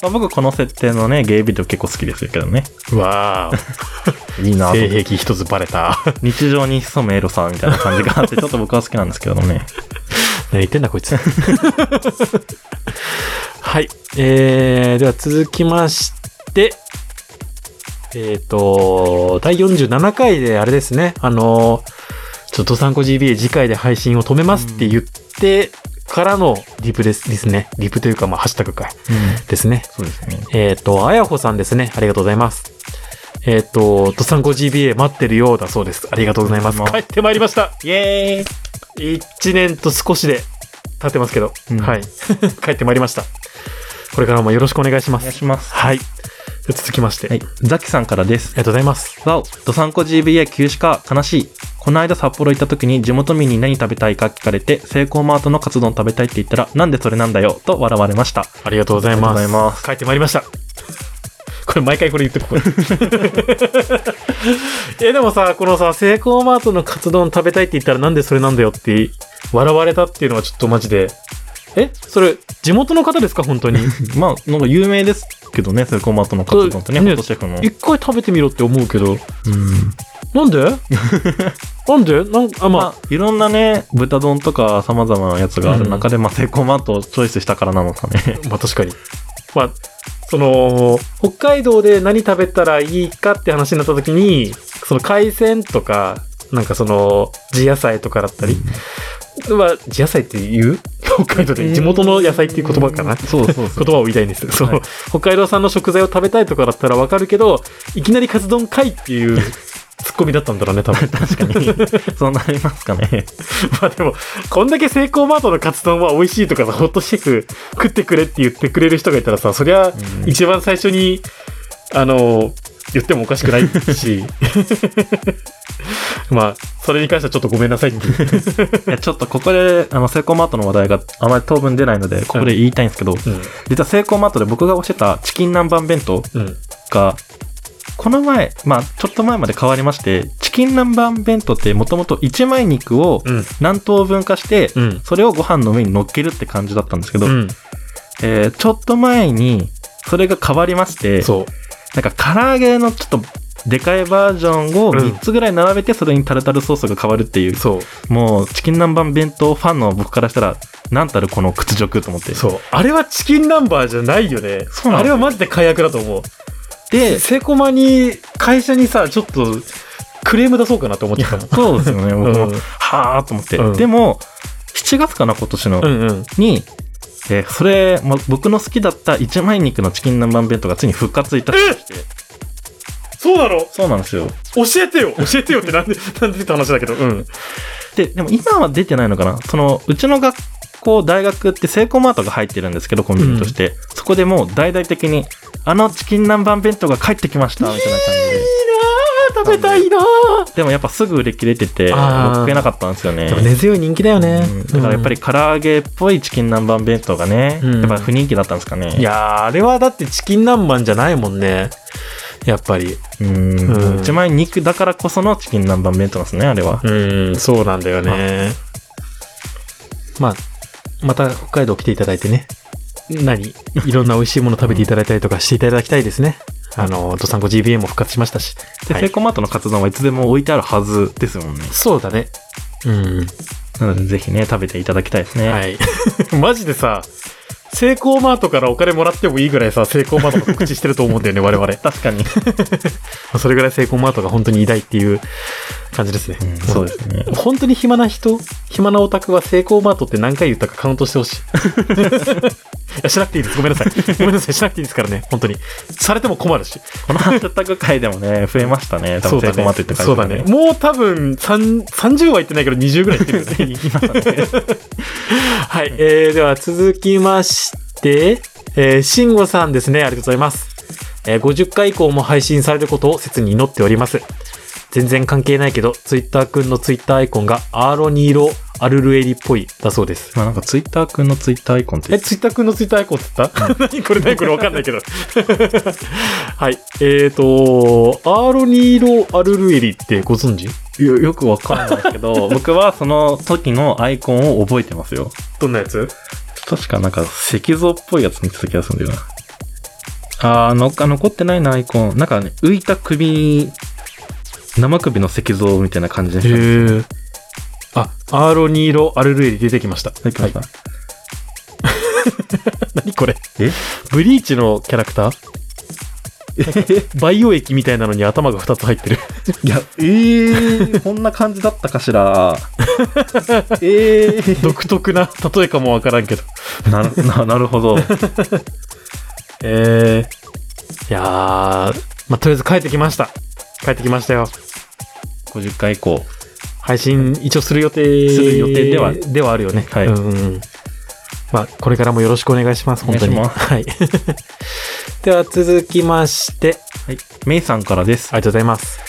[SPEAKER 3] まあ、僕、この設定のね、ゲイビデオ結構好きですけどね。
[SPEAKER 2] わー
[SPEAKER 3] いいな
[SPEAKER 2] お、
[SPEAKER 3] と思っ
[SPEAKER 2] 性
[SPEAKER 3] て
[SPEAKER 2] 癖一つバレた。
[SPEAKER 3] 日常に潜むエロさみたいな感じがあって、ちょっと僕は好きなんですけどね。
[SPEAKER 2] 何言ってんだこい つ。はい。えー、では続きまして、えっ、と、第47回であれですね、あの、ちょっとサンコ GBA 次回で配信を止めますって言ってからのリプですですね。リプというか、まあ、ハッシュタグかですね。
[SPEAKER 3] そうですね。
[SPEAKER 2] えっ、と、あやほさんですね。ありがとうございます。えっ、と、ドサンコ GBA 待ってるようだそうです。ありがとうございます。
[SPEAKER 3] うん
[SPEAKER 2] 帰ってまいりました。
[SPEAKER 3] イエー
[SPEAKER 2] 1年と少しで経ってますけど、
[SPEAKER 3] うん
[SPEAKER 2] はい。 帰ってまいりました。これからもよろしくお願いしま
[SPEAKER 3] お願い
[SPEAKER 2] す。
[SPEAKER 3] します。
[SPEAKER 2] はい。で続きまして、
[SPEAKER 3] はい
[SPEAKER 2] あり。
[SPEAKER 3] ザキさんからです。
[SPEAKER 2] がとうございます。
[SPEAKER 3] わお、ドサンコ GBA 休止か、悲しい。この間札幌行った時に地元民に何食べたいか聞かれて、セイコーマートのカツ丼食べたいって言ったら、なんでそれなんだよ、と笑われました。
[SPEAKER 2] ありがとうございます。
[SPEAKER 3] ありがとうございます
[SPEAKER 2] 帰ってまいりました。これ毎回これ言ってこれ。 え、でもさ、このさ、セイコーマートのカツ丼食べたいって言ったらなんでそれなんだよって笑われたっていうのはちょっとマジで。えそれ、地元の方ですか本当 に。
[SPEAKER 3] まあ、なんか有名ですけどね、セイコーマートのカツ丼ってね、
[SPEAKER 2] そう
[SPEAKER 3] フォトシェフの。
[SPEAKER 2] 一回食べてみろって思うけど。
[SPEAKER 3] うん
[SPEAKER 2] なんでなんでなんあ、まあ
[SPEAKER 3] まあ、いろんなね、豚丼とか様々なやつがある中で、まあ、セイコーマートをチョイスしたからなのかね。
[SPEAKER 2] まあ確かに。まあ、その、北海道で何食べたらいいかって話になった時に、その海鮮とか、なんかその、地野菜とかだったり、まあ、地野菜って言う北海道で地元の野菜っていう言葉かな。
[SPEAKER 3] そうそう
[SPEAKER 2] 言
[SPEAKER 3] そう。
[SPEAKER 2] 葉を言いたいんです。そう、
[SPEAKER 3] はい
[SPEAKER 2] 北海道産の食材を食べたいとかだったらわかるけど、いきなりカツ丼かいっていう、
[SPEAKER 4] ツッコミだったんだろうね、多分。
[SPEAKER 3] 確かに。 そうなりますかね。
[SPEAKER 4] まあでも、こんだけセイコーマートのカツ丼は美味しいとかさ、ホットシェフ食ってくれって言ってくれる人がいたらさ、そりゃ
[SPEAKER 3] うん
[SPEAKER 4] 一番最初に、あの、言ってもおかしくない し。まあ、それに関してはちょっとごめんなさいっていう。
[SPEAKER 3] いやちょっとここで、あの、セイコーマートの話題があまり当分出ないので、ここで言いたいんですけど、実はセイコーマートで僕が推してたチキン南蛮弁当
[SPEAKER 4] うん。うん。
[SPEAKER 3] が、この前、まあ、ちょっと前まで変わりまして、チキン南蛮弁当ってもともと1枚肉を
[SPEAKER 4] うん。
[SPEAKER 3] 何等分化して、
[SPEAKER 4] うん。
[SPEAKER 3] それをご飯の上に乗っけるって感じだったんですけど、
[SPEAKER 4] うん。
[SPEAKER 3] えーちょっと前に、それが変わりまして、
[SPEAKER 4] そう。
[SPEAKER 3] なんか唐揚げのちょっとでかいバージョン
[SPEAKER 4] う
[SPEAKER 3] を
[SPEAKER 4] ん
[SPEAKER 3] 3つぐらい並べてそれにタルタルソースが変わるっていう、
[SPEAKER 4] そう。
[SPEAKER 3] もうチキン南蛮弁当ファンの僕からしたらなんたるこの屈辱と思って
[SPEAKER 4] そう。あれはチキンナンバーじゃないよね。
[SPEAKER 3] そうなん
[SPEAKER 4] あ
[SPEAKER 3] です
[SPEAKER 4] れ
[SPEAKER 3] よ
[SPEAKER 4] はマジで解約だと思う。
[SPEAKER 3] で
[SPEAKER 4] セイコーマに、会社にさ、ちょっと、クレーム出そうかなと思ってたの。
[SPEAKER 3] そうですよ ね僕も、
[SPEAKER 4] うん
[SPEAKER 3] はあと思って、
[SPEAKER 4] うん
[SPEAKER 3] でも7月かな今年
[SPEAKER 4] う
[SPEAKER 3] の、
[SPEAKER 4] んうん。
[SPEAKER 3] に、えーそれ、ま、僕の好きだった一枚肉のチキン南蛮弁当がついに復活いたしまして
[SPEAKER 4] そうなの
[SPEAKER 3] そうなんですよ
[SPEAKER 4] 教えて よ教えてよってなんで、なんでって話だけど。うん。
[SPEAKER 3] ででも今は出てないのかなそのうちの学校大学ってセイコーマートが入ってるんですけどコンビニとして、そこでもう大々的にあのチキン南蛮弁当が帰ってきましたみたいな感じで
[SPEAKER 4] いいなぁ食べたいなぁ
[SPEAKER 3] でもやっぱすぐ売り切れてて
[SPEAKER 4] あー
[SPEAKER 3] 食えなかったんですよね
[SPEAKER 2] でも根強い人気だよね
[SPEAKER 3] うん。だからやっぱり唐揚げっぽいチキン南蛮弁当がね、
[SPEAKER 2] うん
[SPEAKER 3] やっぱ不人気だったんですかね
[SPEAKER 2] いやー、あれはだってチキン南蛮じゃないもんね。やっぱり。
[SPEAKER 3] うん
[SPEAKER 2] うん
[SPEAKER 3] 一枚肉だからこそのチキン南蛮弁当なんですねあれは、
[SPEAKER 2] うん、そうなんだよね。まあ、また北海道来ていただいてね。何いろんな美味しいもの食べていただいたりとかしていただきたいですね。あの、ドサンコ GBA も復活しましたし。
[SPEAKER 3] で
[SPEAKER 2] はい
[SPEAKER 3] セイコーマートのカツ丼はいつでも置いてあるはずですもんね
[SPEAKER 2] そうだね。うん。
[SPEAKER 3] なのでぜひね食べていただきたいですね、
[SPEAKER 2] はい。
[SPEAKER 4] マジでさ、セイコーマートからお金もらってもいいぐらいさ、セイコーマートの告知してると思うんだよ ね、我々。
[SPEAKER 3] 確かに、
[SPEAKER 2] それぐらいセイコーマートが本当に偉大っていう感じですね。
[SPEAKER 3] うんそうですね
[SPEAKER 2] 本当に暇な人、暇なオタクはセイコーマートって何回言ったかカウントしてほしい。い や、しなくていいです。ごめんなさい。ごめんなさい。しなくていいですからね。本当に。されても困るし。
[SPEAKER 3] このハッシュタグ回でもね増えました ね多分セイコーマートって感
[SPEAKER 4] そうだね。もう多分、三30は言ってないけど、20ぐらい言ってるよね。
[SPEAKER 3] 行きましたね
[SPEAKER 2] はい、えー、では続きまして、えー、慎吾さんですね。ありがとうございます。えー、50回以降も配信されることを切に祈っております。全然関係ないけど、ツイッターくんのツイッターアイコンがアーロニーロアルルエリっぽいだそうです。
[SPEAKER 3] まあなんかツイッター君のツイッターアイコンって
[SPEAKER 4] え、ツイッター君のツイッターアイコンって言った何これ何これわかんない けど。
[SPEAKER 2] はい、えーと、アーロニーロアルルエリってご存知
[SPEAKER 3] よよくわかんないですけど 僕はその時のアイコンを覚えてますよ
[SPEAKER 4] どんなやつ
[SPEAKER 3] 確かなんか石像っぽいやつ見てた気がするんだよなあーのあ残ってないなアイコンなんかね浮いた首生首の石像みたいな感じでしたね
[SPEAKER 2] ー。あ、アーロニーロアルルエリ出てきました。
[SPEAKER 3] 出てきました
[SPEAKER 2] 何これ
[SPEAKER 3] え
[SPEAKER 2] ブリーチのキャラクター培養液みたいなのに頭が2つ 入ってる。
[SPEAKER 3] いやえー、こんな感じだったかし らええ
[SPEAKER 2] 独特な例えかもわからんけど。
[SPEAKER 3] なるななるほど
[SPEAKER 2] えー、いやー、まあ、とりあえず帰ってきました。帰ってきましたよ。
[SPEAKER 3] 50回以降
[SPEAKER 2] 配信一応する予定。
[SPEAKER 3] する予定では
[SPEAKER 2] ではあるよね。
[SPEAKER 3] はい
[SPEAKER 2] うんうん。まあ、これからもよろしくお願いします。本当に。
[SPEAKER 3] お願いし
[SPEAKER 2] はい。 では続きまして、
[SPEAKER 3] はいメイさんからです
[SPEAKER 2] ありがとうございます。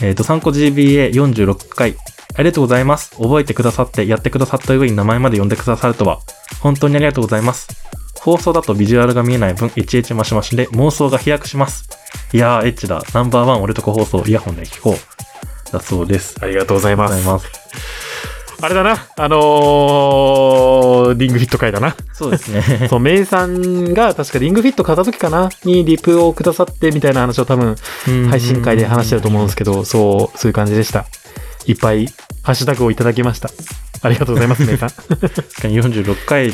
[SPEAKER 3] えっ、と、参考 GBA46 回。ありがとうございます。覚えてくださって、やってくださった上に名前まで呼んでくださるとは、本当にありがとうございます。放送だとビジュアルが見えない分、いちいちマシマシで妄想が飛躍します。いやー、エッチだ。ナンバーワン俺とこ放送、イヤホンで聞こう。だそうです。
[SPEAKER 2] ありがとうございま
[SPEAKER 3] ありがとうございます。
[SPEAKER 4] あれだな。あのー、リングフィット会だな。
[SPEAKER 3] そうです ね。
[SPEAKER 2] そう、メイさんが確かリングフィット買った時かなにリプをくださってみたいな話を多分配信会で話してると思うんですけど、そう、そういう感じでした。いっぱいハッシュタグをいただきました。ありがとうございます、メイさん。
[SPEAKER 3] 確かに46回、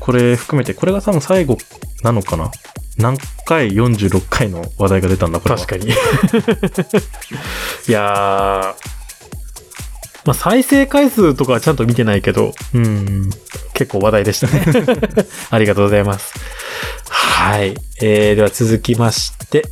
[SPEAKER 3] これ含めて、これが多分最後なのかな。何回46回の話題が出たんだ、これは。
[SPEAKER 2] 確かに。 いやー、まあ、再生回数とかはちゃんと見てないけど、
[SPEAKER 3] に。うん。
[SPEAKER 2] 結構話題でしたね。ありがとうございます。ははい。えー、では続きまして、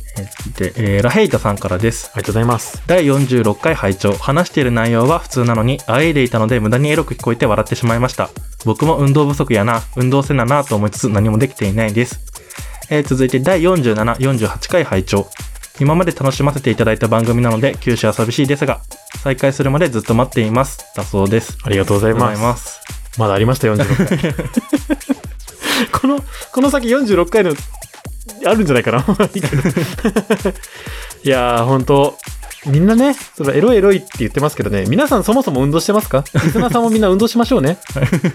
[SPEAKER 3] で、えーラヘイタさんからです。
[SPEAKER 2] ありがとうございます。
[SPEAKER 3] 第46回拝聴話している内容は普通なのにあえいでいたので無駄にエロく聞こえて笑ってしまいました僕も運動不足やな運動せななと思いつつ何もできていないです、えー続いて第4748回拝聴今まで楽しませていただいた番組なので九州は寂しいですが再開するまでずっと待っていますだそうです
[SPEAKER 2] ありがとうござ
[SPEAKER 3] あ
[SPEAKER 2] います。ますだありました、46回。 この、この先46回の、あるんじゃないか な。いやー、本当みんなね、そのエロいエロいって言ってますけどね、皆さんそもそも運動してますかリスナーさんもみんな運動しましょう ね。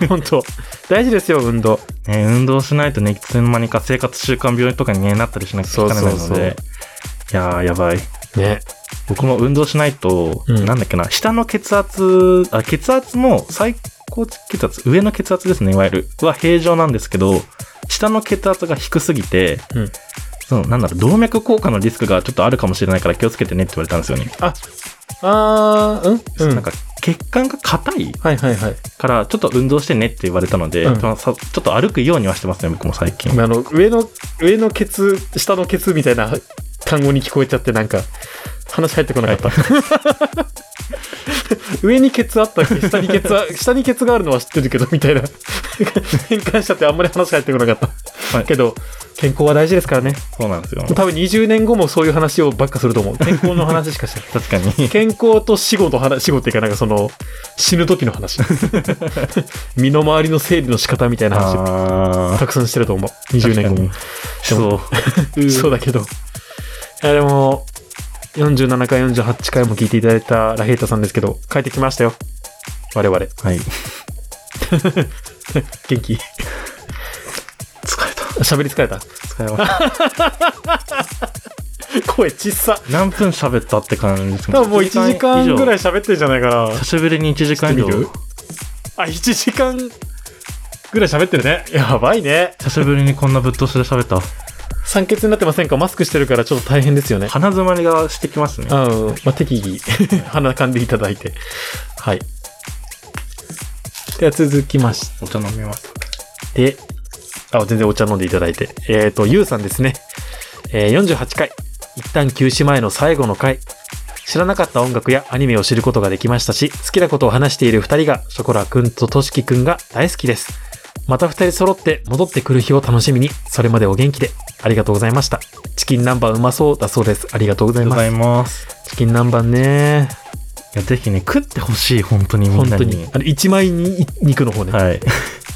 [SPEAKER 2] 本当大事ですよ、運動。
[SPEAKER 3] ね、運動しないとねいつの間にか生活習慣病とかに、ね、なったりしなきゃいけないので
[SPEAKER 2] そうそうそう
[SPEAKER 3] いやーやばい
[SPEAKER 2] ね。
[SPEAKER 3] 僕も運動しないと、
[SPEAKER 2] うん
[SPEAKER 3] なんだっけな、下の血圧、あ、血圧も最高血圧、上の血圧ですね、いわゆる。は平常なんですけど、下の血圧が低すぎて、
[SPEAKER 2] うん
[SPEAKER 3] その、なんだろう、動脈硬化のリスクがちょっとあるかもしれないから気をつけてねって言われたんですよね。
[SPEAKER 2] あー、うん、う
[SPEAKER 3] なん
[SPEAKER 2] ん。
[SPEAKER 3] か、血管が硬い
[SPEAKER 2] はいはいはい。
[SPEAKER 3] から、ちょっと運動してねって言われたので、
[SPEAKER 2] うん
[SPEAKER 3] まあさちょっと歩くようにはしてますね、僕も最近。
[SPEAKER 2] あの、上の、上のケツ、下のケツみたいな単語に聞こえちゃって、なんか、話入ってこなかった。 上にケツあったっけ下にケツあ、下にケツがあるのは知ってるけど、みたいな。変換しちゃってあんまり話入ってこなかった。
[SPEAKER 3] はい
[SPEAKER 2] けど、健康は大事ですからね。
[SPEAKER 3] そうなんですよ。
[SPEAKER 2] 多分20年後もそういう話をばっかすると思う。健康の話しかしない。
[SPEAKER 3] 確か に。
[SPEAKER 2] 健康と死後の話、死後っていうかなんかその、死ぬ時の 話。身の回りの整理の仕方みたいな話を
[SPEAKER 3] あ
[SPEAKER 2] たくさんしてると思う。
[SPEAKER 3] ー
[SPEAKER 2] 20年後
[SPEAKER 3] 確か
[SPEAKER 2] も
[SPEAKER 3] に。そう。
[SPEAKER 2] そうだけど。いや、でも、47回、48回も聞いていただいたラヘイタさんですけど、帰ってきましたよ。我々。
[SPEAKER 3] はい。
[SPEAKER 2] 元気
[SPEAKER 3] 疲れた。
[SPEAKER 2] 喋り疲れた
[SPEAKER 3] 疲れました。
[SPEAKER 2] 声ちっさ。
[SPEAKER 3] 何分喋ったって感じです
[SPEAKER 2] 多分もう1時間ぐらい
[SPEAKER 3] い
[SPEAKER 2] 喋ってるんじゃないかな。
[SPEAKER 3] 久しぶりに1時間以
[SPEAKER 2] ちょっと見
[SPEAKER 3] 上
[SPEAKER 2] るあ、1時間ぐらい喋ってるね。やばいね。
[SPEAKER 3] 久しぶりにこんなぶっ通しで喋った
[SPEAKER 2] 酸欠になってませんかマスクしてるからちょっと大変ですよね。
[SPEAKER 3] 鼻詰まりがしてきますね
[SPEAKER 2] うん、まあ、適 宜、鼻噛んでいただいて。はい。では続きまして
[SPEAKER 3] お茶飲みます
[SPEAKER 2] で、あ、全然お茶飲んでいただいて。えっ、と、ゆうさんですね。えー48回。一旦休止前の最後の回。知らなかった音楽やアニメを知ることができましたし、好きなことを話している二人が、ショコラくんととしきくんが大好きです。また二人揃って戻ってくる日を楽しみに、それまでお元気で。ありがとうございました。チキン南蛮うまそうだそうです。ありがとうござ
[SPEAKER 3] あ
[SPEAKER 2] い
[SPEAKER 3] りがとうご
[SPEAKER 2] ま
[SPEAKER 3] ざい
[SPEAKER 2] す。
[SPEAKER 3] ます
[SPEAKER 2] チキン南蛮ね。
[SPEAKER 3] いやぜひね食ってほしい本当にみ
[SPEAKER 2] 本
[SPEAKER 3] んな
[SPEAKER 2] 当
[SPEAKER 3] に
[SPEAKER 2] に。あの、一枚に肉の方ね。
[SPEAKER 3] はい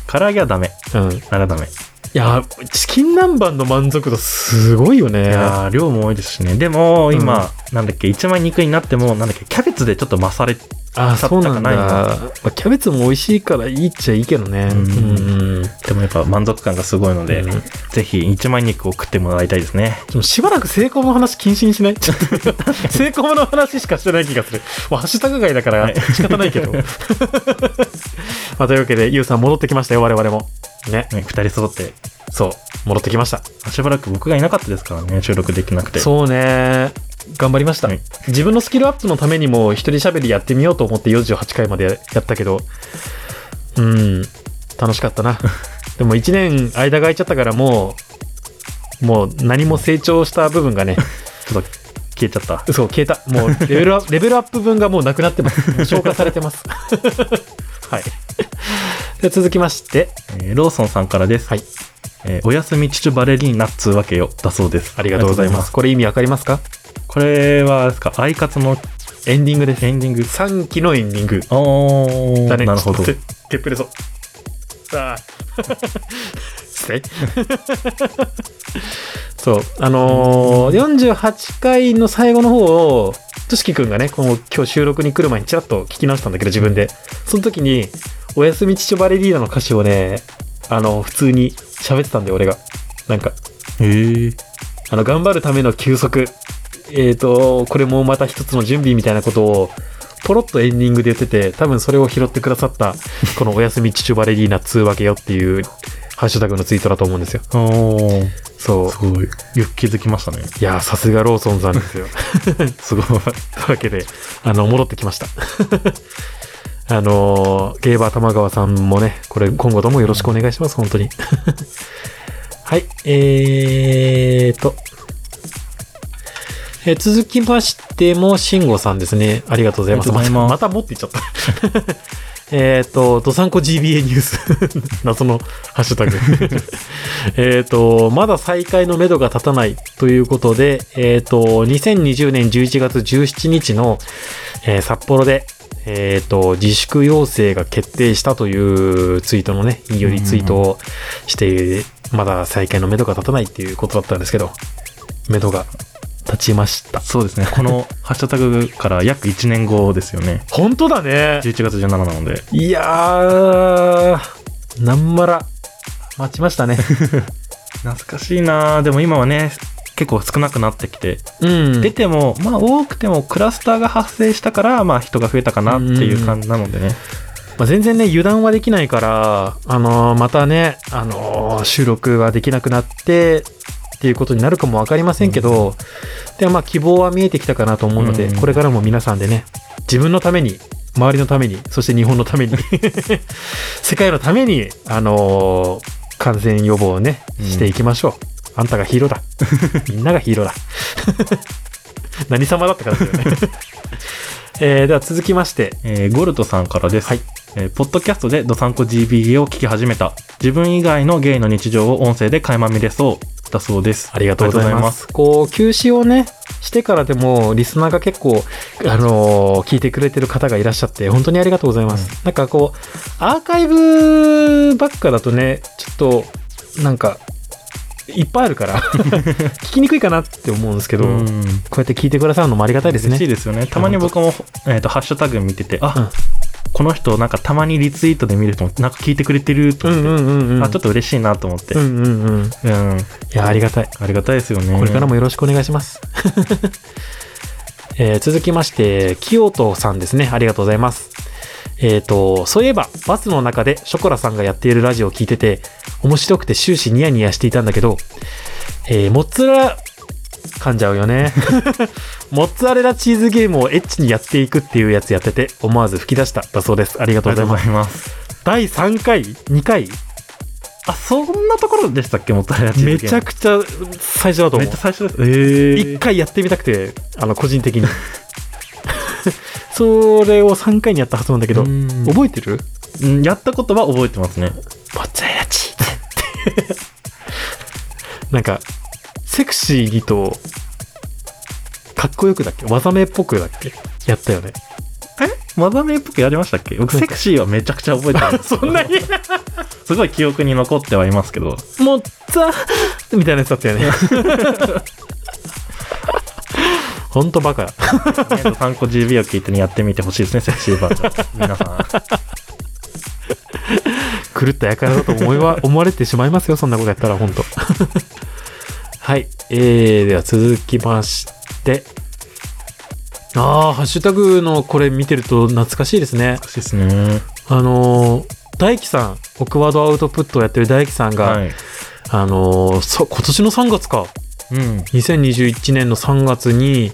[SPEAKER 3] 唐揚げはダメ
[SPEAKER 2] うん。い
[SPEAKER 3] あれはダメ
[SPEAKER 2] や、チキン南蛮の満足度すごいよね。
[SPEAKER 3] いやー量も多いですしねでも
[SPEAKER 2] ん
[SPEAKER 3] 今、なんだっけ一枚肉になってもなんだっけキャベツでちょっと勝れ
[SPEAKER 2] あー
[SPEAKER 3] さ
[SPEAKER 2] そうなんだ、
[SPEAKER 3] 高いな
[SPEAKER 2] まあ、キャベツも美味しいからいいっちゃいいけどね
[SPEAKER 3] う
[SPEAKER 2] う
[SPEAKER 3] ん
[SPEAKER 2] んうん
[SPEAKER 3] でもやっぱ満足感がすごいので、
[SPEAKER 2] うん
[SPEAKER 3] ぜひ一枚肉を食ってもらいたいですね
[SPEAKER 2] でもしばらく成功の話禁止にしない ちょっと成功の話しかしてない気がするもうハッシュタグ外だから仕方ないけ ど、まあ、というわけでゆうさん戻ってきましたよ我々もね
[SPEAKER 3] ね二人揃って
[SPEAKER 2] そう戻ってきました
[SPEAKER 3] しばらく僕がいなかったですからね収録できなくて
[SPEAKER 2] そうね頑張りました、
[SPEAKER 3] はい
[SPEAKER 2] 自分のスキルアップのためにも一人喋りやってみようと思って48回までやったけどうん楽しか ったなでも1年間が空いちゃったからもうもう何も成長した部分が ね
[SPEAKER 3] ちょっと消えちゃった。
[SPEAKER 2] そう消えたもうレベ ルアレベルアップ分がもうなくなってますもう消化されてます はいで続きまして
[SPEAKER 3] えーローソンさんからです。
[SPEAKER 2] はい
[SPEAKER 3] えーおやすみ父バレリーナっつうわけよ。だそうです。
[SPEAKER 2] ありがとうございます。これ意味わかりますか
[SPEAKER 3] これは、ですか、アイカツの
[SPEAKER 2] エンディングです
[SPEAKER 3] エンディング。
[SPEAKER 2] 3期のエンディング
[SPEAKER 3] おー、
[SPEAKER 2] だね。
[SPEAKER 3] なるほど
[SPEAKER 2] ちょ。っと手手っプレそう。 さあ。失礼。そう。あのー、48回の最後の方を、としきくんがね、この今日収録に来る前にちらっと聞き直したんだけど、自分で。その時に、おやすみ父バレリーナの歌詞をね、あの、普通に喋ってたんだよ、俺が。なんか、
[SPEAKER 3] えー、
[SPEAKER 2] あの、頑張るための休息。えっ、と、これもまた一つの準備みたいなことを、ポロッとエンディングで言ってて、多分それを拾ってくださった、このおやすみチチュバレリーナ2わけよっていう、ハッシュタグのツイートだと思うんですよ。
[SPEAKER 3] おー、
[SPEAKER 2] そう。
[SPEAKER 3] すごい。よく気づきましたね。
[SPEAKER 2] いやー、さすがローソンさん ですよ。
[SPEAKER 3] すごい。
[SPEAKER 2] というわけで、あの、戻ってきま した。あのーゲーバー玉川さんもね、これ今後ともよろしくお願いします、本当に。 はい、えーと。えー続きましても、慎吾さんですね。ありがとうございます。
[SPEAKER 3] ありがとうございます
[SPEAKER 2] た持っていっちゃった。 えっと、ドサンコ GBA ニュース。 謎のハッシュタグ。えっと、まだ再開のめどが立たないということで、えっ、と、2020年11月17日の、えー札幌で、えっ、と、自粛要請が決定したというツイートのね、引用リツイートをして、まだ再開のめどが立たないっていうことだったんですけど、めどが立ちました。
[SPEAKER 3] そうですね。このハッシュタグから約1年後ですよね。
[SPEAKER 2] 本当だね
[SPEAKER 3] 11月17なので。
[SPEAKER 2] いやー、なんまら、待ちま したね。
[SPEAKER 3] 懐かしいなあでも今はね、結構少なくなってきて、
[SPEAKER 2] うん。
[SPEAKER 3] 出ても、まあ多くてもクラスターが発生したから、まあ人が増えたかなっていう感じなのでね。
[SPEAKER 2] まあ、全然ね、油断はできないから、あのーまたね、あのー収録ができなくなって、っていうことになるかもわかりませんけど、でもまあ希望は見えてきたかなと思うので、
[SPEAKER 3] うん
[SPEAKER 2] これからも皆さんでね、自分のために、周りのために、そして日本のた めに、世界のために、あのー感染予防をね、していきましょう。あんたがヒーローだ。みんながヒー ローだ。何様だったからだよね。えーでは続きまして、
[SPEAKER 3] えーゴルトさんからです。えーポッドキャストでドサンコ GBA を聞き始めた。自分以外のゲイの日常を音声で垣間見れそうだそうです。
[SPEAKER 2] ありがとうござい
[SPEAKER 3] ありがと
[SPEAKER 2] ま。
[SPEAKER 3] うございます
[SPEAKER 2] こう、休止をね、してからでも、リスナーが結構、あのー聞いてくれてる方がいらっしゃって、本当にありがとうございます。なんかこう、アーカイブばっかだとね、ちょっと、なんか、いっぱいある から、聞きにくいかなって思うんですけど、
[SPEAKER 3] う
[SPEAKER 2] こ
[SPEAKER 3] ん
[SPEAKER 2] うやって聞いてくださるのもありがたいですね
[SPEAKER 3] 嬉しい。ですよね。たまに僕も、えっ、と、ハッシュタグ見てて、あ、
[SPEAKER 2] うん
[SPEAKER 3] この人、なんかたまにリツイートで見ると、なんか聞いてくれてると
[SPEAKER 2] う
[SPEAKER 3] 思っ
[SPEAKER 2] ん
[SPEAKER 3] て、
[SPEAKER 2] うんうんうん。
[SPEAKER 3] あ、ちょっと嬉しいなと思って。
[SPEAKER 2] う
[SPEAKER 3] うん。
[SPEAKER 2] んうんうん。いや、ありがたい。
[SPEAKER 3] ありがたいですよね。
[SPEAKER 2] これからもよろしくお願いします。 えー続きまして、清人さんですね。ありがとうございます。えっ、と、そういえば、バスの中でショコラさんがやっているラジオを聞いてて、面白くて終始ニヤニヤしていたんだけど、えーモッツァレラ、噛んじゃうよね。 モッツァレラチーズゲームをエッチにやっていくっていうやつやってて、思わず吹き出しただそうです。ありが
[SPEAKER 3] あ
[SPEAKER 2] とう
[SPEAKER 3] り
[SPEAKER 2] ござ
[SPEAKER 3] がと
[SPEAKER 2] いう
[SPEAKER 3] ご
[SPEAKER 2] ま
[SPEAKER 3] ざ
[SPEAKER 2] す。
[SPEAKER 3] います。
[SPEAKER 2] 第3回 ?2 回
[SPEAKER 3] あ、そんなところでしたっけ、もったいな
[SPEAKER 2] めちゃ
[SPEAKER 3] く
[SPEAKER 2] くちゃ最初だと
[SPEAKER 3] め
[SPEAKER 2] 思
[SPEAKER 3] っ
[SPEAKER 2] う
[SPEAKER 3] ちゃ。最初です。え
[SPEAKER 2] 一回やってみたくて、あの、個人的に。 それを3回にやったはずなんだけど、
[SPEAKER 3] うん
[SPEAKER 2] 覚えてる
[SPEAKER 3] うんやったことは覚えてますね。
[SPEAKER 2] モッツァレラチーズって。 なんか、セクシーにと、かっこよくだっけ技名っぽくだっけやったよね。
[SPEAKER 3] えマザメっぽくやりましたっけ僕、セクシーはめちゃくちゃ覚えてます。
[SPEAKER 2] そんな に
[SPEAKER 3] すごい記憶に残ってはいますけ ど。
[SPEAKER 2] モッツァみたいなやつだったよ ね。ほんとバカだ。
[SPEAKER 3] ね、ドサンコ GB を聞いてねやってみてほしいですね、セクシーバージョン。皆さん。
[SPEAKER 2] 狂った輩だと思いは思われ てしまいますよそんなことや ったら本当はいえー、では続きましてあーハッシュタグのこれ見てると懐かしいですね
[SPEAKER 3] 欲しいですね。
[SPEAKER 2] あのー大輝さんオクワードアウトプットをやってる大輝さんが、
[SPEAKER 3] はい。
[SPEAKER 2] あのーそ今年の3月か
[SPEAKER 3] うん。
[SPEAKER 2] 2021年の3月に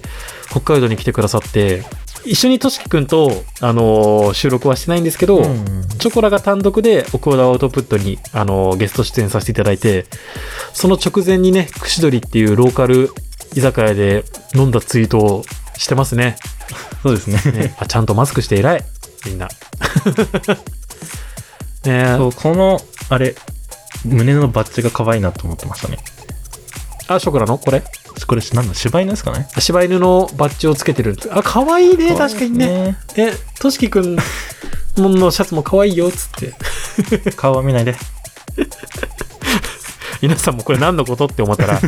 [SPEAKER 2] 北海道に来てくださって一緒にとしきくんと、あのー収録はしてないんですけど、
[SPEAKER 3] うん
[SPEAKER 2] チョコラが単独でオクワダアウトプットに、あの、ゲスト出演させていただいて、その直前にね、串取りっていうローカル居酒屋で飲んだツイートをしてますね。
[SPEAKER 3] そうですね。
[SPEAKER 2] ねあちゃんとマスクして偉い。みんな。 ね
[SPEAKER 3] そう、この、あれ、胸のバッジが可愛いなと思ってましたね。
[SPEAKER 2] あ、ショコラのこれ。
[SPEAKER 3] これ、なんだ、柴犬ですかね
[SPEAKER 2] あ柴犬のバッジをつけてるんです。あ、可愛いね、確かにね。
[SPEAKER 3] ね。
[SPEAKER 2] え、としきくんのシャツも可愛いよ、つって。
[SPEAKER 3] 顔は見ないで。
[SPEAKER 2] 皆さんもこれ何のことって思った ら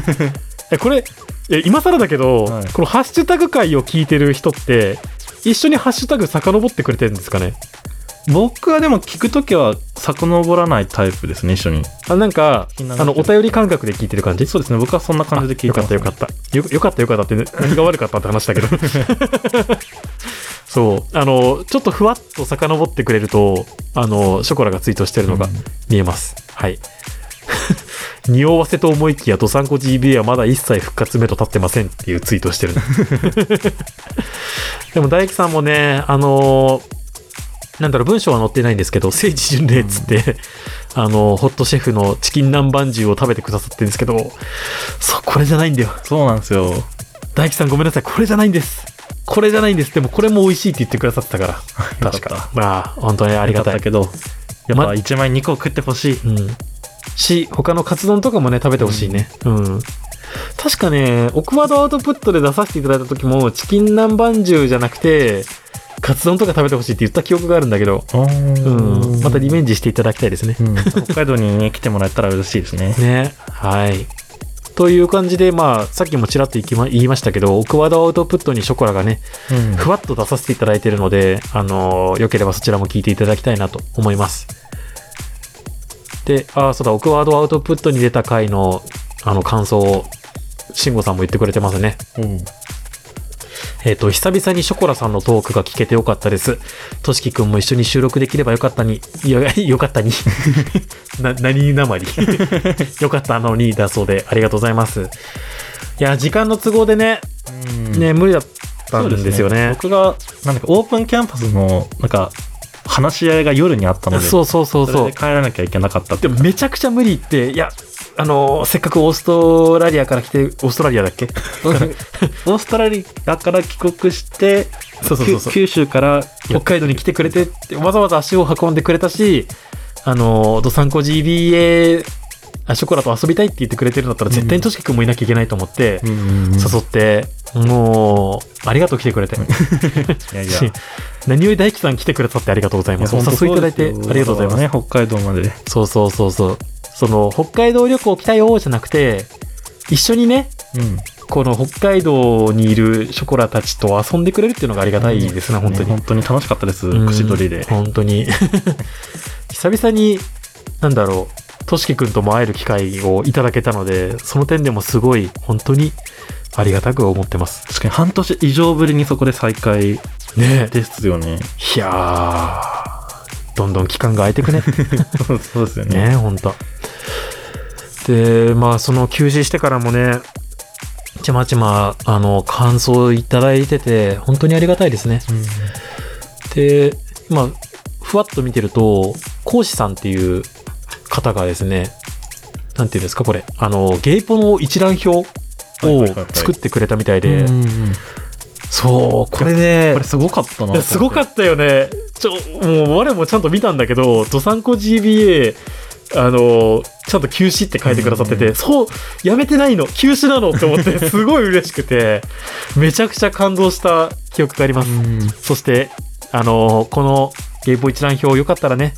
[SPEAKER 2] えこれえ今更だけど、
[SPEAKER 3] はい
[SPEAKER 2] このハッシュタグ会を聞いてる人って一緒にハッシュタグ遡ってくれてるんですかね
[SPEAKER 3] 僕はでも聞くときは、遡らないタイプですね、一緒に。
[SPEAKER 2] あなんか
[SPEAKER 3] 気にな
[SPEAKER 2] あ
[SPEAKER 3] る
[SPEAKER 2] のお便り感覚で聞いてる感じ
[SPEAKER 3] そうですね、僕はそんな感じで聞い
[SPEAKER 2] よ
[SPEAKER 3] て
[SPEAKER 2] か
[SPEAKER 3] ま
[SPEAKER 2] っ
[SPEAKER 3] す、
[SPEAKER 2] たよかったよよかったよかったって、ね、何が悪かったって話だ けどそうあのちょっとふわっと遡ってくれるとあのショコラがツイートしてるのが
[SPEAKER 3] うん
[SPEAKER 2] 見えます、はい匂わせと思いきやドサンコ GBA はまだ一切復活目と立ってませんっていうツイートしてる でも大樹さんもねあのなんだろう文章は載ってないんですけど、聖地巡礼っつって、あの、ホットシェフのチキン南蛮重を食べてくださってるんですけど、そう、これじゃないんだよ。
[SPEAKER 3] そうなんですよ。
[SPEAKER 2] 大輝さんごめんなさい、これじゃないんです。これじゃないんです。でもこれも美味しいって言ってくださってたから。
[SPEAKER 3] よかった
[SPEAKER 2] 確か。まあ、本当にあ
[SPEAKER 3] あ
[SPEAKER 2] りがたい。
[SPEAKER 3] けど、やっ
[SPEAKER 2] ま
[SPEAKER 3] ぱ1枚2個食ってほしい。
[SPEAKER 2] うん。し、他のカツ丼とかもね、食べてほしいね。うん。確かね、オクワードアウトプットで出させていただいた時も、チキン南蛮重じゃなくて、カツ丼とか食べてほしいって言った記憶があるんだけど、うん。またリベンジしていただきたいですね。
[SPEAKER 3] うん北海道にね、来てもらえたら嬉しいですね。
[SPEAKER 2] ね。はい。という感じで、まあ、さっきもちらっと言いま言いましたけど、オクワードアウトプットにショコラがね、
[SPEAKER 3] うん
[SPEAKER 2] ふわっと出させていただいているので、あのー、よければそちらも聞いていただきたいなと思います。で、ああ、そうだ、オクワードアウトプットに出た回の、あの、感想を、慎吾さんも言ってくれてますね。えっ、と、久々にショコラさんのトークが聞けてよかったです。としきくんも一緒に収録できればよかったに、よ、 よかったに。な、何なまり。 よかったのに、だそうで、ありがとうございます。いや、時間の都合でね、
[SPEAKER 3] うん
[SPEAKER 2] ね、無理だったんですよね。
[SPEAKER 3] 僕が、なんだか、オープンキャンパスの、なんか、話し合いが夜にあったので、
[SPEAKER 2] そうそうそう
[SPEAKER 3] そ
[SPEAKER 2] そう
[SPEAKER 3] れで。帰らなきゃいけなかったって
[SPEAKER 2] でもめちゃくちゃ無理言って、いや、あのーせっかくオーストラリアから来て、オーストラリアだっけ
[SPEAKER 3] オーストラリアから帰国して、
[SPEAKER 2] そうそうそうそう
[SPEAKER 3] きゅ九州から
[SPEAKER 2] 北海道に来てくれてって、わざわざ足を運んでくれたし、あのー、ドサンコ GBA、あショコラと遊びたいって言ってくれてるんだったら、絶対にとしきくんもいなきゃいけないと思って、
[SPEAKER 3] 誘
[SPEAKER 2] 誘って、もう、ありがとう来てくれて。
[SPEAKER 3] いやいやいや
[SPEAKER 2] 何より大輝さん来てくださってありがとうございます。お誘いいただいてありがとうございます。
[SPEAKER 3] ね北海道まで
[SPEAKER 2] そうそうそうそう。その、北海道旅行来たよじゃなくて、一緒にね、
[SPEAKER 3] うん
[SPEAKER 2] この北海道にいるショコラたちと遊んでくれるっていうのがありがたいですね、本当
[SPEAKER 3] ね
[SPEAKER 2] に。
[SPEAKER 3] 本当に楽しかったです
[SPEAKER 2] うん
[SPEAKER 3] 串取りで
[SPEAKER 2] 本当に。 久々に、なんだろう、としきくんとも会える機会をいただけたので、その点でもすごい、本当にありがたく思ってます。
[SPEAKER 3] 確かに半年以上ぶりにそこで再会
[SPEAKER 2] ねえ。
[SPEAKER 3] です よね
[SPEAKER 2] いやー、どんどん期間が空いてく ね。
[SPEAKER 3] そうそうですよね
[SPEAKER 2] ね本当でまあその休止してからもねちまちまあの感想いただいてて本当にありがたいですねでまあふわっと見てると講師さんっていう方がですねなんていうんですかこれあのゲイポの一覧表を
[SPEAKER 3] はいはいはいはい
[SPEAKER 2] 作ってくれたみたいで、
[SPEAKER 3] うん
[SPEAKER 2] そうこれね
[SPEAKER 3] これすごかった
[SPEAKER 2] い
[SPEAKER 3] な
[SPEAKER 2] やすごかったよね。ちょ、もう我もちゃんと見たんだけど、ドサンコ GBA、あの、ちゃんと休止って書いてくださってて、
[SPEAKER 3] うん
[SPEAKER 2] そう、やめてないの、休止なのって思って、すごい嬉しくて、めちゃくちゃ感動した記憶があります。
[SPEAKER 3] うん
[SPEAKER 2] そして、あの、このゲイポ一覧表よかったらね、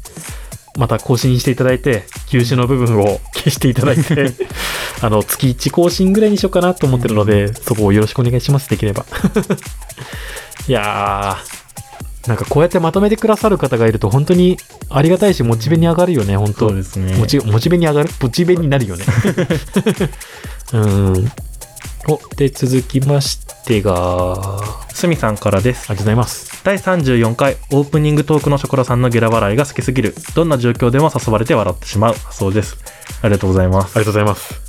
[SPEAKER 2] また更新していただいて、休止の部分 を消していただいて、あの、月1更新ぐらいにしようかなと思ってるので、そこをよろしくお願いします、できれば。 いやー、なんかこうやってまとめてくださる方がいると本当にありがたいし、モチベに上がるよね、本当
[SPEAKER 3] そうですね
[SPEAKER 2] モチモチベに上がるモチベになるよ ね。うん。お、で、続きましてが、あ
[SPEAKER 3] すみさんからです
[SPEAKER 2] りがとうございます。
[SPEAKER 3] 第34回オープニングトークのショコラさんのゲラ笑いが好きすぎるどんな状況でも誘われて笑ってしまうそうですありがとうございます
[SPEAKER 2] ありがとうございます。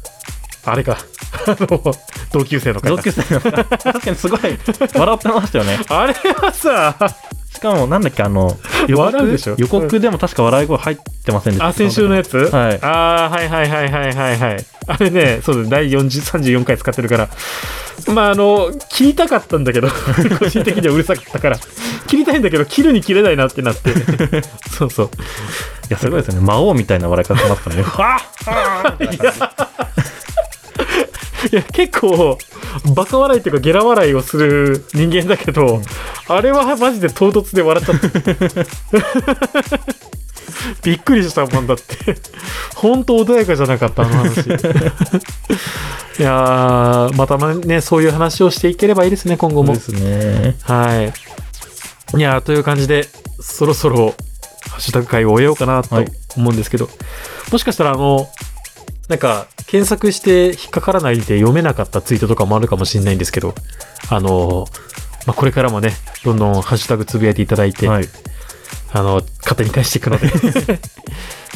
[SPEAKER 2] あれか。 あの、同級生の会
[SPEAKER 3] 同
[SPEAKER 2] だ
[SPEAKER 3] 級生の確かに すごい笑ってましたよね
[SPEAKER 2] あれはさ、
[SPEAKER 3] しかもなんだっけあの予
[SPEAKER 2] 笑う
[SPEAKER 3] 告
[SPEAKER 2] でしょ
[SPEAKER 3] 予告でも確か笑い声入ってませんでした
[SPEAKER 2] あ、先週のやつ
[SPEAKER 3] はい
[SPEAKER 2] ああ、はいはいはいはいはいはい。あれね、そうです。第40 34回使ってるから。まあ、あの、切りたかったんだけど、 個人的にはうるさかったから。切りたいんだけど、切るに切れないなってな って。そうそう。
[SPEAKER 3] いやすごいですよね魔王みたいな笑い方してま すからねわ
[SPEAKER 2] いや、結構、バカ笑いっていうか、ゲラ笑いをする人間だけど、あれはマジで唐突で笑っちゃった。びっくりしたもんだって。ほんと穏やかじゃなかった、あの話。いやー、またまね、そういう話をしていければいいですね、今後
[SPEAKER 3] そ
[SPEAKER 2] も
[SPEAKER 3] うで。すね
[SPEAKER 2] はい。いやー、という感じで、そろそろ、ハッシュタグ会を終えようかなと
[SPEAKER 3] はい
[SPEAKER 2] 思うんですけど、もしかしたら、あの、なんか、検索して引っかからないで読めなかったツイートとかもあるかもしれないんですけど、あの、まあ、これからもね、どんどんハッシュタグつぶやいていただいて、
[SPEAKER 3] はい、よ
[SPEAKER 2] あの、勝手に返していくの で、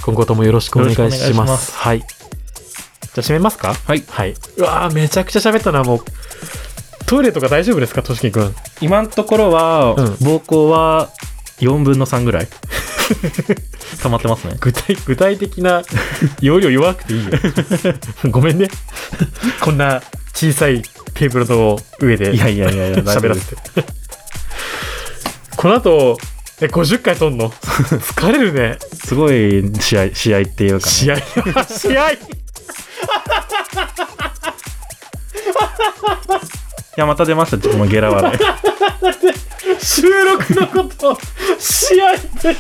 [SPEAKER 2] 今後ともよろしくお願いし
[SPEAKER 3] よ
[SPEAKER 2] ま
[SPEAKER 3] ろしく
[SPEAKER 2] す。
[SPEAKER 3] お願いします
[SPEAKER 2] はい。じゃあ、閉めますか
[SPEAKER 3] はい、
[SPEAKER 2] はい。うわー、めちゃくちゃ喋ったな、もう。トイレとか大丈夫ですか、としきくん。
[SPEAKER 3] 今のところは、
[SPEAKER 2] うん
[SPEAKER 3] 暴行は4分の3ぐらい溜まってますね。
[SPEAKER 2] 具体、具体的な容量弱くていい よ。ごめんね。こんな小さいテーブルの上で
[SPEAKER 3] いやいやいやい や、
[SPEAKER 2] 喋らせて。この後、え、50回撮んの疲れる ね。
[SPEAKER 3] すごい試合、試合っていうか、ね、
[SPEAKER 2] 試合 試合
[SPEAKER 3] いや、また出ました、自分もゲラ笑い。
[SPEAKER 2] 収録のことを試合って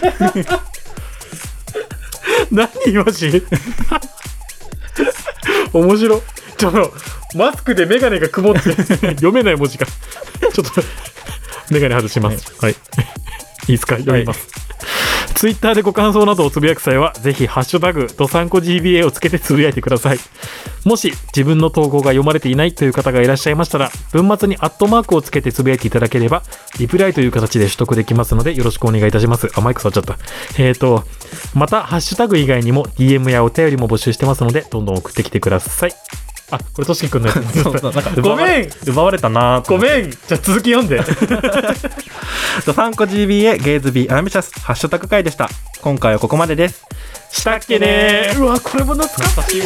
[SPEAKER 2] 何マジ面白ちょっとマスクで眼鏡が曇って読めない文字がちょっと眼鏡外しますはい、い、いですか読みます、ツイッターでご感想などをつぶやく際は、ぜひ、ハッシュタグ、ドサンコ GBA をつけてつぶやいてください。もし、自分の投稿が読まれていないという方がいらっしゃいましたら、文末にアットマークをつけてつぶやいていただければ、リプライという形で取得できますので、よろしくお願いいたします。あ、マイク触っちゃった。えーと、また、ハッシュタグ以外にも、DM やお便りも募集してますので、どんどん送ってきてください。あ、これ、としきくんのやつ。
[SPEAKER 3] そうそうなんか奪
[SPEAKER 2] ご
[SPEAKER 3] われ
[SPEAKER 2] めん
[SPEAKER 3] 奪われたな
[SPEAKER 2] ご
[SPEAKER 3] ん
[SPEAKER 2] めんじゃあ続き読 んで。
[SPEAKER 3] ドサンコ GBA ゲイズビーアンビシャスハッシュタグ会でした今回はここまでです
[SPEAKER 2] したっけねーうわ、これも懐かしい。